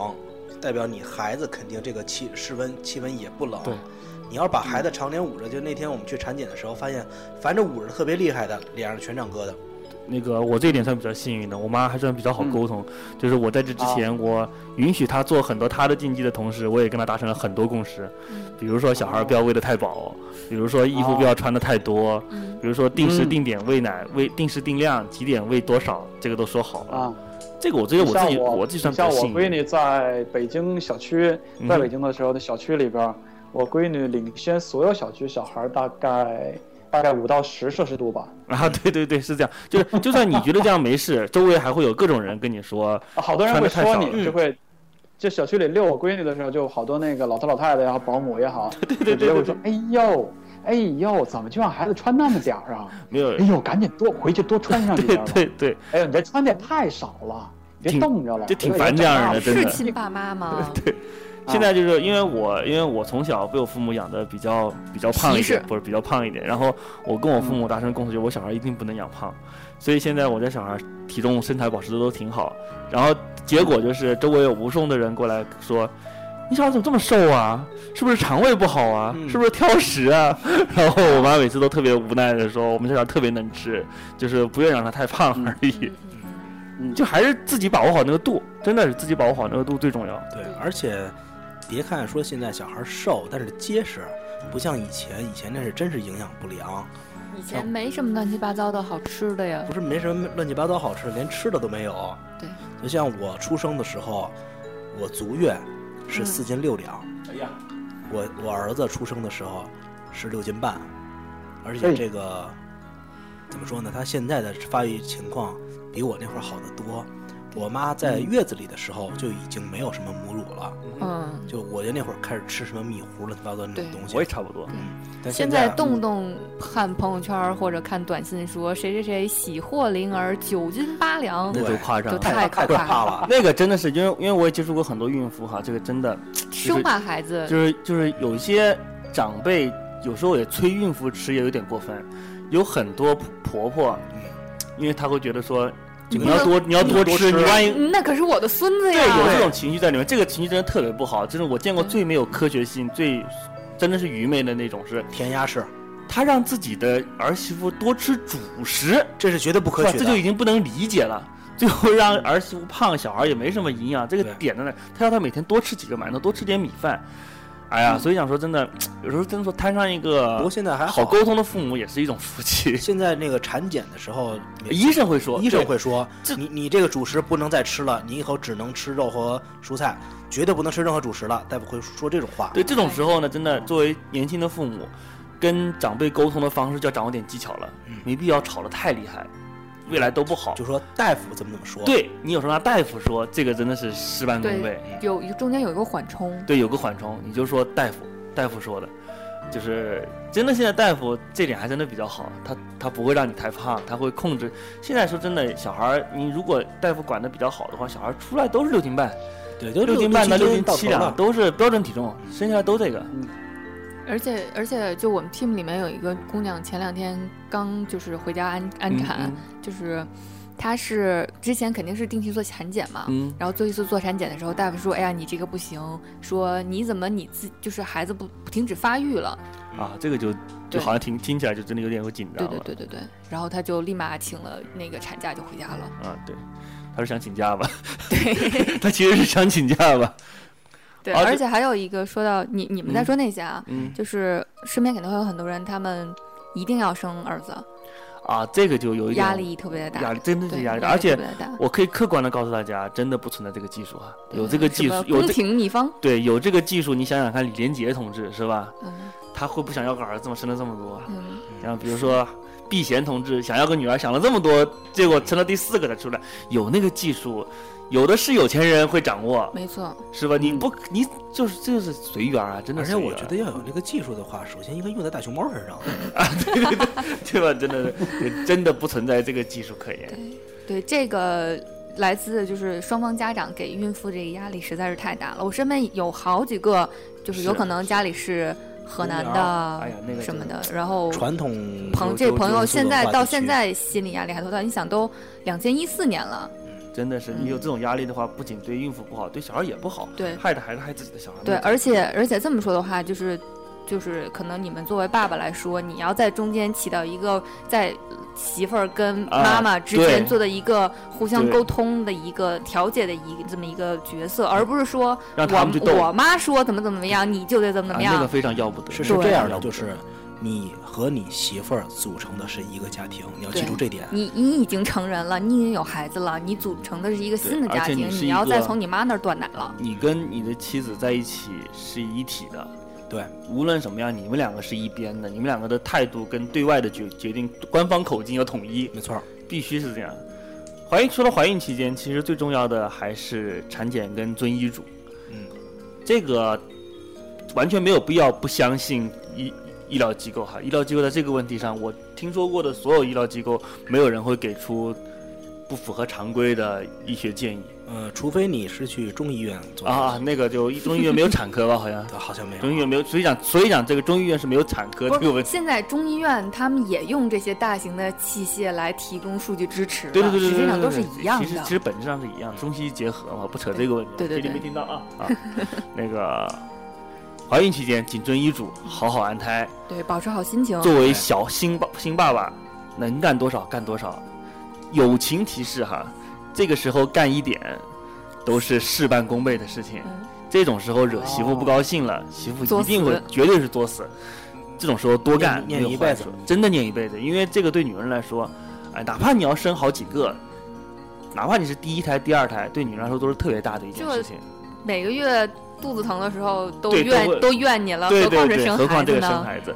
Speaker 4: 代表你孩子肯定这个气室温气温也不冷。
Speaker 2: 对，
Speaker 4: 你要是把孩子常年捂着，就那天我们去产检的时候发现，反正捂着特别厉害的，脸上全长疙瘩。
Speaker 2: 那个我这一点算比较幸运的，我妈还算比较好沟通。就是我在这之
Speaker 6: 嗯啊
Speaker 2: 前，我允许她做很多她的禁忌的同时，我也跟她达成了很多共识，
Speaker 5: 嗯
Speaker 2: 比如说小孩不要喂得太饱，比如说衣服不要穿得太多，
Speaker 5: 嗯，
Speaker 2: 比如说定时
Speaker 6: 哦嗯
Speaker 2: 定点喂奶，喂定时定量，几点喂多少，这个都说好了。
Speaker 6: 啊
Speaker 2: 这个我觉得我自
Speaker 6: 像
Speaker 2: 己
Speaker 6: 我
Speaker 2: 自己算比
Speaker 6: 像
Speaker 2: 较
Speaker 6: 我
Speaker 2: 幸
Speaker 6: 闺
Speaker 2: 运。
Speaker 6: 女在北京小区，
Speaker 2: 嗯
Speaker 6: 在北京的时候的小区里边儿，我闺女领先所有小区小孩儿大概大概五到十摄氏度吧。
Speaker 2: 啊，对对对，是这样，就是就算你觉得这样没事， 周围还会有各种人跟你说，
Speaker 6: 啊好多人会
Speaker 2: 穿得
Speaker 6: 说
Speaker 2: 太少
Speaker 6: 你，就会。就小区里遛我闺女的时候，就好多那个老头老太太也好，保姆也好，对对对直接会说：“哎呦，哎呦，怎么就让孩子穿那么 点儿啊？
Speaker 2: 没有
Speaker 6: 哎，呦，赶紧多回去多穿上一
Speaker 2: 对
Speaker 6: 点儿吧。
Speaker 2: 对对，
Speaker 6: 哎呦，你这穿的也太少了，别
Speaker 2: 挺
Speaker 6: 冻着了。
Speaker 2: 这挺
Speaker 6: 回头
Speaker 2: 烦这样
Speaker 6: 长大
Speaker 2: 的哎
Speaker 6: 了啊
Speaker 2: 真的
Speaker 5: 是亲爸 妈吗？
Speaker 2: 现在就是因为我，因为我从小被我父母养的比较比较胖一点，不是比较胖一点。然后我跟我父母达成共识，我小孩一定不能养胖，所以现在我家小孩体重、身材保持的都挺好。然后结果就是周围有无数的人过来说：“你小孩怎么这么瘦啊？是不是肠胃不好啊？
Speaker 4: 嗯
Speaker 2: 是不是挑食啊？” 然后我妈每次都特别无奈的说：“我们家小孩特别能吃，就是不愿意让他太胖而
Speaker 5: 嗯
Speaker 2: 已。就还是自己把握好那个度，真的是自己把握好那个度最重要。
Speaker 4: 对，而且别看说现在小孩瘦，但是结实，不像以前，以前那是真是营养不良，
Speaker 5: 嗯以前没什么乱七八糟的好吃的呀
Speaker 4: 不。是没什么乱七八糟好吃，连吃的都没有。
Speaker 5: 对，
Speaker 4: 就像我出生的时候，我足月是
Speaker 5: 嗯
Speaker 4: 四斤六两，
Speaker 2: 哎呀，
Speaker 4: 我我儿子出生的时候是六斤半，而且
Speaker 6: 哎
Speaker 4: 这个怎么说呢？他现在的发育情况比我那会儿好得多。我妈在月子里的时候就已经没有什么母乳了，
Speaker 5: 嗯，
Speaker 4: 就我就那会儿开始吃什么米糊乱七八糟那种
Speaker 5: 对
Speaker 4: 东西。
Speaker 2: 我也差不多。
Speaker 4: 但
Speaker 5: 现
Speaker 2: 啊
Speaker 4: 在
Speaker 5: 在动动看朋友圈儿或者看短信说谁谁谁喜获麟儿九斤八两，
Speaker 2: 那
Speaker 4: 对
Speaker 2: 就夸张
Speaker 5: 就
Speaker 2: 了，
Speaker 5: 太
Speaker 4: 太
Speaker 5: 可
Speaker 4: 可
Speaker 5: 怕
Speaker 4: 怕了。
Speaker 2: 那个真的是，因为因为我也接触过很多孕妇哈，这个真的
Speaker 5: 生吧孩子
Speaker 2: 就是就是有一些长辈有时候也催孕妇吃，也有点过分。有很多婆婆，因为她会觉得说，
Speaker 5: 你
Speaker 2: 你
Speaker 5: 不
Speaker 2: 要
Speaker 5: 能啊
Speaker 2: 多你要多吃，你万一
Speaker 5: 嗯那可是我的孙子呀
Speaker 2: 对，有这种情绪在里面，这个情绪真的特别不好，就是我见过最没有科学性、最真的是愚昧的那种，是
Speaker 4: 填鸭式，
Speaker 2: 她让自己的儿媳妇多吃主食，
Speaker 4: 这是绝对不
Speaker 2: 是
Speaker 4: 可
Speaker 2: 吧
Speaker 4: 取
Speaker 2: 这就
Speaker 4: 的。
Speaker 2: 已经不能理解了。 最后让儿媳妇胖，小孩也没什么营养，这个
Speaker 4: 对
Speaker 2: 点在那儿。他让他每天多吃几个馒头，多吃点米饭。哎呀，所以想说真的，有时候真的说摊上一
Speaker 4: 不
Speaker 2: 个
Speaker 4: 过现在还啊
Speaker 2: 好沟通的父母也是一种福 气。
Speaker 4: 现在那个产检的时候，
Speaker 2: 医生会说，
Speaker 4: 医生
Speaker 2: 对
Speaker 4: 会说
Speaker 2: 这，
Speaker 4: 你你这个主食不能再吃了，你以后只能吃肉和蔬菜，绝对不能吃任何主食了。大夫会说这种话。
Speaker 2: 对这种时候呢，真的作为年轻的父母，跟长辈沟通的方式就要掌握点技巧了
Speaker 4: 嗯，
Speaker 2: 没必要吵得太厉害，未来都不好
Speaker 4: 就。说大夫怎么怎么说。，
Speaker 2: 对你有时候让大夫说，这个真的是事半功倍
Speaker 5: 对。有一中间有一个缓冲，
Speaker 2: 对，有个缓冲，你就说大夫，大夫说的，就是真的。现在大夫这点还真的比较好，他他不会让你太胖，他会控制。现在说真的，小孩儿你如果大夫管的比较好的话，小孩儿出来都是六斤半、
Speaker 4: 对，就
Speaker 2: 六斤半到
Speaker 4: 六
Speaker 2: 六斤
Speaker 4: 到
Speaker 2: 七
Speaker 4: 头
Speaker 2: 两，
Speaker 4: 了。
Speaker 2: 都是标准体重，生下来都这个。
Speaker 5: 而且而且就我们 team 里面有一个姑娘，前两天刚就是回家安安
Speaker 2: 嗯
Speaker 5: 产，就是她是之前肯定是定期做产检嘛，
Speaker 2: 嗯，
Speaker 5: 然后做一次做产检的时候，大夫说：“哎呀，你这个不行，说你怎么你自就是孩子不不停止发育了。
Speaker 2: 嗯啊，这个就就
Speaker 5: 对
Speaker 2: 好像听听起来就真的有点会紧”张
Speaker 5: 对
Speaker 2: 了。
Speaker 5: 对对对对，然后他就立马请了那个产假就回家了。
Speaker 2: 啊，对，他是想请假吧？
Speaker 5: 对
Speaker 2: 他其实是想请假吧？
Speaker 5: 对，
Speaker 2: 而且
Speaker 5: 而且还有一个说到你你们在说那些
Speaker 2: 哦
Speaker 5: 啊，
Speaker 2: 嗯，
Speaker 5: 就是身边肯定会有很多人，他们一定要生儿子，
Speaker 2: 啊，这个就有一点
Speaker 5: 压，力特别的大，
Speaker 2: 压力真的是
Speaker 5: 对
Speaker 2: 压
Speaker 5: 压
Speaker 2: 力，而且
Speaker 5: 特别的 大。
Speaker 2: 我可以客观的告诉大家，真的不存在这个技术啊，有这个技术
Speaker 5: 什么，
Speaker 2: 有
Speaker 5: 宫
Speaker 2: 这
Speaker 5: 廷秘方，
Speaker 2: 对有这个技术，你想想看，李连杰同志是吧？
Speaker 5: 嗯
Speaker 2: 他会不想要个儿子吗？生了这么多，
Speaker 5: 嗯，
Speaker 2: 然后比如说避嫌同志想要个女儿，想了这么多，结果生了第四个才出来，有那个技术。有的是有钱人会掌握，
Speaker 5: 没错，
Speaker 2: 是吧？你不，你就是这就是随缘啊，真的
Speaker 4: 而
Speaker 2: 随
Speaker 4: 且
Speaker 2: 缘。
Speaker 4: 我觉得要有这个技术的话，首先应该用在大熊猫身上。
Speaker 5: 哦
Speaker 2: 对吧？真的是，真的不存在这个技术可言。
Speaker 5: 对这个来自就是双方家长给孕妇这个压力实在是太大了。我身边有好几个，就是有
Speaker 2: 是啊
Speaker 5: 可能家里是河南
Speaker 4: 公园
Speaker 5: 的，
Speaker 2: 哎呀那个
Speaker 5: 什
Speaker 2: 真
Speaker 5: 么
Speaker 2: 的
Speaker 5: 的，然后
Speaker 4: 传统
Speaker 5: 朋
Speaker 4: 就
Speaker 5: 这
Speaker 4: 就
Speaker 5: 嗯朋
Speaker 4: 就
Speaker 5: 友
Speaker 4: 是
Speaker 5: 现
Speaker 4: 文
Speaker 5: 在
Speaker 4: 化
Speaker 5: 到
Speaker 4: 地
Speaker 5: 现
Speaker 4: 区
Speaker 5: 在心理压力还多大？你想都两千一四年了，
Speaker 2: 真的是，你有这种压力的话，不仅对孕妇不好，对小孩也不好，
Speaker 5: 对
Speaker 2: 害的还是害自己的小孩。
Speaker 5: 对，
Speaker 2: 那
Speaker 5: 而且而且这么说的话，就是就是可能你们作为爸爸来说，你要在中间起到一个在媳妇儿跟
Speaker 2: 啊
Speaker 5: 妈妈之
Speaker 2: 对
Speaker 5: 间做的一个互相
Speaker 2: 对
Speaker 5: 沟通的一个调解的一这么一个角色，而不是说
Speaker 2: 让他们去斗
Speaker 5: 我我妈说怎么怎么样，你就得怎么怎么
Speaker 2: 啊、那
Speaker 5: 样
Speaker 2: 个。非常要不得，
Speaker 4: 是
Speaker 5: 对
Speaker 4: 是这样的，
Speaker 2: 要不
Speaker 4: 就
Speaker 2: 得
Speaker 4: 是你和你媳妇儿组成的是一个家庭，你要记住这点。
Speaker 5: 你你已经成人了，你已经有孩子了，你组成的是一个新的
Speaker 2: 对而
Speaker 5: 家
Speaker 2: 且
Speaker 5: 庭，
Speaker 2: 你
Speaker 5: 你
Speaker 2: 是一
Speaker 5: 要再
Speaker 2: 个
Speaker 5: 从你妈那儿断奶了。
Speaker 2: 你跟你的妻子在一起是一体的，
Speaker 4: 对，
Speaker 2: 无论怎么样，你们两个是一边的，你们两个的态度跟对外的决决定，官方口径要统一，
Speaker 4: 没错儿，
Speaker 2: 必须是这样。怀孕，说到怀孕期间，其实最重要的还是产检跟遵医嘱，
Speaker 4: 嗯，
Speaker 2: 这个完全没有必要不相信医医疗机构哈。医疗机构在这个问题上，我听说过的所有医疗机构，没有人会给出不符合常规的医学建议
Speaker 4: 呃，除非你是去中医院做
Speaker 2: 啊。那个就中医院没有产科吧，好 像。
Speaker 4: 的，好像没有。
Speaker 2: 中医院没有，所以讲，所以讲这个中医院是没有产科这个问题。
Speaker 5: 现在中医院他们也用这些大型的器械来提供数据支持了，
Speaker 2: 对对对对，
Speaker 5: 实际上
Speaker 2: 对
Speaker 5: 都
Speaker 2: 对
Speaker 5: 是
Speaker 2: 对
Speaker 5: 一样
Speaker 2: 其实
Speaker 5: 的
Speaker 2: 其。实本质上是一样，中西医结合嘛，不扯这个问题。
Speaker 5: 对对对
Speaker 2: 这里没听到啊啊。 那个怀孕期间谨遵医嘱，好好安胎。
Speaker 5: 对，保持好心情。
Speaker 2: 作为小新爸新爸爸，能干多少干多少。友情提示哈，这个时候干一点，都是事半功倍的事情。
Speaker 5: 嗯
Speaker 2: 这种时候惹媳妇不高兴了，媳妇一定
Speaker 5: 作
Speaker 2: 会
Speaker 5: 死
Speaker 2: 绝对是作死。这种时候多干
Speaker 4: 念
Speaker 2: 没有
Speaker 4: 念一辈子
Speaker 2: 坏处真的念一辈子，因为这个对女人来说，哎，哪怕你要生好几个，哪怕你是第一胎、第二胎，对女人来说都是特别大的一件
Speaker 5: 就
Speaker 2: 事情。
Speaker 5: 每个月肚子疼的时候都
Speaker 2: 对
Speaker 5: 怨
Speaker 2: 都会
Speaker 5: 都怨你了，
Speaker 2: 对
Speaker 5: 何
Speaker 2: 对
Speaker 5: 况是
Speaker 2: 对，何
Speaker 5: 生
Speaker 2: 况
Speaker 5: 孩
Speaker 2: 这
Speaker 5: 子
Speaker 2: 个生
Speaker 5: 呢？
Speaker 2: 孩子，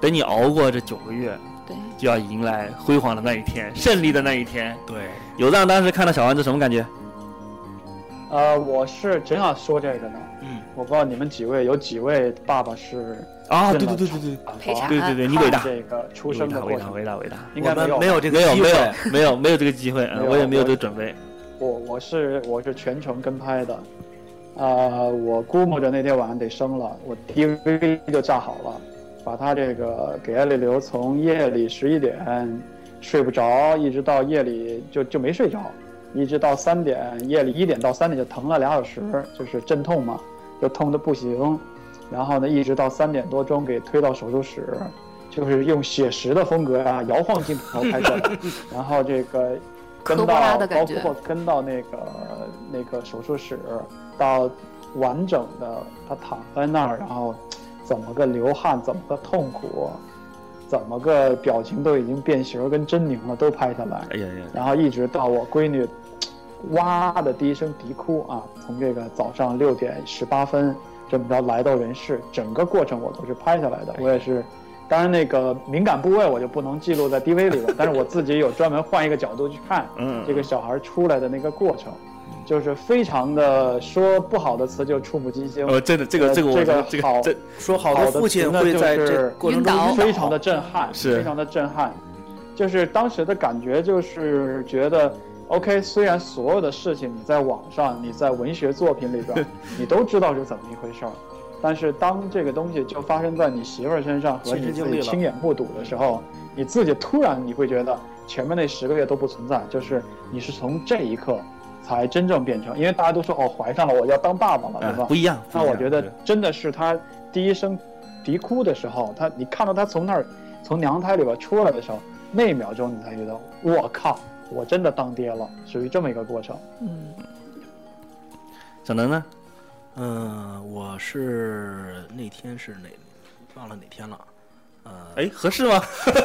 Speaker 2: 等你熬过这九个月，
Speaker 5: 对，
Speaker 2: 就要迎来辉煌的那一天，胜利的那一天。
Speaker 4: 对，
Speaker 2: 有让当时看到小丸子什么感觉？
Speaker 6: 呃，我是正想说这个呢，
Speaker 4: 嗯，
Speaker 6: 我不知道你们几位有几位爸爸是
Speaker 2: 啊，对对
Speaker 6: 进了
Speaker 2: 对对对，
Speaker 5: 陪产
Speaker 2: 对对对，你伟大，
Speaker 6: 这个啊出
Speaker 2: 伟
Speaker 6: 生
Speaker 2: 大
Speaker 6: 的
Speaker 2: 伟
Speaker 6: 过
Speaker 2: 大
Speaker 6: 程，
Speaker 2: 伟大伟大，
Speaker 6: 应
Speaker 4: 我
Speaker 6: 该没
Speaker 4: 们
Speaker 6: 有
Speaker 4: 没有这个
Speaker 2: 没有
Speaker 4: 机
Speaker 2: 没
Speaker 4: 会
Speaker 2: 有没有没有这个机会，嗯
Speaker 6: 没有
Speaker 2: 我也没有
Speaker 6: 我
Speaker 2: 这个准备。
Speaker 6: 我我是我是全程跟拍的，呃，我估摸着那天晚上得生了，我 DV 就炸好了，把他这个给艾丽刘从夜里十一点睡不着，一直到夜里就就没睡着，一直到三点，夜里一点到三点就疼了俩小时，就是阵痛嘛，就痛的不行，然后呢，一直到三点多钟给推到手术室。就是用写实的风格啊，摇晃镜头拍摄的， 然后这个
Speaker 5: 科
Speaker 6: 跟到
Speaker 5: 波拉的感觉
Speaker 6: 包括跟到那个那个手术室，到完整的他躺在那儿，然后怎么个流汗，怎么个痛苦，怎么个表情都已经变形儿跟狰狞了，都拍下来。
Speaker 2: 哎呀呀，
Speaker 6: 然后一直到我闺女哇的第一声啼哭啊，从这个早上六点十八分这么着来到人世，整个过程我都是拍下来
Speaker 2: 哎
Speaker 6: 的，我也是。当然，那个敏感部位我就不能记录在 DV 里了，但是我自己有专门换一个角度去看
Speaker 2: 嗯，
Speaker 6: 这个小孩出来的那个过程，就是非常的说不好的词就触目惊心，
Speaker 2: 哦，真的这个
Speaker 6: 呃
Speaker 2: 这个我
Speaker 6: 这个
Speaker 2: 这
Speaker 6: 好
Speaker 2: 个这
Speaker 4: 说好多父亲会在这过程
Speaker 5: 好的词呢
Speaker 4: 中
Speaker 5: 就是
Speaker 6: 非常的震撼，
Speaker 2: 是
Speaker 6: 非常的震撼。就是当时的感觉，就是觉得，OK，虽然所有的事情你在网上、你在文学作品 里边，你都知道是怎么一回事儿，但是当这个东西就发生在你媳妇儿身上
Speaker 4: 亲
Speaker 6: 和你
Speaker 4: 身
Speaker 6: 自
Speaker 4: 经历
Speaker 6: 己
Speaker 4: 了
Speaker 6: 亲眼目睹的时候，你自己突然你会觉得前面那十个月都不存在，就是你是从这一刻才真正变成，因为大家都说哦怀上了我要当爸爸了，
Speaker 2: 哎
Speaker 6: 对吧？
Speaker 2: 不一样。
Speaker 6: 那
Speaker 2: 不一
Speaker 6: 我
Speaker 2: 样
Speaker 6: 觉得真的是他第一声啼哭的时候，他你看到他从那儿从娘胎里边出来的时候，那一秒钟你才觉得我靠，我真的当爹了，属于这么一个过程。
Speaker 5: 嗯，
Speaker 2: 小能呢？
Speaker 4: 嗯，我是那天是哪，忘了哪天了。呃，
Speaker 2: 哎，合适吗？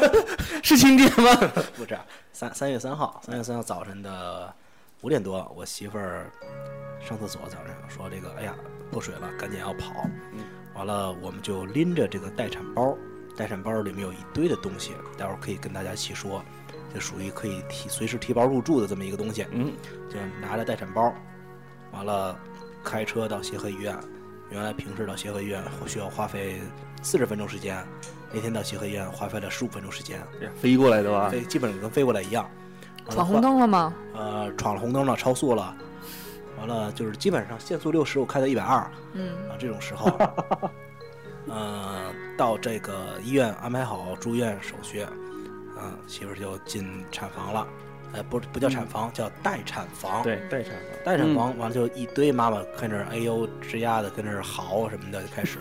Speaker 2: 是亲爹吗？
Speaker 4: 不是三三月三号，三月三号早晨的五点多，我媳妇儿上厕所，早上说这个，哎呀，破水了，赶紧要跑。完了，我们就拎着这个待产包，待产包里面有一堆的东西，待会儿可以跟大家细说，这属于可以提随时提包入住的这么一个东西。
Speaker 2: 嗯，
Speaker 4: 就拿着待产包，完了开车到协和医院。原来平时到协和医院需要花费四十分钟时间，那天到协和医院花费了十五分钟时间。
Speaker 2: 哎飞过来的吧？
Speaker 4: 飞基本上跟飞过来一样。完了
Speaker 5: 啊闯红，灯了吗？
Speaker 4: 呃，闯了红灯了，超速了，完了就是基本上限速六十，我开到一百二啊，
Speaker 5: 嗯，
Speaker 4: 这种时候， 呃，到这个医院安排好住院手续，嗯、媳妇儿就进产房了，呃，不不叫产房，叫待产房。
Speaker 2: 对，带上。
Speaker 4: 待产房完了就一堆妈妈跟这儿哎呦吱呀的跟这儿嚎什么的，就开始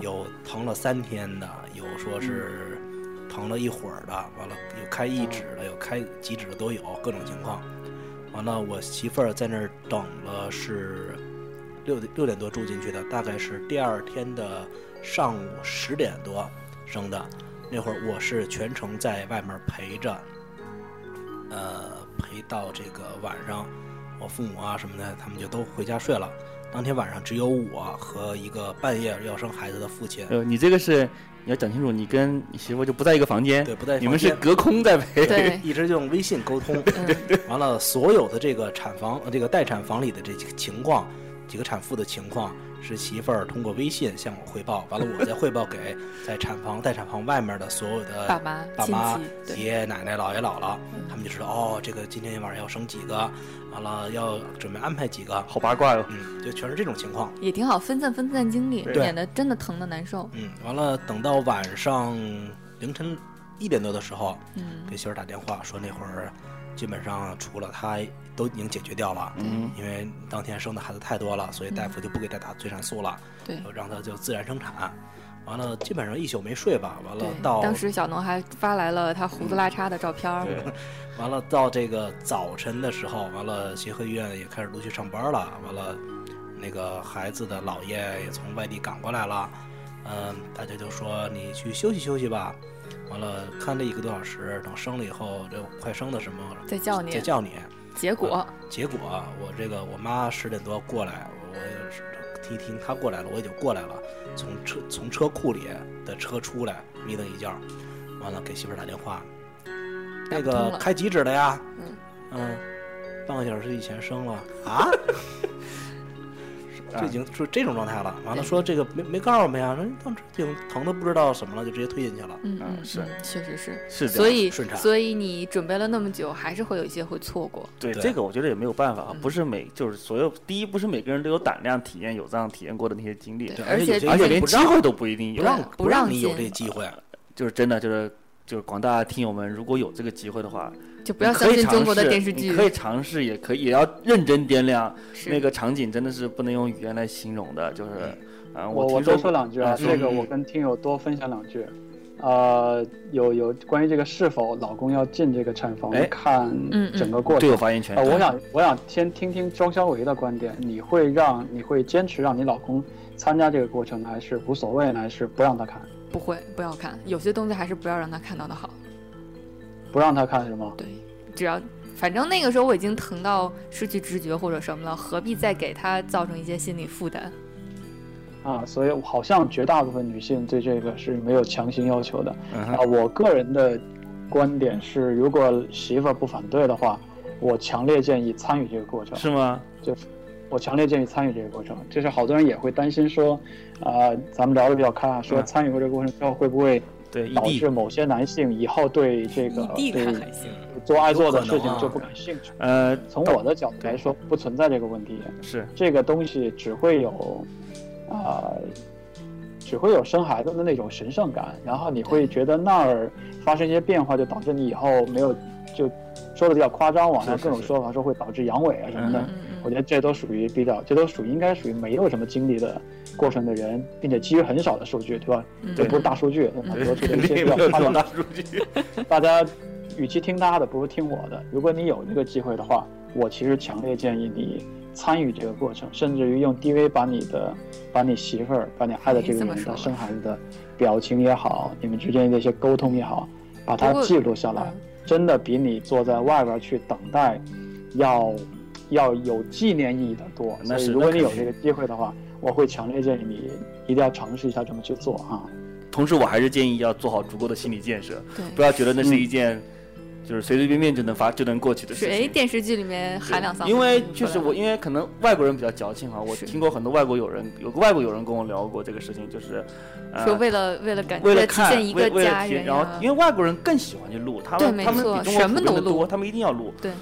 Speaker 4: 有疼了三天的，有说是疼了一会儿的，完了有开一指的，有开几指的都有，各种情况。完了，我媳妇儿在那儿等了是六点六点多住进去的，大概是第二天的上午十点多，生的。那会儿我是全程在外面陪着，呃，陪到这个晚上，我父母啊什么的，他们就都回家睡了。当天晚上只有我和一个半夜要生孩子的父亲，
Speaker 2: 呃，你这个是你要讲清楚，你跟你媳妇就不在一个房间，
Speaker 4: 对，不在
Speaker 2: 呃你们
Speaker 4: 房间，
Speaker 2: 是隔空在陪。
Speaker 5: 对
Speaker 4: 一直就用微信沟通。
Speaker 5: 嗯，
Speaker 4: 完了，所有的这个产房、呃这个待产房里的这个情况，几个产妇的情况，是媳妇儿通过微信向我汇报，完了我再汇报给在产房、待产房外面的所有
Speaker 5: 爸
Speaker 4: 的
Speaker 5: 妈、
Speaker 4: 爸
Speaker 5: 亲
Speaker 4: 妈
Speaker 5: 戚，、
Speaker 4: 爷
Speaker 5: 对，
Speaker 4: 爷奶奶、姥爷姥姥
Speaker 5: 嗯，
Speaker 4: 他们就知道哦，这个今天晚上要生几个，完了要准备安排几个，
Speaker 2: 好八卦哟、
Speaker 4: 嗯，就全是这种情况。
Speaker 5: 也挺好，分散分散精力，
Speaker 2: 对
Speaker 5: 免得真的疼的难受。
Speaker 4: 嗯，完了，等到晚上凌晨一点多的时候，
Speaker 5: 嗯
Speaker 4: 给媳妇儿打电话说那会儿基本上除了她都已经解决掉了，
Speaker 8: 嗯，
Speaker 4: 因为当天生的孩子太多了，所以大夫就不给她打催产素了，
Speaker 5: 嗯对
Speaker 4: 就让她就自然生产。完了，基本上一宿没睡吧。完了
Speaker 5: 对，
Speaker 4: 到
Speaker 5: 当时小农还发来了他胡子拉碴的照片儿，
Speaker 4: 完了到这个早晨的时候，完了协和医院也开始陆续上班了。完了，那个孩子的姥爷也从外地赶过来了。嗯，大家就说你去休息休息吧。完了，看这一个多小时，等生了以后，这快生的什么
Speaker 5: 再叫你
Speaker 4: 再叫你。
Speaker 5: 结果
Speaker 4: 结果啊我这个我妈十点多过来，我也是听一听她过来了，我也就过来了，从车从车库里的车出来，眯瞪一觉，完了给媳妇儿打电话，那
Speaker 5: 打不通
Speaker 4: 个
Speaker 5: 了
Speaker 4: 开几指的呀？
Speaker 5: 嗯
Speaker 4: 嗯半个小时以前生了啊？就已经是 这种状态了。完了说这个没没告诉我们呀，说当时挺疼的，不知道什么了，就直接推进去了。
Speaker 5: 嗯
Speaker 2: 嗯
Speaker 5: 嗯
Speaker 2: 是
Speaker 5: 嗯确实是，
Speaker 2: 是这
Speaker 5: 所
Speaker 2: 样。
Speaker 5: 以
Speaker 4: 顺产
Speaker 5: 所以你准备了那么久，还是会有一些会错过。
Speaker 2: 对
Speaker 4: 对
Speaker 2: 这个，我觉得也没有办法啊
Speaker 5: 嗯，
Speaker 2: 不是每就是所有第一，不是每个人都有胆量体验有这样体验过的那些经历，
Speaker 5: 对
Speaker 4: 而
Speaker 5: 而
Speaker 4: 且
Speaker 5: 且
Speaker 4: 有些
Speaker 2: 而
Speaker 4: 人
Speaker 2: 且
Speaker 5: 这
Speaker 2: 连
Speaker 4: 不
Speaker 2: 机
Speaker 4: 让
Speaker 2: 会都不一定
Speaker 4: 不
Speaker 2: 有。
Speaker 4: 让
Speaker 5: 不
Speaker 4: 不让
Speaker 5: 让
Speaker 4: 你有
Speaker 5: 进
Speaker 4: 这机会，
Speaker 2: 就是真的就是就是广大听友们，如果有这个机会的话，
Speaker 5: 就不
Speaker 2: 不
Speaker 5: 要相信中国的电视剧
Speaker 2: 你，可以尝试，也可以也要认真掂量
Speaker 5: 是
Speaker 2: 那个场景，真的是不能用语言来形容的，就是
Speaker 5: 嗯
Speaker 2: 啊、
Speaker 6: 我
Speaker 2: 听
Speaker 6: 我
Speaker 2: 说
Speaker 6: 多说两句
Speaker 2: 啊
Speaker 6: 啊，
Speaker 2: 说
Speaker 6: 这个我跟听友多分享两句。呃，有有关于这个是否老公要进这个产房
Speaker 2: 哎
Speaker 6: 看
Speaker 5: 嗯
Speaker 6: 整个过
Speaker 2: 对
Speaker 6: 程
Speaker 2: 有。发言权
Speaker 6: 呃，，我想我想先听听周肖维的观点，你会让你会坚持让你老公参加这个过程呢，还是无所谓呢，还是不让他看？
Speaker 5: 不会不要看，有些东西还是不要让他看到的好。
Speaker 6: 不让他看是吗？
Speaker 5: 对，只要反正那个时候我已经疼到失去知觉或者什么了，何必再给他造成一些心理负担？
Speaker 6: 啊，所以好像绝大部分女性对这个是没有强行要求的。
Speaker 2: 嗯哼
Speaker 6: 啊，我个人的观点是，如果媳妇儿不反对的话，我强烈建议参与这个过程。
Speaker 2: 是吗？
Speaker 6: 我强烈建议参与这个过程。就是好多人也会担心说，啊、咱们聊的比较开啊，说
Speaker 2: 嗯
Speaker 6: 参与过这个过程之后会不会
Speaker 2: 对，异
Speaker 6: 导
Speaker 2: 地
Speaker 6: 致某些男性以后对这个
Speaker 5: 异地
Speaker 6: 对
Speaker 5: 看还行，
Speaker 6: 做爱做的
Speaker 4: 有可
Speaker 6: 事
Speaker 4: 能啊
Speaker 6: 情就不感兴趣？
Speaker 2: 呃，
Speaker 6: 从我的角度来说，不存在这个问题。
Speaker 2: 是
Speaker 6: 这个东西只会有，啊、只会有生孩子的那种神圣感，然后你会觉得那儿发生一些变化，就导致你以后没有，就说的比较夸张，网上
Speaker 2: 是是
Speaker 6: 各种说法说会导致阳痿啊什么的。
Speaker 5: 嗯
Speaker 6: 我
Speaker 5: 嗯
Speaker 6: 觉得这都属于比较，这都属于应该属于没有什么经历的过程的人，并且基于很少的数据，对吧？
Speaker 5: 嗯，
Speaker 6: 这
Speaker 5: 对
Speaker 6: 不是大数据，我们得出的 一些比
Speaker 2: 没
Speaker 6: 较
Speaker 2: 有
Speaker 6: 夸
Speaker 2: 这
Speaker 6: 张
Speaker 2: 么
Speaker 6: 的
Speaker 2: 大数据，
Speaker 6: 大家与其听他的，不如听我的。如果你有这个机会的话，我其实强烈建议你参与这个过程，甚至于用 DV 把你的、把你媳妇儿、把你爱的这个
Speaker 5: 哎这么
Speaker 6: 人
Speaker 5: 说
Speaker 6: 的
Speaker 5: 吧
Speaker 6: 生孩子的表情也好，你们之间的一些沟通也好，把它
Speaker 5: 不过
Speaker 6: 记录下来，真的比你坐在外边去等待要要有纪念意义的多。
Speaker 2: 那
Speaker 6: 所以，
Speaker 2: 是
Speaker 6: 如果
Speaker 2: 那
Speaker 6: 你有
Speaker 2: 肯
Speaker 6: 这
Speaker 2: 定
Speaker 6: 个机会的话，我会强烈建议你一定要尝试一下这么去做啊。
Speaker 2: 同时我还是建议要做好足够的心理建设，不
Speaker 5: 对，
Speaker 2: 要觉得那
Speaker 6: 嗯
Speaker 2: 是一件就是随随便便就能发就能过去的事
Speaker 5: 是
Speaker 2: 情。
Speaker 5: 哎，电视剧里面
Speaker 2: 对
Speaker 5: 喊两嗓子，
Speaker 2: 因为
Speaker 5: 嗯
Speaker 2: 确实我，因为可能外国人比较矫情哈，啊我
Speaker 5: 是
Speaker 2: 听过很多外国友人，有个外国友人跟我聊过这个事情，就是，呃
Speaker 5: 说，为了为了感
Speaker 2: 为了
Speaker 5: 体
Speaker 2: 看，
Speaker 5: 现一
Speaker 2: 为
Speaker 5: 个
Speaker 2: 为
Speaker 5: 家
Speaker 2: 了听，
Speaker 5: 人啊
Speaker 2: 然后
Speaker 5: 呀，
Speaker 2: 因为外国人更喜欢去录，他
Speaker 5: 对
Speaker 2: 们
Speaker 5: 没
Speaker 2: 他们
Speaker 5: 错
Speaker 2: 比中国
Speaker 5: 什么
Speaker 2: 普遍
Speaker 5: 都
Speaker 2: 的多，
Speaker 5: 录
Speaker 2: 他们一定要录，
Speaker 5: 对，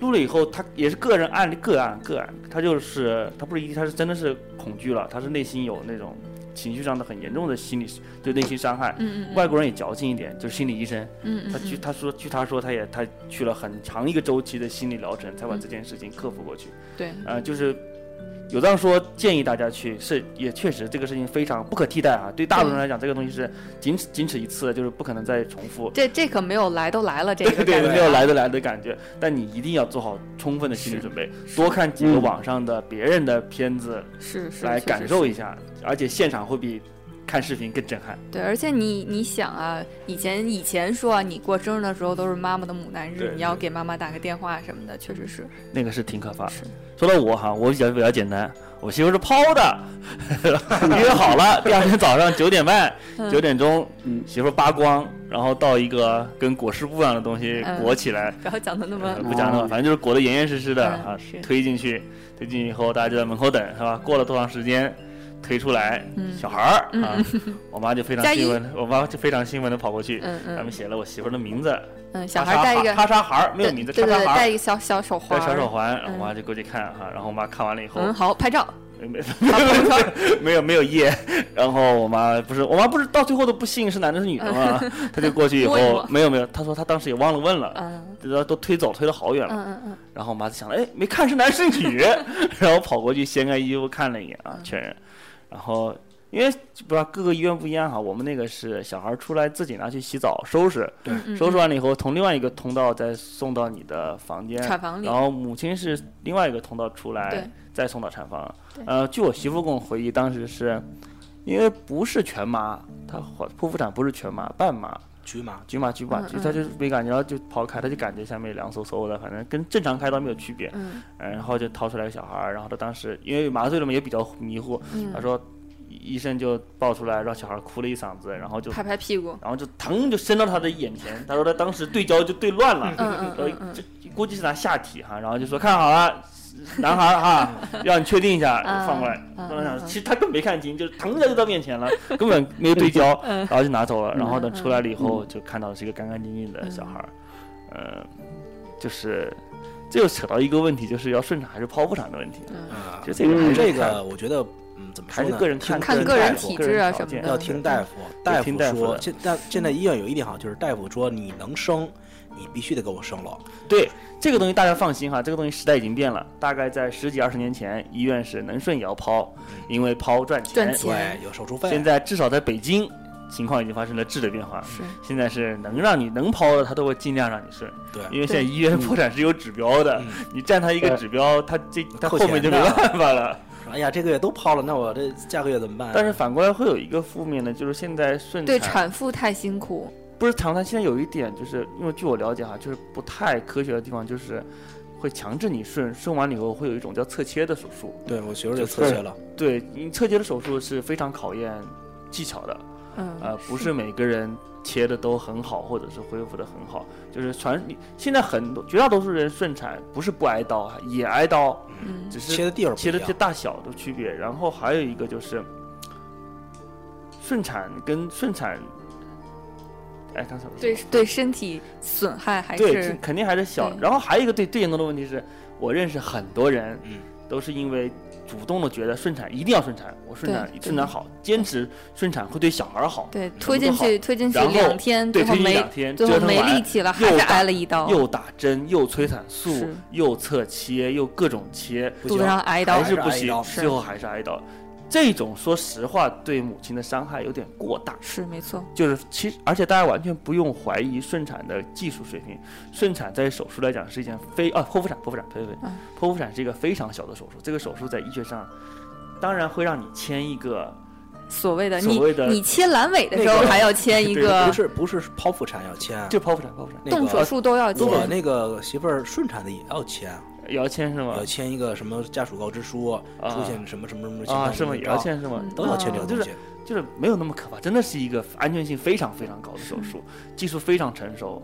Speaker 2: 录了以后，他也是个人案例，个案个案，他就是他不是一，他是真的是恐惧了，他是内心有那种情绪上的很严重的心理对内心伤害。
Speaker 5: 嗯嗯嗯，
Speaker 2: 外国人也矫情一点，就是心理医生，
Speaker 5: 嗯嗯，
Speaker 2: 他
Speaker 5: 嗯
Speaker 2: 据他说，据他说，他也他去了很长一个周期的心理疗程，才把
Speaker 5: 嗯
Speaker 2: 这件事情克服过去。
Speaker 5: 对，
Speaker 2: 呃，就是有这样说，建议大家去，是也确实这个事情非常不可替代啊。对大陆人来讲，这个东西是仅此仅此一次的，就是不可能再重复。
Speaker 5: 这这可没有来都来了这个
Speaker 2: 对
Speaker 5: 感
Speaker 2: 对，
Speaker 5: 觉，啊
Speaker 2: 没有来得来的感觉，但你一定要做好充分的心理
Speaker 5: 是
Speaker 2: 准备，
Speaker 5: 是
Speaker 2: 多看几个
Speaker 6: 嗯
Speaker 2: 网上的别人的片子
Speaker 5: 是是
Speaker 2: 来
Speaker 5: 确
Speaker 2: 感
Speaker 5: 实
Speaker 2: 受
Speaker 5: 是
Speaker 2: 一下，而且现场会比看视频更震撼。
Speaker 5: 对，而且你你想啊，以前以前说啊，你过生日的时候都是妈妈的母难
Speaker 2: 对
Speaker 5: 日，你要
Speaker 2: 对
Speaker 5: 给妈妈打个电话什么的，确实是
Speaker 2: 那个是挺可怕的。
Speaker 5: 是。
Speaker 2: 说到我哈，我比较比较简单，我媳妇是抛的， 约好了，第二天早上九点半、
Speaker 5: 嗯
Speaker 2: 九点钟，
Speaker 6: 嗯
Speaker 2: 媳妇扒光，然后到一个跟裹尸布一样的东西
Speaker 5: 嗯
Speaker 2: 裹起来，
Speaker 5: 不要讲的那么
Speaker 2: 呃不讲了，反正就是裹得严严实实的
Speaker 5: 嗯
Speaker 2: 啊
Speaker 5: 是，
Speaker 2: 推进去，推进去以后大家就在门口等，是吧？过了多长时间？推出来，
Speaker 5: 嗯
Speaker 2: 小孩儿
Speaker 5: 嗯
Speaker 2: 啊， 我妈就非常
Speaker 5: 加一
Speaker 2: 兴奋地，我妈就非常兴奋的跑过去，
Speaker 5: 嗯
Speaker 2: 他
Speaker 5: 嗯
Speaker 2: 们写了我媳妇儿的名字，
Speaker 5: 嗯，小孩带一个
Speaker 2: 叉叉孩儿，没
Speaker 5: 对
Speaker 2: 有名字，叉
Speaker 5: 对
Speaker 2: 叉
Speaker 5: 对，带
Speaker 2: 孩儿，
Speaker 5: 一个小小手
Speaker 2: 带
Speaker 5: 环，
Speaker 2: 小手环，然后我
Speaker 5: 嗯
Speaker 2: 妈就过去看哈，然后我妈看完了以后，
Speaker 5: 嗯，好拍照，
Speaker 2: 没没
Speaker 5: 发朋友圈，
Speaker 2: 没有没有耶，然后我妈不是，我妈不是到最后都不信是男的是女的嘛，她就过去以后
Speaker 5: 嗯摸一摸
Speaker 2: 没有没有，她说她当时也忘了问了，
Speaker 5: 嗯
Speaker 2: 这都都推走推得好远
Speaker 5: 嗯
Speaker 2: 了，
Speaker 5: 嗯嗯，
Speaker 2: 然后我妈就想了，哎，没看是男是 女，然后跑过去掀开衣服看了一眼
Speaker 5: 嗯
Speaker 2: 啊，确认，然后因为不知道各个医院不一样哈，我们那个是小孩出来自己拿去洗澡收拾，
Speaker 5: 嗯嗯
Speaker 2: 收拾完了以后从另外一个通道再送到你的房间，
Speaker 5: 产房里
Speaker 2: 然，后母亲是另外一个通道出来
Speaker 5: 对，
Speaker 2: 再送到产房
Speaker 5: 对。
Speaker 2: 呃，据我媳妇跟我回忆，当时是因为不是全麻，她剖剖腹产不是全麻，半麻，
Speaker 4: 局麻
Speaker 2: 局麻局麻，
Speaker 5: 嗯
Speaker 2: 就她就没感觉到就刨开，她就感觉下面凉飕飕的，反正跟正常开刀没有区别。
Speaker 5: 嗯
Speaker 2: 呃然后就掏出来个小孩儿，然后她当时因为麻醉了嘛，也比较迷糊，她
Speaker 5: 嗯，
Speaker 2: 说医生就抱出来，让小孩哭了一嗓子，然后就
Speaker 5: 拍拍屁股，
Speaker 2: 然后就腾就伸到他的眼前，他说他当时对焦就对乱了，
Speaker 5: 嗯嗯嗯
Speaker 2: 然后
Speaker 5: 嗯
Speaker 2: 这估计是拿下体哈，然后就说看好 了，男孩儿哈，让你确定一下，
Speaker 5: 嗯
Speaker 2: 放过来，放
Speaker 5: 嗯
Speaker 2: 过来
Speaker 5: 嗯嗯
Speaker 2: 其实他根本没看清，就是腾一下就到面前了，根本没有对焦，
Speaker 5: 嗯
Speaker 2: 然后就拿走了，然后
Speaker 5: 嗯
Speaker 2: 等
Speaker 5: 嗯
Speaker 2: 出来了以后就看到是一个干干净净的
Speaker 5: 嗯
Speaker 2: 小孩儿，呃，就是这又扯到一个问题，就是要顺产还是剖腹产的问题，
Speaker 5: 嗯，
Speaker 4: 啊
Speaker 2: 其实这个还是
Speaker 4: 这
Speaker 2: 看
Speaker 4: 个我觉得，嗯，怎么说
Speaker 2: 还
Speaker 4: 呢？
Speaker 2: 是个人看
Speaker 5: 看
Speaker 4: 个人
Speaker 2: 大夫
Speaker 5: 体
Speaker 2: 个人
Speaker 5: 质啊
Speaker 2: 条
Speaker 5: 什么
Speaker 2: 件
Speaker 5: 的
Speaker 4: 要听大夫，
Speaker 2: 对
Speaker 4: 大
Speaker 2: 嗯听
Speaker 4: 夫
Speaker 2: 大夫
Speaker 4: 说，
Speaker 2: 的
Speaker 4: 现但现在医院有一点好，就是大夫说你能生，你必须得给我生了。
Speaker 2: 对这个东西，大家放心哈，这个东西时代已经变了。大概在十几二十年前，医院是能顺也要剖，
Speaker 4: 嗯
Speaker 2: 因为剖赚钱。
Speaker 5: 赚钱
Speaker 4: 对，有手术费。啊
Speaker 2: 现在至少在北京，情况已经发生了质的变化。
Speaker 5: 是，
Speaker 2: 现在是能让你能剖的，他都会尽量让你顺。
Speaker 4: 对
Speaker 2: 因为现在医院破产是有指标的，
Speaker 4: 嗯
Speaker 2: 你占他一个
Speaker 6: 对
Speaker 2: 指标，他这他
Speaker 4: 扣
Speaker 2: 后面
Speaker 4: 钱
Speaker 2: 就没
Speaker 4: 的
Speaker 2: 办法了。
Speaker 4: 哎呀，这个月都抛了，那我这下个月怎么办、啊
Speaker 2: 但是反过来会有一个负面的，就是现在顺
Speaker 5: 对
Speaker 2: 产
Speaker 5: 产妇太辛苦，
Speaker 2: 不是常常现在有一点，就是因为据我了解哈，就是不太科学的地方，就是会强制你顺，顺完了以后会有一种叫侧切的手术。
Speaker 4: 对我媳妇儿就侧切了，
Speaker 2: 对你侧切的手术是非常考验技巧的，
Speaker 5: 嗯，
Speaker 2: 呃，不是每个人切的都很好，或者是恢复的很好。就是传，你现在很多绝大多数人顺产不是不挨刀啊，也挨刀，
Speaker 5: 嗯
Speaker 2: 只是
Speaker 4: 切的地儿不一
Speaker 2: 切的
Speaker 4: 样
Speaker 2: 这大小的区别。然后还有一个就是顺产跟顺产，哎，刚才我说
Speaker 5: 对
Speaker 2: 了
Speaker 5: 对身体损害还
Speaker 2: 对，这
Speaker 5: 是
Speaker 2: 肯定还是小。
Speaker 5: 对
Speaker 2: 然后还有一个对最严重的问题是，我认识很多人，
Speaker 4: 嗯
Speaker 2: 都是因为主动的觉得顺产一定要顺产，我顺产
Speaker 5: 对
Speaker 2: 顺产好，坚持顺产会对小孩儿好，
Speaker 5: 对
Speaker 4: 么
Speaker 5: 推
Speaker 2: 都
Speaker 5: 进
Speaker 2: 好
Speaker 5: 去推进去
Speaker 2: 然后
Speaker 5: 两天，
Speaker 2: 对，
Speaker 5: 最后
Speaker 2: 推进
Speaker 5: 没
Speaker 2: 两天
Speaker 5: 最
Speaker 2: 折
Speaker 5: 后
Speaker 2: 腾
Speaker 5: 没力
Speaker 2: 完，
Speaker 5: 气了，
Speaker 2: 又
Speaker 5: 还是
Speaker 2: 打
Speaker 5: 挨了一刀，
Speaker 2: 又打针，又催产素
Speaker 5: 是，
Speaker 2: 又侧切，又各种切，
Speaker 4: 不
Speaker 5: 肚
Speaker 4: 行
Speaker 5: 子上挨一刀
Speaker 2: 还，是不
Speaker 4: 挨一
Speaker 2: 行，
Speaker 4: 刀
Speaker 2: 最后还是挨刀。这种说实话对母亲的伤害有点过大，
Speaker 5: 是没错，
Speaker 2: 就是其实，而且大家完全不用怀疑顺产的技术水平。顺产在手术来讲是一件非啊剖腹产，剖腹产，呸呸呸
Speaker 5: 嗯，
Speaker 2: 剖腹产是一个非常小的手术。这个手术在医学上，当然会让你签一个
Speaker 5: 所谓的
Speaker 2: 所
Speaker 5: 你
Speaker 2: 谓的
Speaker 5: 你切阑尾的时
Speaker 2: 那
Speaker 5: 候
Speaker 2: 个
Speaker 5: 还要签一
Speaker 2: 对
Speaker 5: 个
Speaker 4: 不是不是剖腹产要签，啊
Speaker 2: 就剖腹产，剖腹产
Speaker 4: 那
Speaker 5: 动手
Speaker 4: 个。
Speaker 5: 术都要
Speaker 4: 如果
Speaker 5: 签，
Speaker 4: 那个媳妇儿顺产的也要签，
Speaker 2: 也要签是吗
Speaker 4: 要？签一个什么家属告知书，
Speaker 2: 啊
Speaker 4: 呃出现什么什么什么情
Speaker 2: 啊，
Speaker 4: 况
Speaker 2: 是吗？也要，签是吗？
Speaker 5: 嗯
Speaker 4: 都要签这个
Speaker 2: 啊
Speaker 4: 东
Speaker 2: 就是
Speaker 4: 西。
Speaker 2: 就是没有那么可怕，真的是一个安全性非常非常高的手术，技术非常成熟，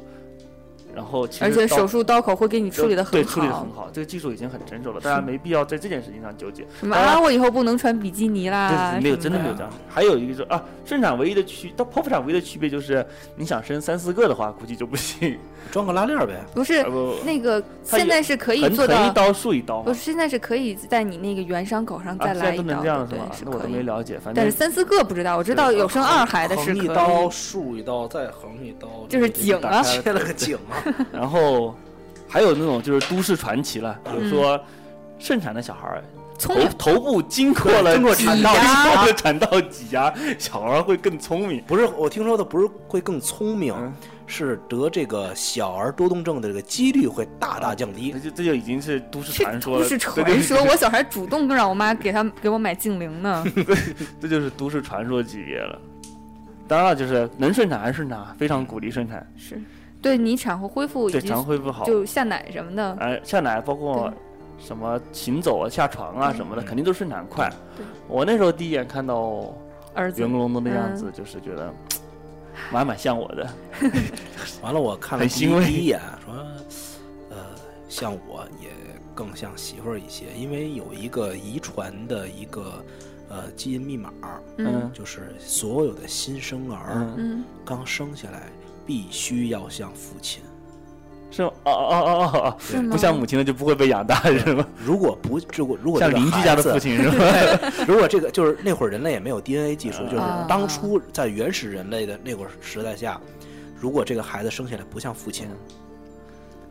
Speaker 2: 然后其实
Speaker 5: 而且
Speaker 2: 到
Speaker 5: 手术刀口会给你处理的
Speaker 2: 对
Speaker 5: 很
Speaker 2: 处理的
Speaker 5: 好
Speaker 2: 很，好，这个技术已经很成熟了，大家没必要在这件事情上纠结。
Speaker 5: 什么
Speaker 2: 当然
Speaker 5: 啊，我以后不能穿比基尼啦，
Speaker 2: 对，没有，
Speaker 5: 什
Speaker 2: 真
Speaker 5: 么
Speaker 2: 的没有这样。还有一个就是啊，顺产唯一的区，到剖腹产唯一的区别就是，你想生三四个的话，估计就不行。
Speaker 4: 装个拉链儿呗。
Speaker 5: 不是
Speaker 2: 啊不，
Speaker 5: 那个
Speaker 2: 它也
Speaker 5: 现在是可以
Speaker 2: 横
Speaker 5: 做
Speaker 2: 横一
Speaker 5: 到，
Speaker 2: 刀竖一刀
Speaker 5: 不
Speaker 2: 嘛。
Speaker 5: 是现在是可以在你那个原伤口上
Speaker 2: 啊，
Speaker 5: 再
Speaker 2: 现
Speaker 5: 来
Speaker 2: 在
Speaker 5: 一
Speaker 2: 都能
Speaker 5: 刀
Speaker 2: 这样了是
Speaker 5: 的，对
Speaker 2: 吗？，啊
Speaker 5: 是
Speaker 2: 那我
Speaker 5: 可
Speaker 2: 都没
Speaker 5: 以。
Speaker 2: 了解，反
Speaker 5: 但
Speaker 2: 正
Speaker 5: 是三四个不知道，我知道有生二孩的是
Speaker 4: 横
Speaker 5: 可
Speaker 4: 一
Speaker 5: 以，
Speaker 4: 刀，竖一刀，再横一刀，
Speaker 5: 就是井啊，
Speaker 4: 切了个井啊。
Speaker 2: 然后还有那种就是都市传奇了，比如
Speaker 5: 嗯
Speaker 2: 说盛产的小孩儿
Speaker 5: 聪
Speaker 2: 头
Speaker 5: 明，
Speaker 2: 头部经过了
Speaker 4: 经过
Speaker 2: 挤
Speaker 4: 产
Speaker 5: 道
Speaker 2: 压，经过产道挤压，小孩儿会更聪明。
Speaker 4: 不是，我听说的不是会更聪明，
Speaker 2: 嗯
Speaker 4: 是得这个小儿多动症的这个几率会大大降低
Speaker 2: 这。就这就已经是都市
Speaker 5: 这
Speaker 2: 传说
Speaker 5: 都
Speaker 2: 了，
Speaker 5: 市
Speaker 2: 这就
Speaker 5: 传说，我小孩主动让我妈给他给我买精 灵呢。
Speaker 2: 这就是都市传说级别了。当然了，就是能顺产还是顺产，啊非常鼓励顺产，
Speaker 5: 是，对你产后恢复以
Speaker 2: 对
Speaker 5: 及
Speaker 2: 肠恢复好，
Speaker 5: 就下奶什么的，
Speaker 2: 哎，下奶包括
Speaker 5: 对嗯
Speaker 2: 什么行走啊、下床啊什么的，肯定都顺产快
Speaker 5: 对。
Speaker 2: 我那时候第一眼看到
Speaker 5: 儿子
Speaker 2: 袁国龙的那
Speaker 5: 嗯
Speaker 2: 样子，就是觉得蛮蛮像我的，
Speaker 4: 完了，我看了
Speaker 2: 很
Speaker 4: 第
Speaker 2: 欣慰
Speaker 4: 一第一眼，说，呃，像我也更像媳妇儿一些，因为有一个遗传的一个呃基因密码，
Speaker 5: 嗯
Speaker 4: 就是所有的新生儿
Speaker 2: 嗯，
Speaker 5: 嗯，
Speaker 4: 刚生下来必须要像父亲，
Speaker 2: 是吗？哦哦哦哦哦，
Speaker 5: 是吗？
Speaker 2: 不像母亲的就不会被养大是吗？
Speaker 4: 如果不如果如果这
Speaker 2: 像
Speaker 4: 个
Speaker 2: 邻居
Speaker 4: 孩
Speaker 2: 家的
Speaker 4: 子
Speaker 2: 父亲是吗？
Speaker 4: 如果这个就是那会儿人类也没有 DNA 技
Speaker 2: 嗯
Speaker 4: 术，就是
Speaker 5: 啊
Speaker 4: 当初在原始人类的那会儿时代下，如果这个孩子生下来不像父亲，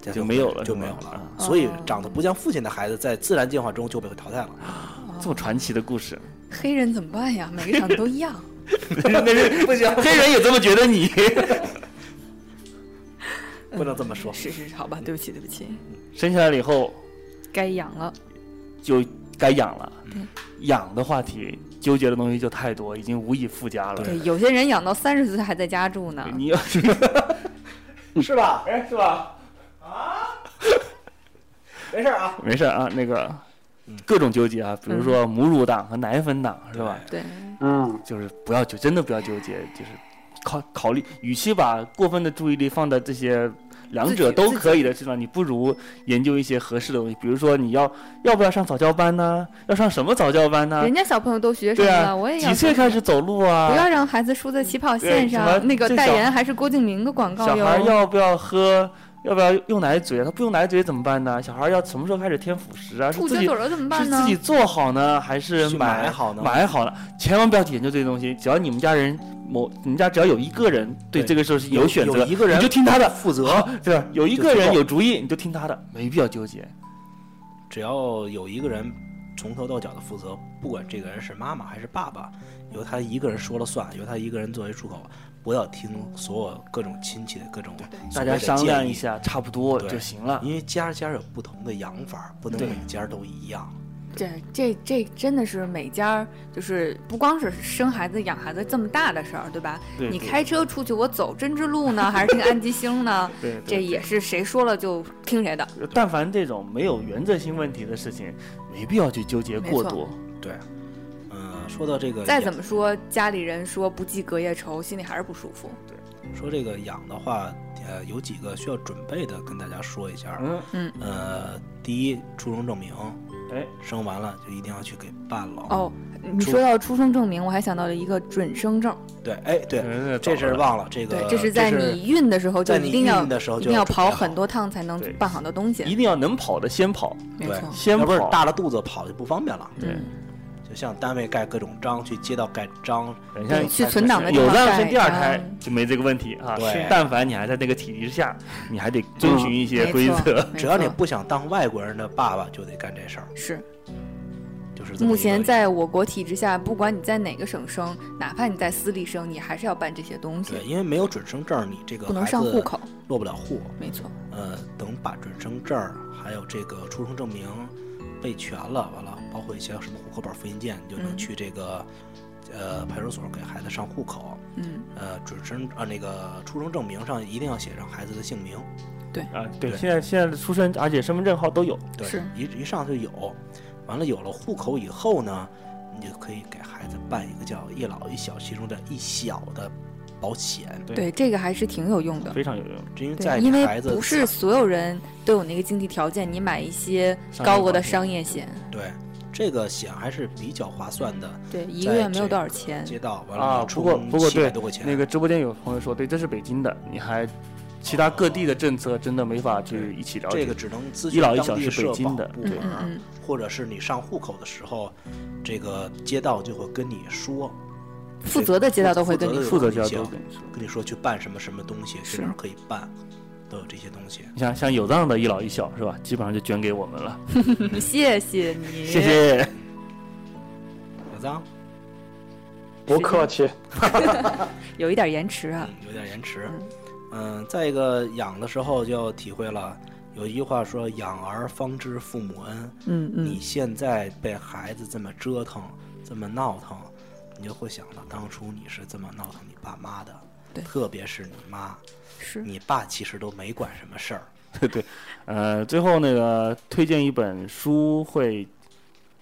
Speaker 4: 这
Speaker 2: 嗯就没有了
Speaker 4: 就是
Speaker 2: 吗
Speaker 4: 没有了。
Speaker 2: 啊
Speaker 4: 所以长得不像父亲的孩子，在自然进化中就被淘汰了。
Speaker 2: 这么传奇的故事，
Speaker 5: 黑人怎么办呀？每个厂都一样。
Speaker 4: 不行，
Speaker 2: 黑人也这么觉得你。
Speaker 4: 不能这么说。
Speaker 5: 是是，是好吧，对不起对不起，
Speaker 2: 生下来了以后
Speaker 5: 该养了。
Speaker 2: 就该养了
Speaker 5: 对，
Speaker 2: 养的话题纠结的东西就太多，已经无以复加了。
Speaker 5: 对，有些人养到三十岁还在家住呢。
Speaker 2: 你要是
Speaker 4: 是吧？
Speaker 2: 哎 是吧？
Speaker 4: 没事啊。
Speaker 2: 没事啊，那个各种纠结啊，比如说母乳党和奶粉党是吧？
Speaker 5: 对，
Speaker 6: 嗯，
Speaker 2: 就是不要纠，真的不要纠结，就是考考虑，与其把过分的注意力放在这些两者都可以的地方，你不如研究一些合适的东西，比如说你要要不要上早教班呢？要上什么早教班呢
Speaker 5: 人？家小朋友都学什
Speaker 2: 啊对
Speaker 5: 么
Speaker 2: 啊
Speaker 5: 了？我也要
Speaker 2: 几岁
Speaker 5: 学
Speaker 2: 开始走路啊？
Speaker 5: 不要让孩子输在起跑线
Speaker 2: 对什么
Speaker 5: 上。那个
Speaker 2: 这
Speaker 5: 代
Speaker 2: 小
Speaker 5: 言还是郭敬明的广告
Speaker 2: 小
Speaker 5: 哟。
Speaker 2: 孩儿要不要喝？要不要用奶嘴啊？他不用奶嘴怎么办呢？小孩儿要什么时候开始添辅食啊？是
Speaker 5: 吐
Speaker 2: 自
Speaker 5: 血
Speaker 2: 己
Speaker 5: 嘴了怎么
Speaker 2: 是
Speaker 5: 办呢
Speaker 2: 自？己做好呢，还是
Speaker 4: 去
Speaker 2: 买
Speaker 4: 买好呢
Speaker 2: 买好了，千万不要去研究这些东西。只要你们家人某你们家只要有一个人对
Speaker 4: 对
Speaker 2: 这个事儿是有选择，
Speaker 4: 有一个人
Speaker 2: 你就听他的，
Speaker 4: 负责，
Speaker 2: 啊对吧？有一
Speaker 4: 就
Speaker 2: 个
Speaker 4: 足
Speaker 2: 人
Speaker 4: 够
Speaker 2: 有主意，你就听他的，没必要纠结。
Speaker 4: 只要有一个人从头到脚的负责，不管这个人是妈妈还是爸爸，由他一个人说了算，由他一个人作为出口，不要听所有各种亲戚的各种
Speaker 2: 大
Speaker 4: 所谓
Speaker 2: 家
Speaker 4: 的
Speaker 2: 商量
Speaker 4: 建
Speaker 2: 一
Speaker 4: 议。
Speaker 2: 下，差不多
Speaker 4: 对
Speaker 2: 就行
Speaker 5: 啊
Speaker 2: 了。
Speaker 4: 因为家家有不同的养法，不能
Speaker 2: 对
Speaker 4: 每家都一样。
Speaker 5: 这这这真的是每家儿就是不光是生孩子养孩子这么大的事儿，对吧？
Speaker 2: 对
Speaker 5: 你
Speaker 2: 对
Speaker 5: 开车出去，我走针织路呢， 还是听安吉星呢？
Speaker 2: 对，对
Speaker 5: 这也是谁说了就听谁的。
Speaker 2: 但凡这种没有原则性问题的事情，没必要去纠结
Speaker 5: 没
Speaker 2: 过
Speaker 5: 错
Speaker 2: 多。
Speaker 4: 对，嗯，说到这个养，
Speaker 5: 再怎么说，家里人说不计隔夜仇，心里还是不舒服。
Speaker 4: 说这个养的话，呃，有几个需要准备的，跟大家说一下。
Speaker 2: 嗯，
Speaker 5: 嗯，
Speaker 4: 呃，第一，出生证明，
Speaker 2: 哎，
Speaker 4: 生完了就一定要去给办了。，
Speaker 5: 哦，你
Speaker 4: 出
Speaker 5: 说到出生证明，我还想到了一个准生证，
Speaker 4: 对，哎，对，
Speaker 2: 嗯
Speaker 4: 这事儿忘了，这个
Speaker 5: 对，这是在你孕的时候就
Speaker 4: 在
Speaker 5: 一
Speaker 4: 你
Speaker 5: 定要
Speaker 4: 孕的时候
Speaker 5: 一
Speaker 4: 就
Speaker 5: 定
Speaker 4: 要
Speaker 5: 要
Speaker 4: 准备
Speaker 5: 跑
Speaker 4: 好
Speaker 5: 很多趟才能
Speaker 2: 对
Speaker 5: 办好多东西，
Speaker 2: 一定要能跑的先跑，
Speaker 5: 没
Speaker 4: 对
Speaker 5: 错。
Speaker 2: 先
Speaker 4: 要不
Speaker 2: 跑
Speaker 4: 然。大了肚子跑就不方便了。
Speaker 2: 对
Speaker 5: 嗯，
Speaker 4: 就像单位盖各种章，去街道盖章，
Speaker 2: 等一下
Speaker 5: 对去存档的地
Speaker 2: 有
Speaker 5: 方啊
Speaker 2: 了
Speaker 5: 盖
Speaker 2: 生第二
Speaker 4: 啊
Speaker 5: 章
Speaker 2: 胎就没这个问题啊。
Speaker 4: 对
Speaker 2: 是但凡你还在那个体制下，你还得遵
Speaker 4: 嗯
Speaker 2: 循一些
Speaker 5: 没
Speaker 2: 规
Speaker 5: 错
Speaker 2: 则。
Speaker 5: 没
Speaker 4: 只要你
Speaker 5: 错
Speaker 4: 不想当外国人的爸爸，就得干这事儿，
Speaker 5: 是
Speaker 4: 就是这么
Speaker 5: 目
Speaker 4: 一个
Speaker 5: 前在我国体制下，不管你在哪个省生，哪怕你在私立生，你还是要办这些东西
Speaker 4: 对，，因为没有准生证，你这个
Speaker 5: 不能
Speaker 4: 孩
Speaker 5: 上
Speaker 4: 子
Speaker 5: 户口，
Speaker 4: 落不了户。
Speaker 5: 没错。
Speaker 4: 呃，等把准生证儿还有这个出生证明备全了，完了，包括一些什么户口本复印件，你就能
Speaker 5: 嗯
Speaker 4: 去这个、呃派出所给孩子上户口。
Speaker 5: 嗯，
Speaker 4: 呃，准生啊、那个出生证明上一定要写上孩子的姓名，
Speaker 2: 啊，对，
Speaker 4: 对
Speaker 2: 现在现在的出生，而且身份证号都有。
Speaker 4: 对，
Speaker 5: 是
Speaker 4: 一一上就有。完了，有了户口以后呢，你就可以给孩子办一个叫一老一小其中的一小的保险，
Speaker 2: 对
Speaker 5: 对，这个还是挺有用的。
Speaker 2: 非常有用，
Speaker 4: 因为在
Speaker 5: 对，
Speaker 4: 你
Speaker 5: 因
Speaker 4: 孩
Speaker 5: 为
Speaker 4: 子
Speaker 5: 不是所有人都有那个经济条件，你买一些
Speaker 2: 商业
Speaker 5: 高额的
Speaker 2: 保险
Speaker 5: 商业险，
Speaker 4: 对这个险还是比较划算的。
Speaker 5: 对，一个月没有多少钱。
Speaker 4: 街道完
Speaker 2: 啊
Speaker 4: 了，
Speaker 2: 不过不过
Speaker 4: 七百
Speaker 2: 对
Speaker 4: 多块钱，
Speaker 2: 那个直播间有朋友说，对，这是北京的，你还其他各地的政策真的没法去一起了
Speaker 4: 这
Speaker 2: 解
Speaker 4: 个。只能咨
Speaker 2: 一
Speaker 4: 询
Speaker 2: 老
Speaker 4: 当
Speaker 2: 一
Speaker 4: 地
Speaker 2: 小是
Speaker 4: 社
Speaker 2: 北
Speaker 4: 保
Speaker 2: 京的
Speaker 4: 部
Speaker 5: 嗯
Speaker 4: 门
Speaker 5: 嗯
Speaker 4: 儿，
Speaker 5: 嗯，
Speaker 4: 或者是你上户口的时候，这个街道就会跟你说，
Speaker 5: 负责的街道都会跟你
Speaker 4: 这
Speaker 5: 说。
Speaker 2: 负责
Speaker 4: 这
Speaker 2: 交都
Speaker 4: 个
Speaker 2: 跟你说，
Speaker 4: 跟你说去办什么什么东西，
Speaker 5: 是
Speaker 4: 去哪儿可以办，都有这些东西。
Speaker 2: 你像像有藏的一老一小是吧？基本上就捐给我们了，
Speaker 5: 谢谢你，
Speaker 2: 谢。谢。
Speaker 4: 小张，
Speaker 6: 不客气。
Speaker 5: 有一点延迟啊啊
Speaker 4: 嗯，，有点延迟
Speaker 5: 嗯。
Speaker 4: 嗯，再一个养的时候就体会了，有一句话说“养儿方知父母恩”。
Speaker 3: 嗯
Speaker 4: 你现在被孩子这么折腾，这么闹腾，你就会想到当初你是这么闹腾你爸妈的，
Speaker 3: 对
Speaker 4: 特别是你妈，
Speaker 3: 是
Speaker 4: 你爸其实都没管什么事儿。
Speaker 2: 对对，呃，最后那个推荐一本书会。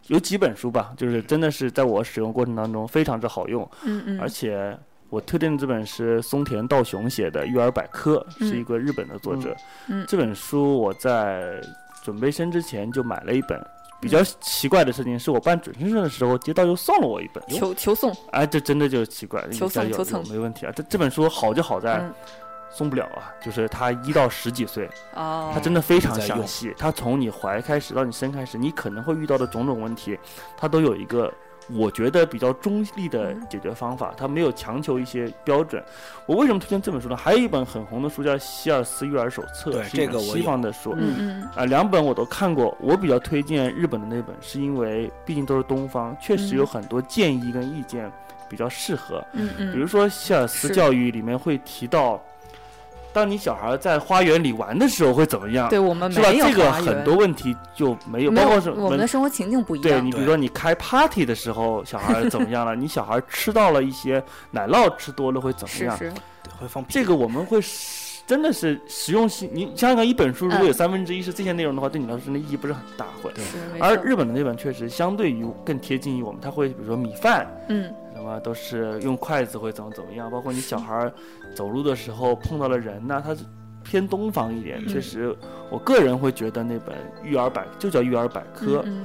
Speaker 2: 有几本书吧，就是真的是在我使用过程当中非常之好用，
Speaker 3: 嗯嗯，
Speaker 2: 而且我推荐的这本是松田道雄写的《育儿百科》，
Speaker 3: 嗯
Speaker 2: 是一个日本的作者。
Speaker 3: 嗯嗯
Speaker 2: 这本书我在准备生之前就买了一
Speaker 5: 嗯
Speaker 2: 本。比较奇怪的事情是我办准新证的时候，街道又送了我一本。
Speaker 5: 求求送，
Speaker 2: 哎，这真的就是奇怪，
Speaker 5: 求
Speaker 2: 有
Speaker 5: 送
Speaker 2: 有
Speaker 5: 求送
Speaker 2: 有没问题啊。这这本书好就好在、
Speaker 5: 嗯
Speaker 2: 送不了啊，就是他一到十几岁，
Speaker 5: 哦，
Speaker 2: 他真的非常
Speaker 4: 在
Speaker 2: 详
Speaker 4: 用
Speaker 2: 细，他从你怀开始到你生开始，你可能会遇到的种种问题，他都有一个我觉得比较中立的
Speaker 5: 嗯
Speaker 2: 解决方法，他没有强求一些标准。我为什么推荐这本书呢？还有一本很红的书叫《希尔斯育儿手册》，
Speaker 4: 对
Speaker 2: 是一
Speaker 4: 这
Speaker 2: 本
Speaker 4: 个我
Speaker 2: 西
Speaker 4: 有
Speaker 2: 方的书。
Speaker 5: 嗯嗯
Speaker 2: 啊，两本我都看过，我比较推荐日本的那本，是因为毕竟都是东方，确实有
Speaker 5: 嗯
Speaker 2: 很多建议跟意见比较适合。
Speaker 5: 嗯嗯，
Speaker 2: 比如说希尔斯
Speaker 5: 是
Speaker 2: 教育里面会提到，当你小孩在花园里玩的时候会怎么样？
Speaker 5: 对我们
Speaker 2: 是吧？
Speaker 5: 呃没有
Speaker 2: 这个
Speaker 5: 花园
Speaker 2: 很多问题就没有，
Speaker 5: 没
Speaker 2: 包括
Speaker 5: 有
Speaker 2: 什
Speaker 5: 我们
Speaker 2: 么
Speaker 5: 的。生活情境不一
Speaker 2: 对
Speaker 5: 样，
Speaker 2: 你，比如
Speaker 4: 对
Speaker 2: 说你开 party 的时候，小孩儿怎么样了？ 你小孩儿吃到了一些奶酪，吃多了会怎么
Speaker 5: 是
Speaker 2: 样？
Speaker 5: 是，
Speaker 4: 对会放屁
Speaker 2: 这个我们会实真的是实用性。你想想看，一本书如
Speaker 5: 嗯
Speaker 2: 果有三分之一是这些内容的话，对你来说真的意义不是很大，会。
Speaker 5: 是没
Speaker 2: 而
Speaker 5: 错
Speaker 2: 日本的那本确实相对于更贴近于我们，它会比如说米饭，
Speaker 5: 嗯
Speaker 2: 什么都是用筷子会怎么怎么样，包括你小孩儿走路的时候碰到了人呐，它是偏东方一点。
Speaker 5: 嗯
Speaker 2: 确实，我个人会觉得那本《育儿百》就叫《育儿百科》
Speaker 5: 嗯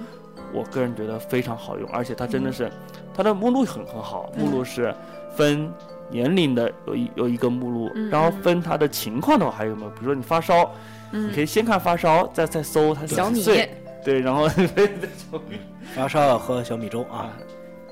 Speaker 2: 我个人觉得非常好用，而且它真的是、它的目录很很好，
Speaker 5: 嗯
Speaker 2: 目录是分。年龄的有一有一个目录，
Speaker 5: 嗯
Speaker 2: 然后
Speaker 5: 嗯
Speaker 2: 分它的情况的话还有没有？比如说你发烧，
Speaker 5: 嗯，
Speaker 2: 你可以先看发烧，再再搜他
Speaker 5: 小
Speaker 2: 几
Speaker 5: 米，
Speaker 2: 岁，对，然后
Speaker 4: 发烧要喝小米粥啊
Speaker 2: 啊，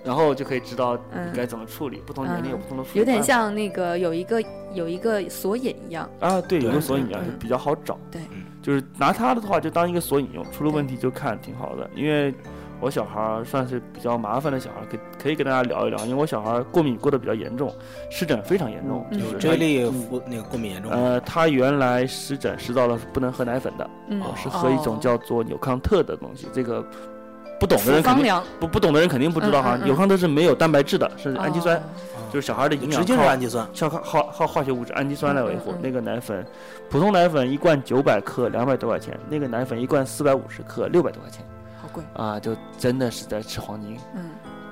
Speaker 2: 然后就可以知道
Speaker 5: 嗯
Speaker 2: 你该怎么处理。不同年龄有不同的处理，
Speaker 5: 有点像那个有一个有一个索引一样，
Speaker 2: 啊，对，有
Speaker 4: 对
Speaker 2: 个索引啊，
Speaker 5: 嗯
Speaker 2: 就比较好找。
Speaker 5: 对
Speaker 4: 嗯
Speaker 2: 就是拿它的话，就当一个索引用，出了问题就看，挺好的。因为我小孩儿算是比较麻烦的小孩儿，可可以跟大家聊一聊，因为我小孩儿过敏过得比较严重，湿疹非常严重，
Speaker 5: 嗯
Speaker 2: 就是
Speaker 4: 这
Speaker 2: 他
Speaker 4: 里服那个过敏严重吗，
Speaker 2: 呃，他原来湿疹湿到了是不能喝奶粉的，
Speaker 5: 嗯，
Speaker 2: 哦是喝一种叫做纽康特的东西，这个。不懂的
Speaker 5: 复
Speaker 2: 人肯
Speaker 5: 方
Speaker 2: 定
Speaker 5: 粮，
Speaker 2: 不不懂的人肯定不知道哈
Speaker 5: 嗯嗯，嗯
Speaker 2: 纽康特是没有蛋白质的，是氨基酸，
Speaker 5: 哦
Speaker 2: 就是小孩儿的
Speaker 4: 你
Speaker 2: 营养
Speaker 4: 直接是
Speaker 2: 靠
Speaker 4: 氨基酸，
Speaker 2: 像靠靠靠化学物质氨基酸来维护
Speaker 5: 嗯嗯。嗯
Speaker 2: 那个奶粉，普通奶粉一罐九百克，两百多块钱；那个奶粉一罐四百五十克，六百多块钱
Speaker 5: 好贵，
Speaker 2: 啊，就真的是在吃黄金，
Speaker 5: 嗯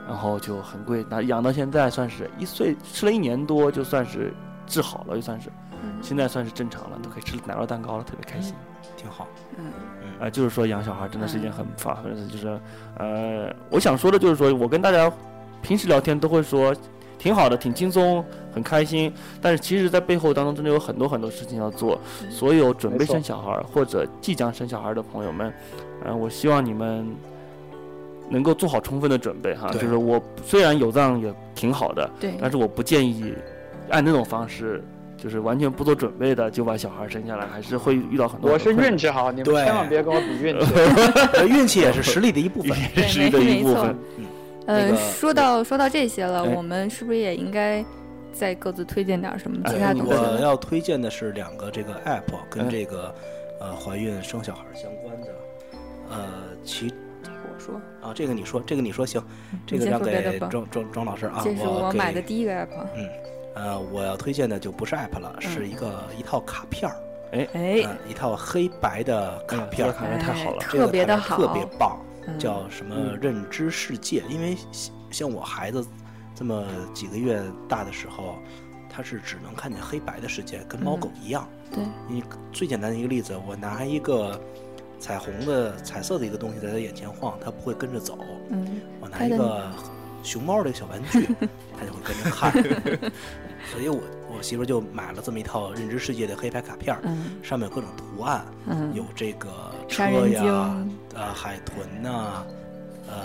Speaker 2: 然后就很贵。那养到现在算是一岁吃了一年多，就算是治好了，就算是
Speaker 5: 嗯
Speaker 2: 现在算是正常了，都可以吃奶酪蛋糕了，特别开心。
Speaker 4: 挺 好。
Speaker 5: 嗯
Speaker 2: 啊、就是说养小孩真的
Speaker 6: 嗯
Speaker 2: 是一件很麻烦的事，就是，呃，我想说的就是说，我跟大家平时聊天都会说挺好的，挺轻松，很开心，但是其实，在背后当中真的有很多很多事情要做。
Speaker 5: 嗯
Speaker 2: 所有准备
Speaker 6: 没错
Speaker 2: 生小孩或者即将生小孩的朋友们，呃，我希望你们能够做好充分的准备哈。
Speaker 4: 对
Speaker 2: 就是我虽然有藏也挺好的，
Speaker 5: 对，
Speaker 6: 嗯
Speaker 2: 但是我不建议按那种方式。就是完全不做准备的就把小孩生下来，还是会遇到很多。
Speaker 6: 我是运气好，你们
Speaker 4: 对
Speaker 6: 千万别跟我比运气。
Speaker 4: 呃运气也是实力的一部分。
Speaker 2: 也是的一部分
Speaker 5: 没错。
Speaker 4: 嗯那
Speaker 5: 呃，
Speaker 4: 个
Speaker 5: 说到说到这些了，
Speaker 2: 哎
Speaker 5: 我们是不是也应该再各自推荐点什么
Speaker 2: 哎
Speaker 5: 其他东西
Speaker 2: 对
Speaker 4: 嗯我
Speaker 5: 呢？
Speaker 4: 要推荐的是两个这个 app 跟
Speaker 2: 嗯
Speaker 4: 这个呃怀孕生小孩相关的，呃，其
Speaker 5: 我说，
Speaker 4: 啊这个你说，这个你说行，这
Speaker 5: 嗯你
Speaker 4: 个
Speaker 5: 先
Speaker 4: 让
Speaker 5: 说别的
Speaker 4: 给
Speaker 5: 吧
Speaker 4: 庄庄庄老师啊，
Speaker 5: 这是
Speaker 4: 我
Speaker 5: 我
Speaker 4: 给
Speaker 5: 买的第一个 app。啊
Speaker 4: 呃，我要推荐的就不是 app 了，是一个一套卡片儿，
Speaker 5: 嗯哎，
Speaker 4: 呃一套黑白的卡片儿
Speaker 2: 嗯，卡片太好了
Speaker 5: 哎
Speaker 4: 这个
Speaker 5: 特别的
Speaker 4: 卡
Speaker 5: 好，
Speaker 4: 片儿特别棒，
Speaker 5: 嗯
Speaker 4: 叫什么认知世界，因为像像我孩子这么几个月大的时候，他是只能看见黑白的世界，跟猫
Speaker 5: 嗯
Speaker 4: 狗一样。
Speaker 5: 对，
Speaker 4: 你最简单的一个例子，我拿一个彩虹的彩色的一个东西在他眼前晃，他不会跟着走；
Speaker 5: 嗯，
Speaker 4: 我拿
Speaker 5: 它
Speaker 4: 一
Speaker 5: 的
Speaker 4: 个熊猫的小玩 具，他就会跟着看。所以我我媳妇儿就买了这么一套认知世界的黑白卡片儿，
Speaker 5: 嗯
Speaker 4: 上面有各种图案，
Speaker 5: 嗯，
Speaker 4: 有这个车
Speaker 5: 杀人
Speaker 4: 呀
Speaker 5: 鲸，
Speaker 4: 呃，海豚呐、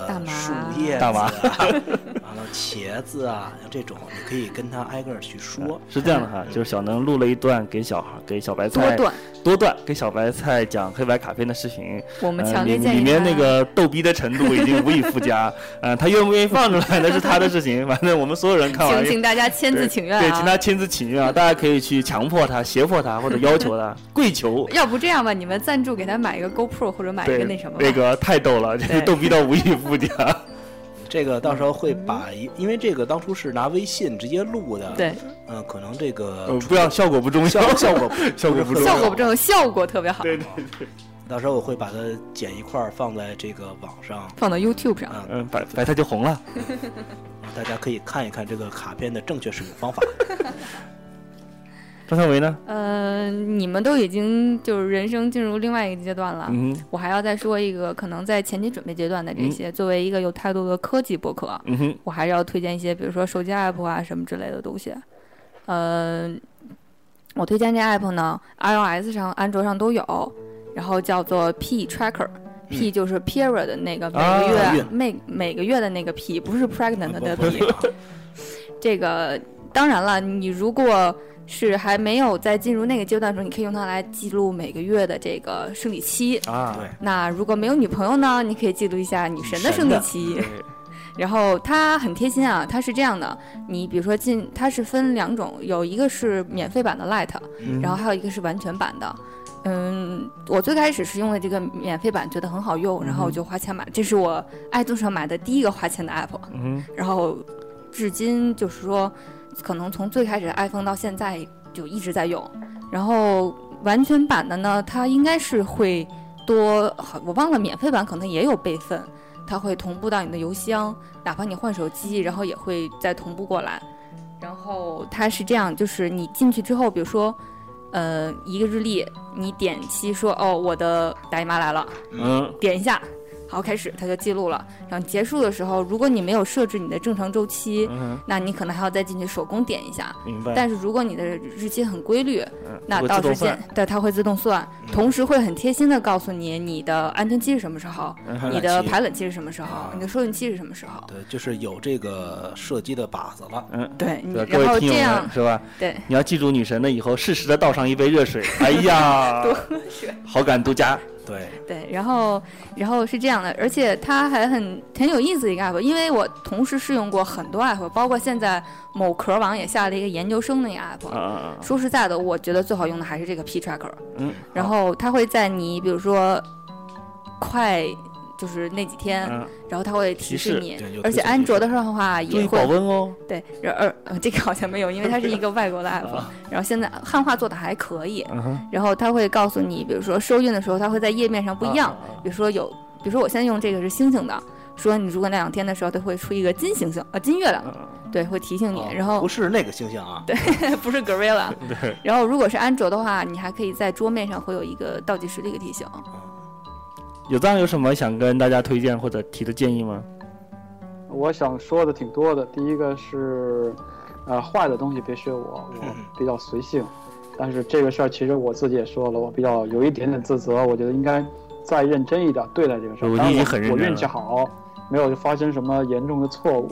Speaker 5: 大
Speaker 4: 呃，
Speaker 5: 麻
Speaker 4: 树叶
Speaker 2: 大
Speaker 4: 麻啊，完了茄子啊，像这种你可以跟他挨个儿去说。
Speaker 2: 是这样的哈，就是小能录了一段给小孩给小白
Speaker 5: 多
Speaker 2: 菜
Speaker 5: 短，
Speaker 2: 多段给小白菜讲黑白卡片的事情，
Speaker 5: 我们
Speaker 2: 呃
Speaker 5: 强
Speaker 2: 里
Speaker 5: 烈建议
Speaker 2: 里面
Speaker 5: 他
Speaker 2: 那个逗逼的程度已经无以复加， 呃，他愿不愿意放出来那是他的事情，反正我们所有人看完
Speaker 5: 请请大家签字请愿
Speaker 2: 对，请
Speaker 5: 啊！
Speaker 2: 他签字请愿啊，大家可以去强迫他、胁迫他或者要求 他跪求。
Speaker 5: 要不这样吧，你们赞助给他买一个 GoPro 或者买一
Speaker 2: 对
Speaker 5: 个，那什么吧。
Speaker 2: 那个太逗了，这
Speaker 5: 对
Speaker 2: 逗逼到无以复 加。
Speaker 4: 这个到时候会把一，因为这个当初是拿微信直接录的，，
Speaker 5: 对，
Speaker 4: 嗯、可能这个
Speaker 2: 呃不要效果不重要，效果 效果不重
Speaker 5: 效
Speaker 2: 要。
Speaker 5: 果不正，效果特别好，
Speaker 2: 对对，
Speaker 4: 到时候我会把它剪一块儿放在这个网上，
Speaker 5: 放到 YouTube 上。
Speaker 4: 啊、
Speaker 2: 嗯，白白菜就红了。
Speaker 4: 大家可以看一看这个卡片的正确使用方法。
Speaker 2: 张三维呢？
Speaker 5: 呃，你们都已经就是人生进入另外一个阶段了，
Speaker 2: 嗯哼
Speaker 5: 我还要再说一个，可能在前期准备阶段的这些，作为一个有态度的科技博客，
Speaker 2: 嗯哼，
Speaker 5: 我还是要推荐一些，比如说手机 app 啊什么之类的东西。嗯、我推荐这 app 呢，iOS 上、安卓上都有，然后叫做 P Tracker。P 就是 period 的那个每
Speaker 2: 啊
Speaker 5: 个月、
Speaker 4: 月
Speaker 5: 每每个月的 那个 P，不是 pregnant
Speaker 4: 啊
Speaker 5: 的
Speaker 4: 不不
Speaker 5: P。这个当然了，你如果是还没有在进入那个阶段的时候，你可以用它来记录每个月的这个生理期。
Speaker 2: 啊，
Speaker 4: 对
Speaker 5: 那如果没有女朋友呢，你可以记录一下女神的生理期。然后它很贴心啊，它是这样的，你比如说进，它是分两种，有一个是免费版的 Lite，
Speaker 4: 嗯
Speaker 5: 然后还有一个是完全版的。嗯，我最开始是用了这个免费版，觉得很好用，然后我就花钱买了，这是我爱豆上买的第一个花钱的 app。
Speaker 2: 嗯
Speaker 5: 然后至今就是说，可能从最开始的 iPhone 到现在就一直在用。然后完全版的呢，它应该是会多，好我忘了免费版可能也有备份，它会同步到你的邮箱，哪怕你换手机，然后也会再同步过来。然后它是这样，就是你进去之后，比如说。呃，一个日历，你点击说哦，我的大姨妈来了，
Speaker 2: 嗯
Speaker 5: 点一下，好，开始，它就记录了。然后结束的时候，如果你没有设置你的正常周期，
Speaker 2: 嗯，
Speaker 5: 那你可能还要再进去手工点一下。
Speaker 2: 明白。
Speaker 5: 但是如果你的日期很规律，
Speaker 2: 嗯
Speaker 5: 那
Speaker 2: 会
Speaker 5: 到
Speaker 2: 自动
Speaker 5: 时间
Speaker 2: 算嗯
Speaker 5: 对它会自动算，同时会很贴心的告诉你你的安全期是什么时候，
Speaker 2: 嗯哼
Speaker 5: 你的排卵期是什么时
Speaker 4: 啊
Speaker 5: 候，你的受孕期是什么时候。
Speaker 4: 对，就是有这个射击的靶子了。
Speaker 2: 嗯，
Speaker 5: 对，你
Speaker 2: 对，各
Speaker 5: 然后
Speaker 2: 位听
Speaker 5: 这
Speaker 2: 友
Speaker 5: 样
Speaker 2: 们是吧？
Speaker 5: 对，
Speaker 2: 你要记住女神呢，以后适时的倒上一杯热水。哎呀，好感度假。
Speaker 4: 对，
Speaker 5: 对，然后然后是这样的，而且它还很很有意思一个 app，因为我同时试用过很多 app，包括现在某壳网也下了一个研究生那个 app，、
Speaker 2: 啊啊啊！
Speaker 5: 说实在的，我觉得最好用的还是这个 P Tracker，
Speaker 2: 嗯，
Speaker 5: 然后它会在你比如说快就是那几天，
Speaker 2: 嗯，
Speaker 5: 然后它会提
Speaker 2: 提
Speaker 5: 示
Speaker 2: 示
Speaker 5: 你
Speaker 4: 对有，
Speaker 5: 而
Speaker 4: 推
Speaker 5: 且
Speaker 4: 荐
Speaker 5: 安
Speaker 4: 提
Speaker 5: 卓
Speaker 4: 示
Speaker 5: 的上的话
Speaker 2: 注
Speaker 5: 也
Speaker 2: 意保
Speaker 5: 会
Speaker 2: 温哦。
Speaker 5: 对，然而呃这个好像没有，因为它是一个外国 的
Speaker 2: 啊
Speaker 5: app，然后现在汉化做的还可以，
Speaker 2: 嗯哼，
Speaker 5: 然后它会告诉你，比如说收孕的时候，它会在页面上不一样
Speaker 2: 啊，啊啊
Speaker 5: 比如说有，比如说我现在用这个是星星的。说你如果那两天的时候，它会出一个金星星，呃，金月亮，
Speaker 2: 啊
Speaker 5: 对，会提醒你。
Speaker 4: 哦
Speaker 5: 然后
Speaker 4: 不是那个星星啊，对，
Speaker 5: 不是 Gorilla。对。 然后如果是安卓的话，你还可以在桌面上会有一个倒计时的一个提醒。
Speaker 2: 有藏有什么想跟大家推荐或者提的建议吗？
Speaker 6: 我想说的挺多的。第一个是，呃，坏的东西别学 我，我比较随性。但是这个事儿其实我自己也说了，我比较有一点点自责，我觉得应该再认真一点对待这个事儿。
Speaker 2: 我
Speaker 6: 当然
Speaker 2: 已经很认
Speaker 6: 我
Speaker 2: 真了啊
Speaker 6: 运气好，没有发生什么严重的错误。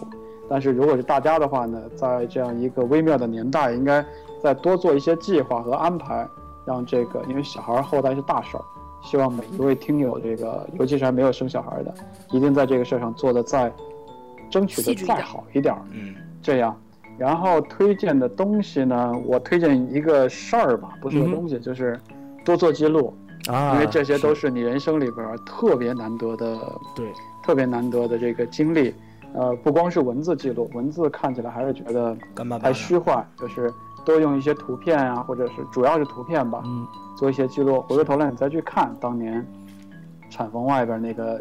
Speaker 6: 但是如果是大家的话呢，在这样一个微妙的年代，应该再多做一些计划和安排，让这个因为小孩儿后代是大事儿。希望每一位听友，这个尤其是还没有生小孩的，一定在这个事儿上做的再争取
Speaker 5: 细
Speaker 6: 的
Speaker 5: 致一
Speaker 6: 再
Speaker 5: 点
Speaker 6: 好一点儿。
Speaker 4: 嗯，
Speaker 6: 这样。然后推荐的东西呢，我推荐一个事儿吧，不是个
Speaker 2: 嗯哼
Speaker 6: 东西，就是多做记录，
Speaker 2: 啊
Speaker 6: 因为这些都是你人生里边儿特别难得的，
Speaker 2: 对，
Speaker 6: 特别难得的这个经历。呃，不光是文字记录，文字看起来还是觉得
Speaker 4: 干巴巴
Speaker 6: 太
Speaker 4: 的
Speaker 6: 虚幻，就是多用一些图片啊，或者是主要是图片吧，
Speaker 2: 嗯
Speaker 6: 做一些记录。回过头来你再去看当年产房外边那个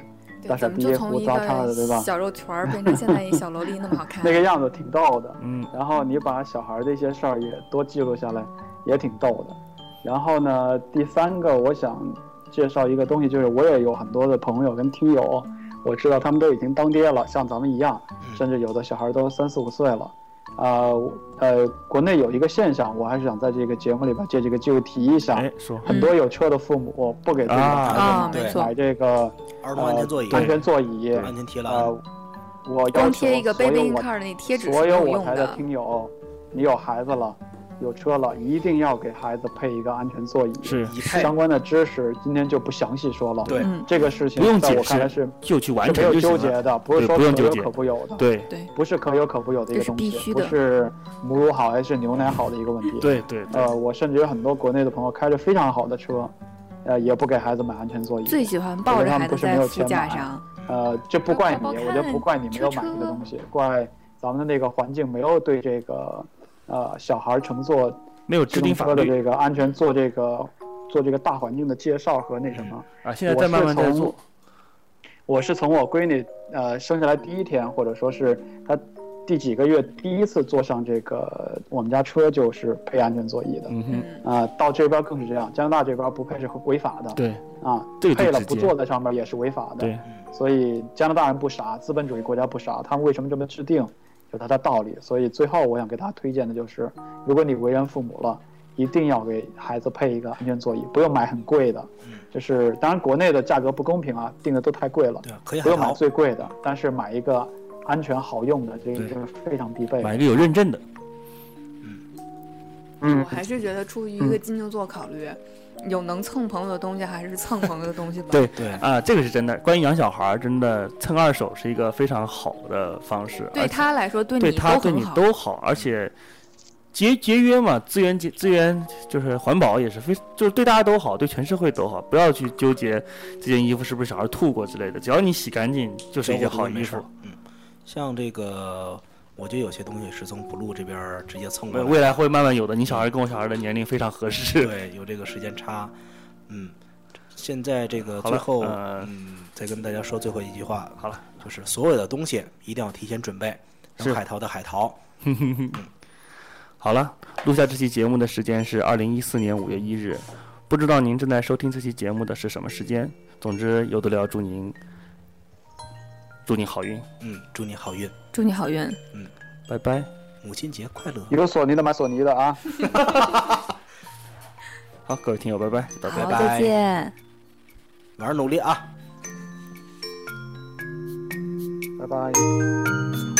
Speaker 6: 大傻
Speaker 5: 咱们
Speaker 6: 逼
Speaker 5: 就从
Speaker 6: 胡
Speaker 5: 一
Speaker 6: 糟叉的，对
Speaker 5: 个
Speaker 6: 吧？
Speaker 5: 小肉团儿变成现在一小萝莉那么好看。
Speaker 6: 那个样子挺逗的。
Speaker 2: 嗯
Speaker 6: 然后你把小孩儿的一些事儿也多记录下来，也挺逗的。然后呢，第三个我想介绍一个东西，就是我也有很多的朋友跟听友，我知道他们都已经当爹了，像咱们一样，
Speaker 4: 嗯
Speaker 6: 甚至有的小孩儿都三四五岁了。啊、我呃，国内有一个现象，我还是想在这个节目里边借这个机会提一下，
Speaker 2: 哎说
Speaker 6: 很多有车的父母不给自己
Speaker 4: 嗯
Speaker 6: 的
Speaker 2: 啊
Speaker 6: 孩
Speaker 5: 啊，
Speaker 4: 对
Speaker 5: 没
Speaker 6: 子
Speaker 5: 错
Speaker 6: 买，这个哦呃
Speaker 4: 儿童安全座椅、
Speaker 6: 安全座椅，
Speaker 4: 安全提篮
Speaker 6: 呃，我要
Speaker 5: 光
Speaker 6: 求所
Speaker 5: 贴一个 baby
Speaker 6: 有
Speaker 5: in
Speaker 6: 我
Speaker 5: car 的那贴纸是
Speaker 6: 所
Speaker 5: 没
Speaker 6: 有
Speaker 5: 有
Speaker 6: 我
Speaker 5: 用
Speaker 6: 台的
Speaker 5: 的。
Speaker 6: 听友，你有孩子了，有车了，一定要给孩子配一个安全座椅。
Speaker 2: 是
Speaker 4: 一看
Speaker 6: 相关的知识今天就不详细说了。
Speaker 4: 对
Speaker 5: 嗯，
Speaker 6: 这个事情
Speaker 2: 不用
Speaker 6: 在我
Speaker 2: 解
Speaker 6: 看来
Speaker 2: 释，
Speaker 6: 是
Speaker 2: 就去完
Speaker 6: 是没有
Speaker 2: 成就
Speaker 6: 纠
Speaker 2: 行了。
Speaker 6: 结的，不是
Speaker 2: 对
Speaker 6: 说
Speaker 2: 不
Speaker 6: 可
Speaker 2: 用纠
Speaker 6: 有
Speaker 2: 结
Speaker 6: 可不有的，
Speaker 2: 对
Speaker 6: 不是可有可无有的一
Speaker 5: 这
Speaker 6: 个
Speaker 5: 是
Speaker 6: 东
Speaker 5: 必
Speaker 6: 西，
Speaker 5: 须
Speaker 6: 不
Speaker 5: 的
Speaker 6: 是母乳好还是牛奶好的一个问题。
Speaker 2: 对对对，
Speaker 6: 呃，我甚至有很多国内的朋友开着非常好的车，呃，也不给孩子买安全座椅。
Speaker 5: 最喜欢抱着孩子在副驾
Speaker 6: 我觉得他
Speaker 5: 上，
Speaker 6: 呃，这不怪你，
Speaker 5: 宝宝看
Speaker 6: 我觉得不怪你没有买
Speaker 5: 车车
Speaker 6: 这个东西，怪咱们的那个环境没有对这个呃小孩乘坐
Speaker 2: 没有
Speaker 6: 机
Speaker 2: 制
Speaker 6: 动
Speaker 2: 定法
Speaker 6: 车的
Speaker 2: 律
Speaker 6: 这个安全做这个做这个大环境的介绍和那什么。
Speaker 2: 啊，现在在慢慢在做。
Speaker 6: 我是从我闺女呃生下来第一天，或者说是她第几个月第一次坐上这个我们家车，就是配安全座椅的。
Speaker 2: 嗯哼，
Speaker 5: 嗯，
Speaker 6: 啊、到这边更是这样，加拿大这边不配是违法的。
Speaker 2: 对
Speaker 6: 啊，
Speaker 2: 这个就
Speaker 6: 配了
Speaker 2: 直
Speaker 6: 不
Speaker 2: 接
Speaker 6: 坐在上面也是违法的。
Speaker 2: 对，
Speaker 6: 所以加拿大人不傻，资本主义国家不傻，他们为什么这么制定，有它的道理。所以最后我想给大家推荐的就是，如果你为人父母了，一定要给孩子配一个安全座椅，不用买很贵的，
Speaker 2: 嗯
Speaker 6: 就是当然国内的价格不公平啊，定的都太贵了，
Speaker 4: 对啊，可以
Speaker 6: 不
Speaker 4: 海
Speaker 6: 用买
Speaker 4: 淘，
Speaker 6: 最贵的，但是买一个安全好用的，这个就是非常必备的。
Speaker 2: 买一个有认证的，
Speaker 6: 嗯
Speaker 5: 我，还是觉得出于一个金牛座考虑，有能蹭朋友的东西还是蹭朋友的东西吧。
Speaker 2: 对
Speaker 4: 对，
Speaker 2: 啊，这个是真的。关于养小孩儿，真的蹭二手是一个非常好的方式，
Speaker 5: 对
Speaker 2: 而且
Speaker 5: 他来说，对
Speaker 2: 对
Speaker 5: 你
Speaker 2: 他
Speaker 5: 都
Speaker 2: 对
Speaker 5: 很
Speaker 2: 你
Speaker 5: 好。
Speaker 2: 都好，而且节节约嘛，资源节资源就是环保也是非，就是对大家都好，对全社会都好。不要去纠结这件衣服是不是小孩吐过之类的，只要你洗干净，就是一件好衣服。。
Speaker 4: 嗯，像这个，我觉得有些东西是从 blue 这边儿直接蹭过
Speaker 2: 未
Speaker 4: 来的。
Speaker 2: 未来会慢慢有的，你小孩跟我小孩的年龄非常合适。
Speaker 4: 对，有这个时间差。嗯，现在这个
Speaker 2: 好
Speaker 4: 最
Speaker 2: 了
Speaker 4: 后，
Speaker 2: 呃
Speaker 4: 嗯，再跟大家说最后一句话，
Speaker 2: 好了，
Speaker 4: 就是所有的东西一定要提前准备，
Speaker 2: 是
Speaker 4: 能海淘的海淘。
Speaker 2: 好了，录下这期节目的时间是二零一四年五月一日，不知道您正在收听这期节目的是什么时间。总之，有的聊，祝您，祝您好运，
Speaker 4: 嗯，祝你好运，
Speaker 5: 祝你好运，
Speaker 2: 拜拜。
Speaker 4: 母亲节快乐。
Speaker 6: 有索尼的买索尼的啊。
Speaker 2: 好，各位听友，拜拜。
Speaker 4: 拜
Speaker 5: 好，
Speaker 4: 拜
Speaker 5: 再见。
Speaker 4: 晚上努力啊。
Speaker 6: 拜拜。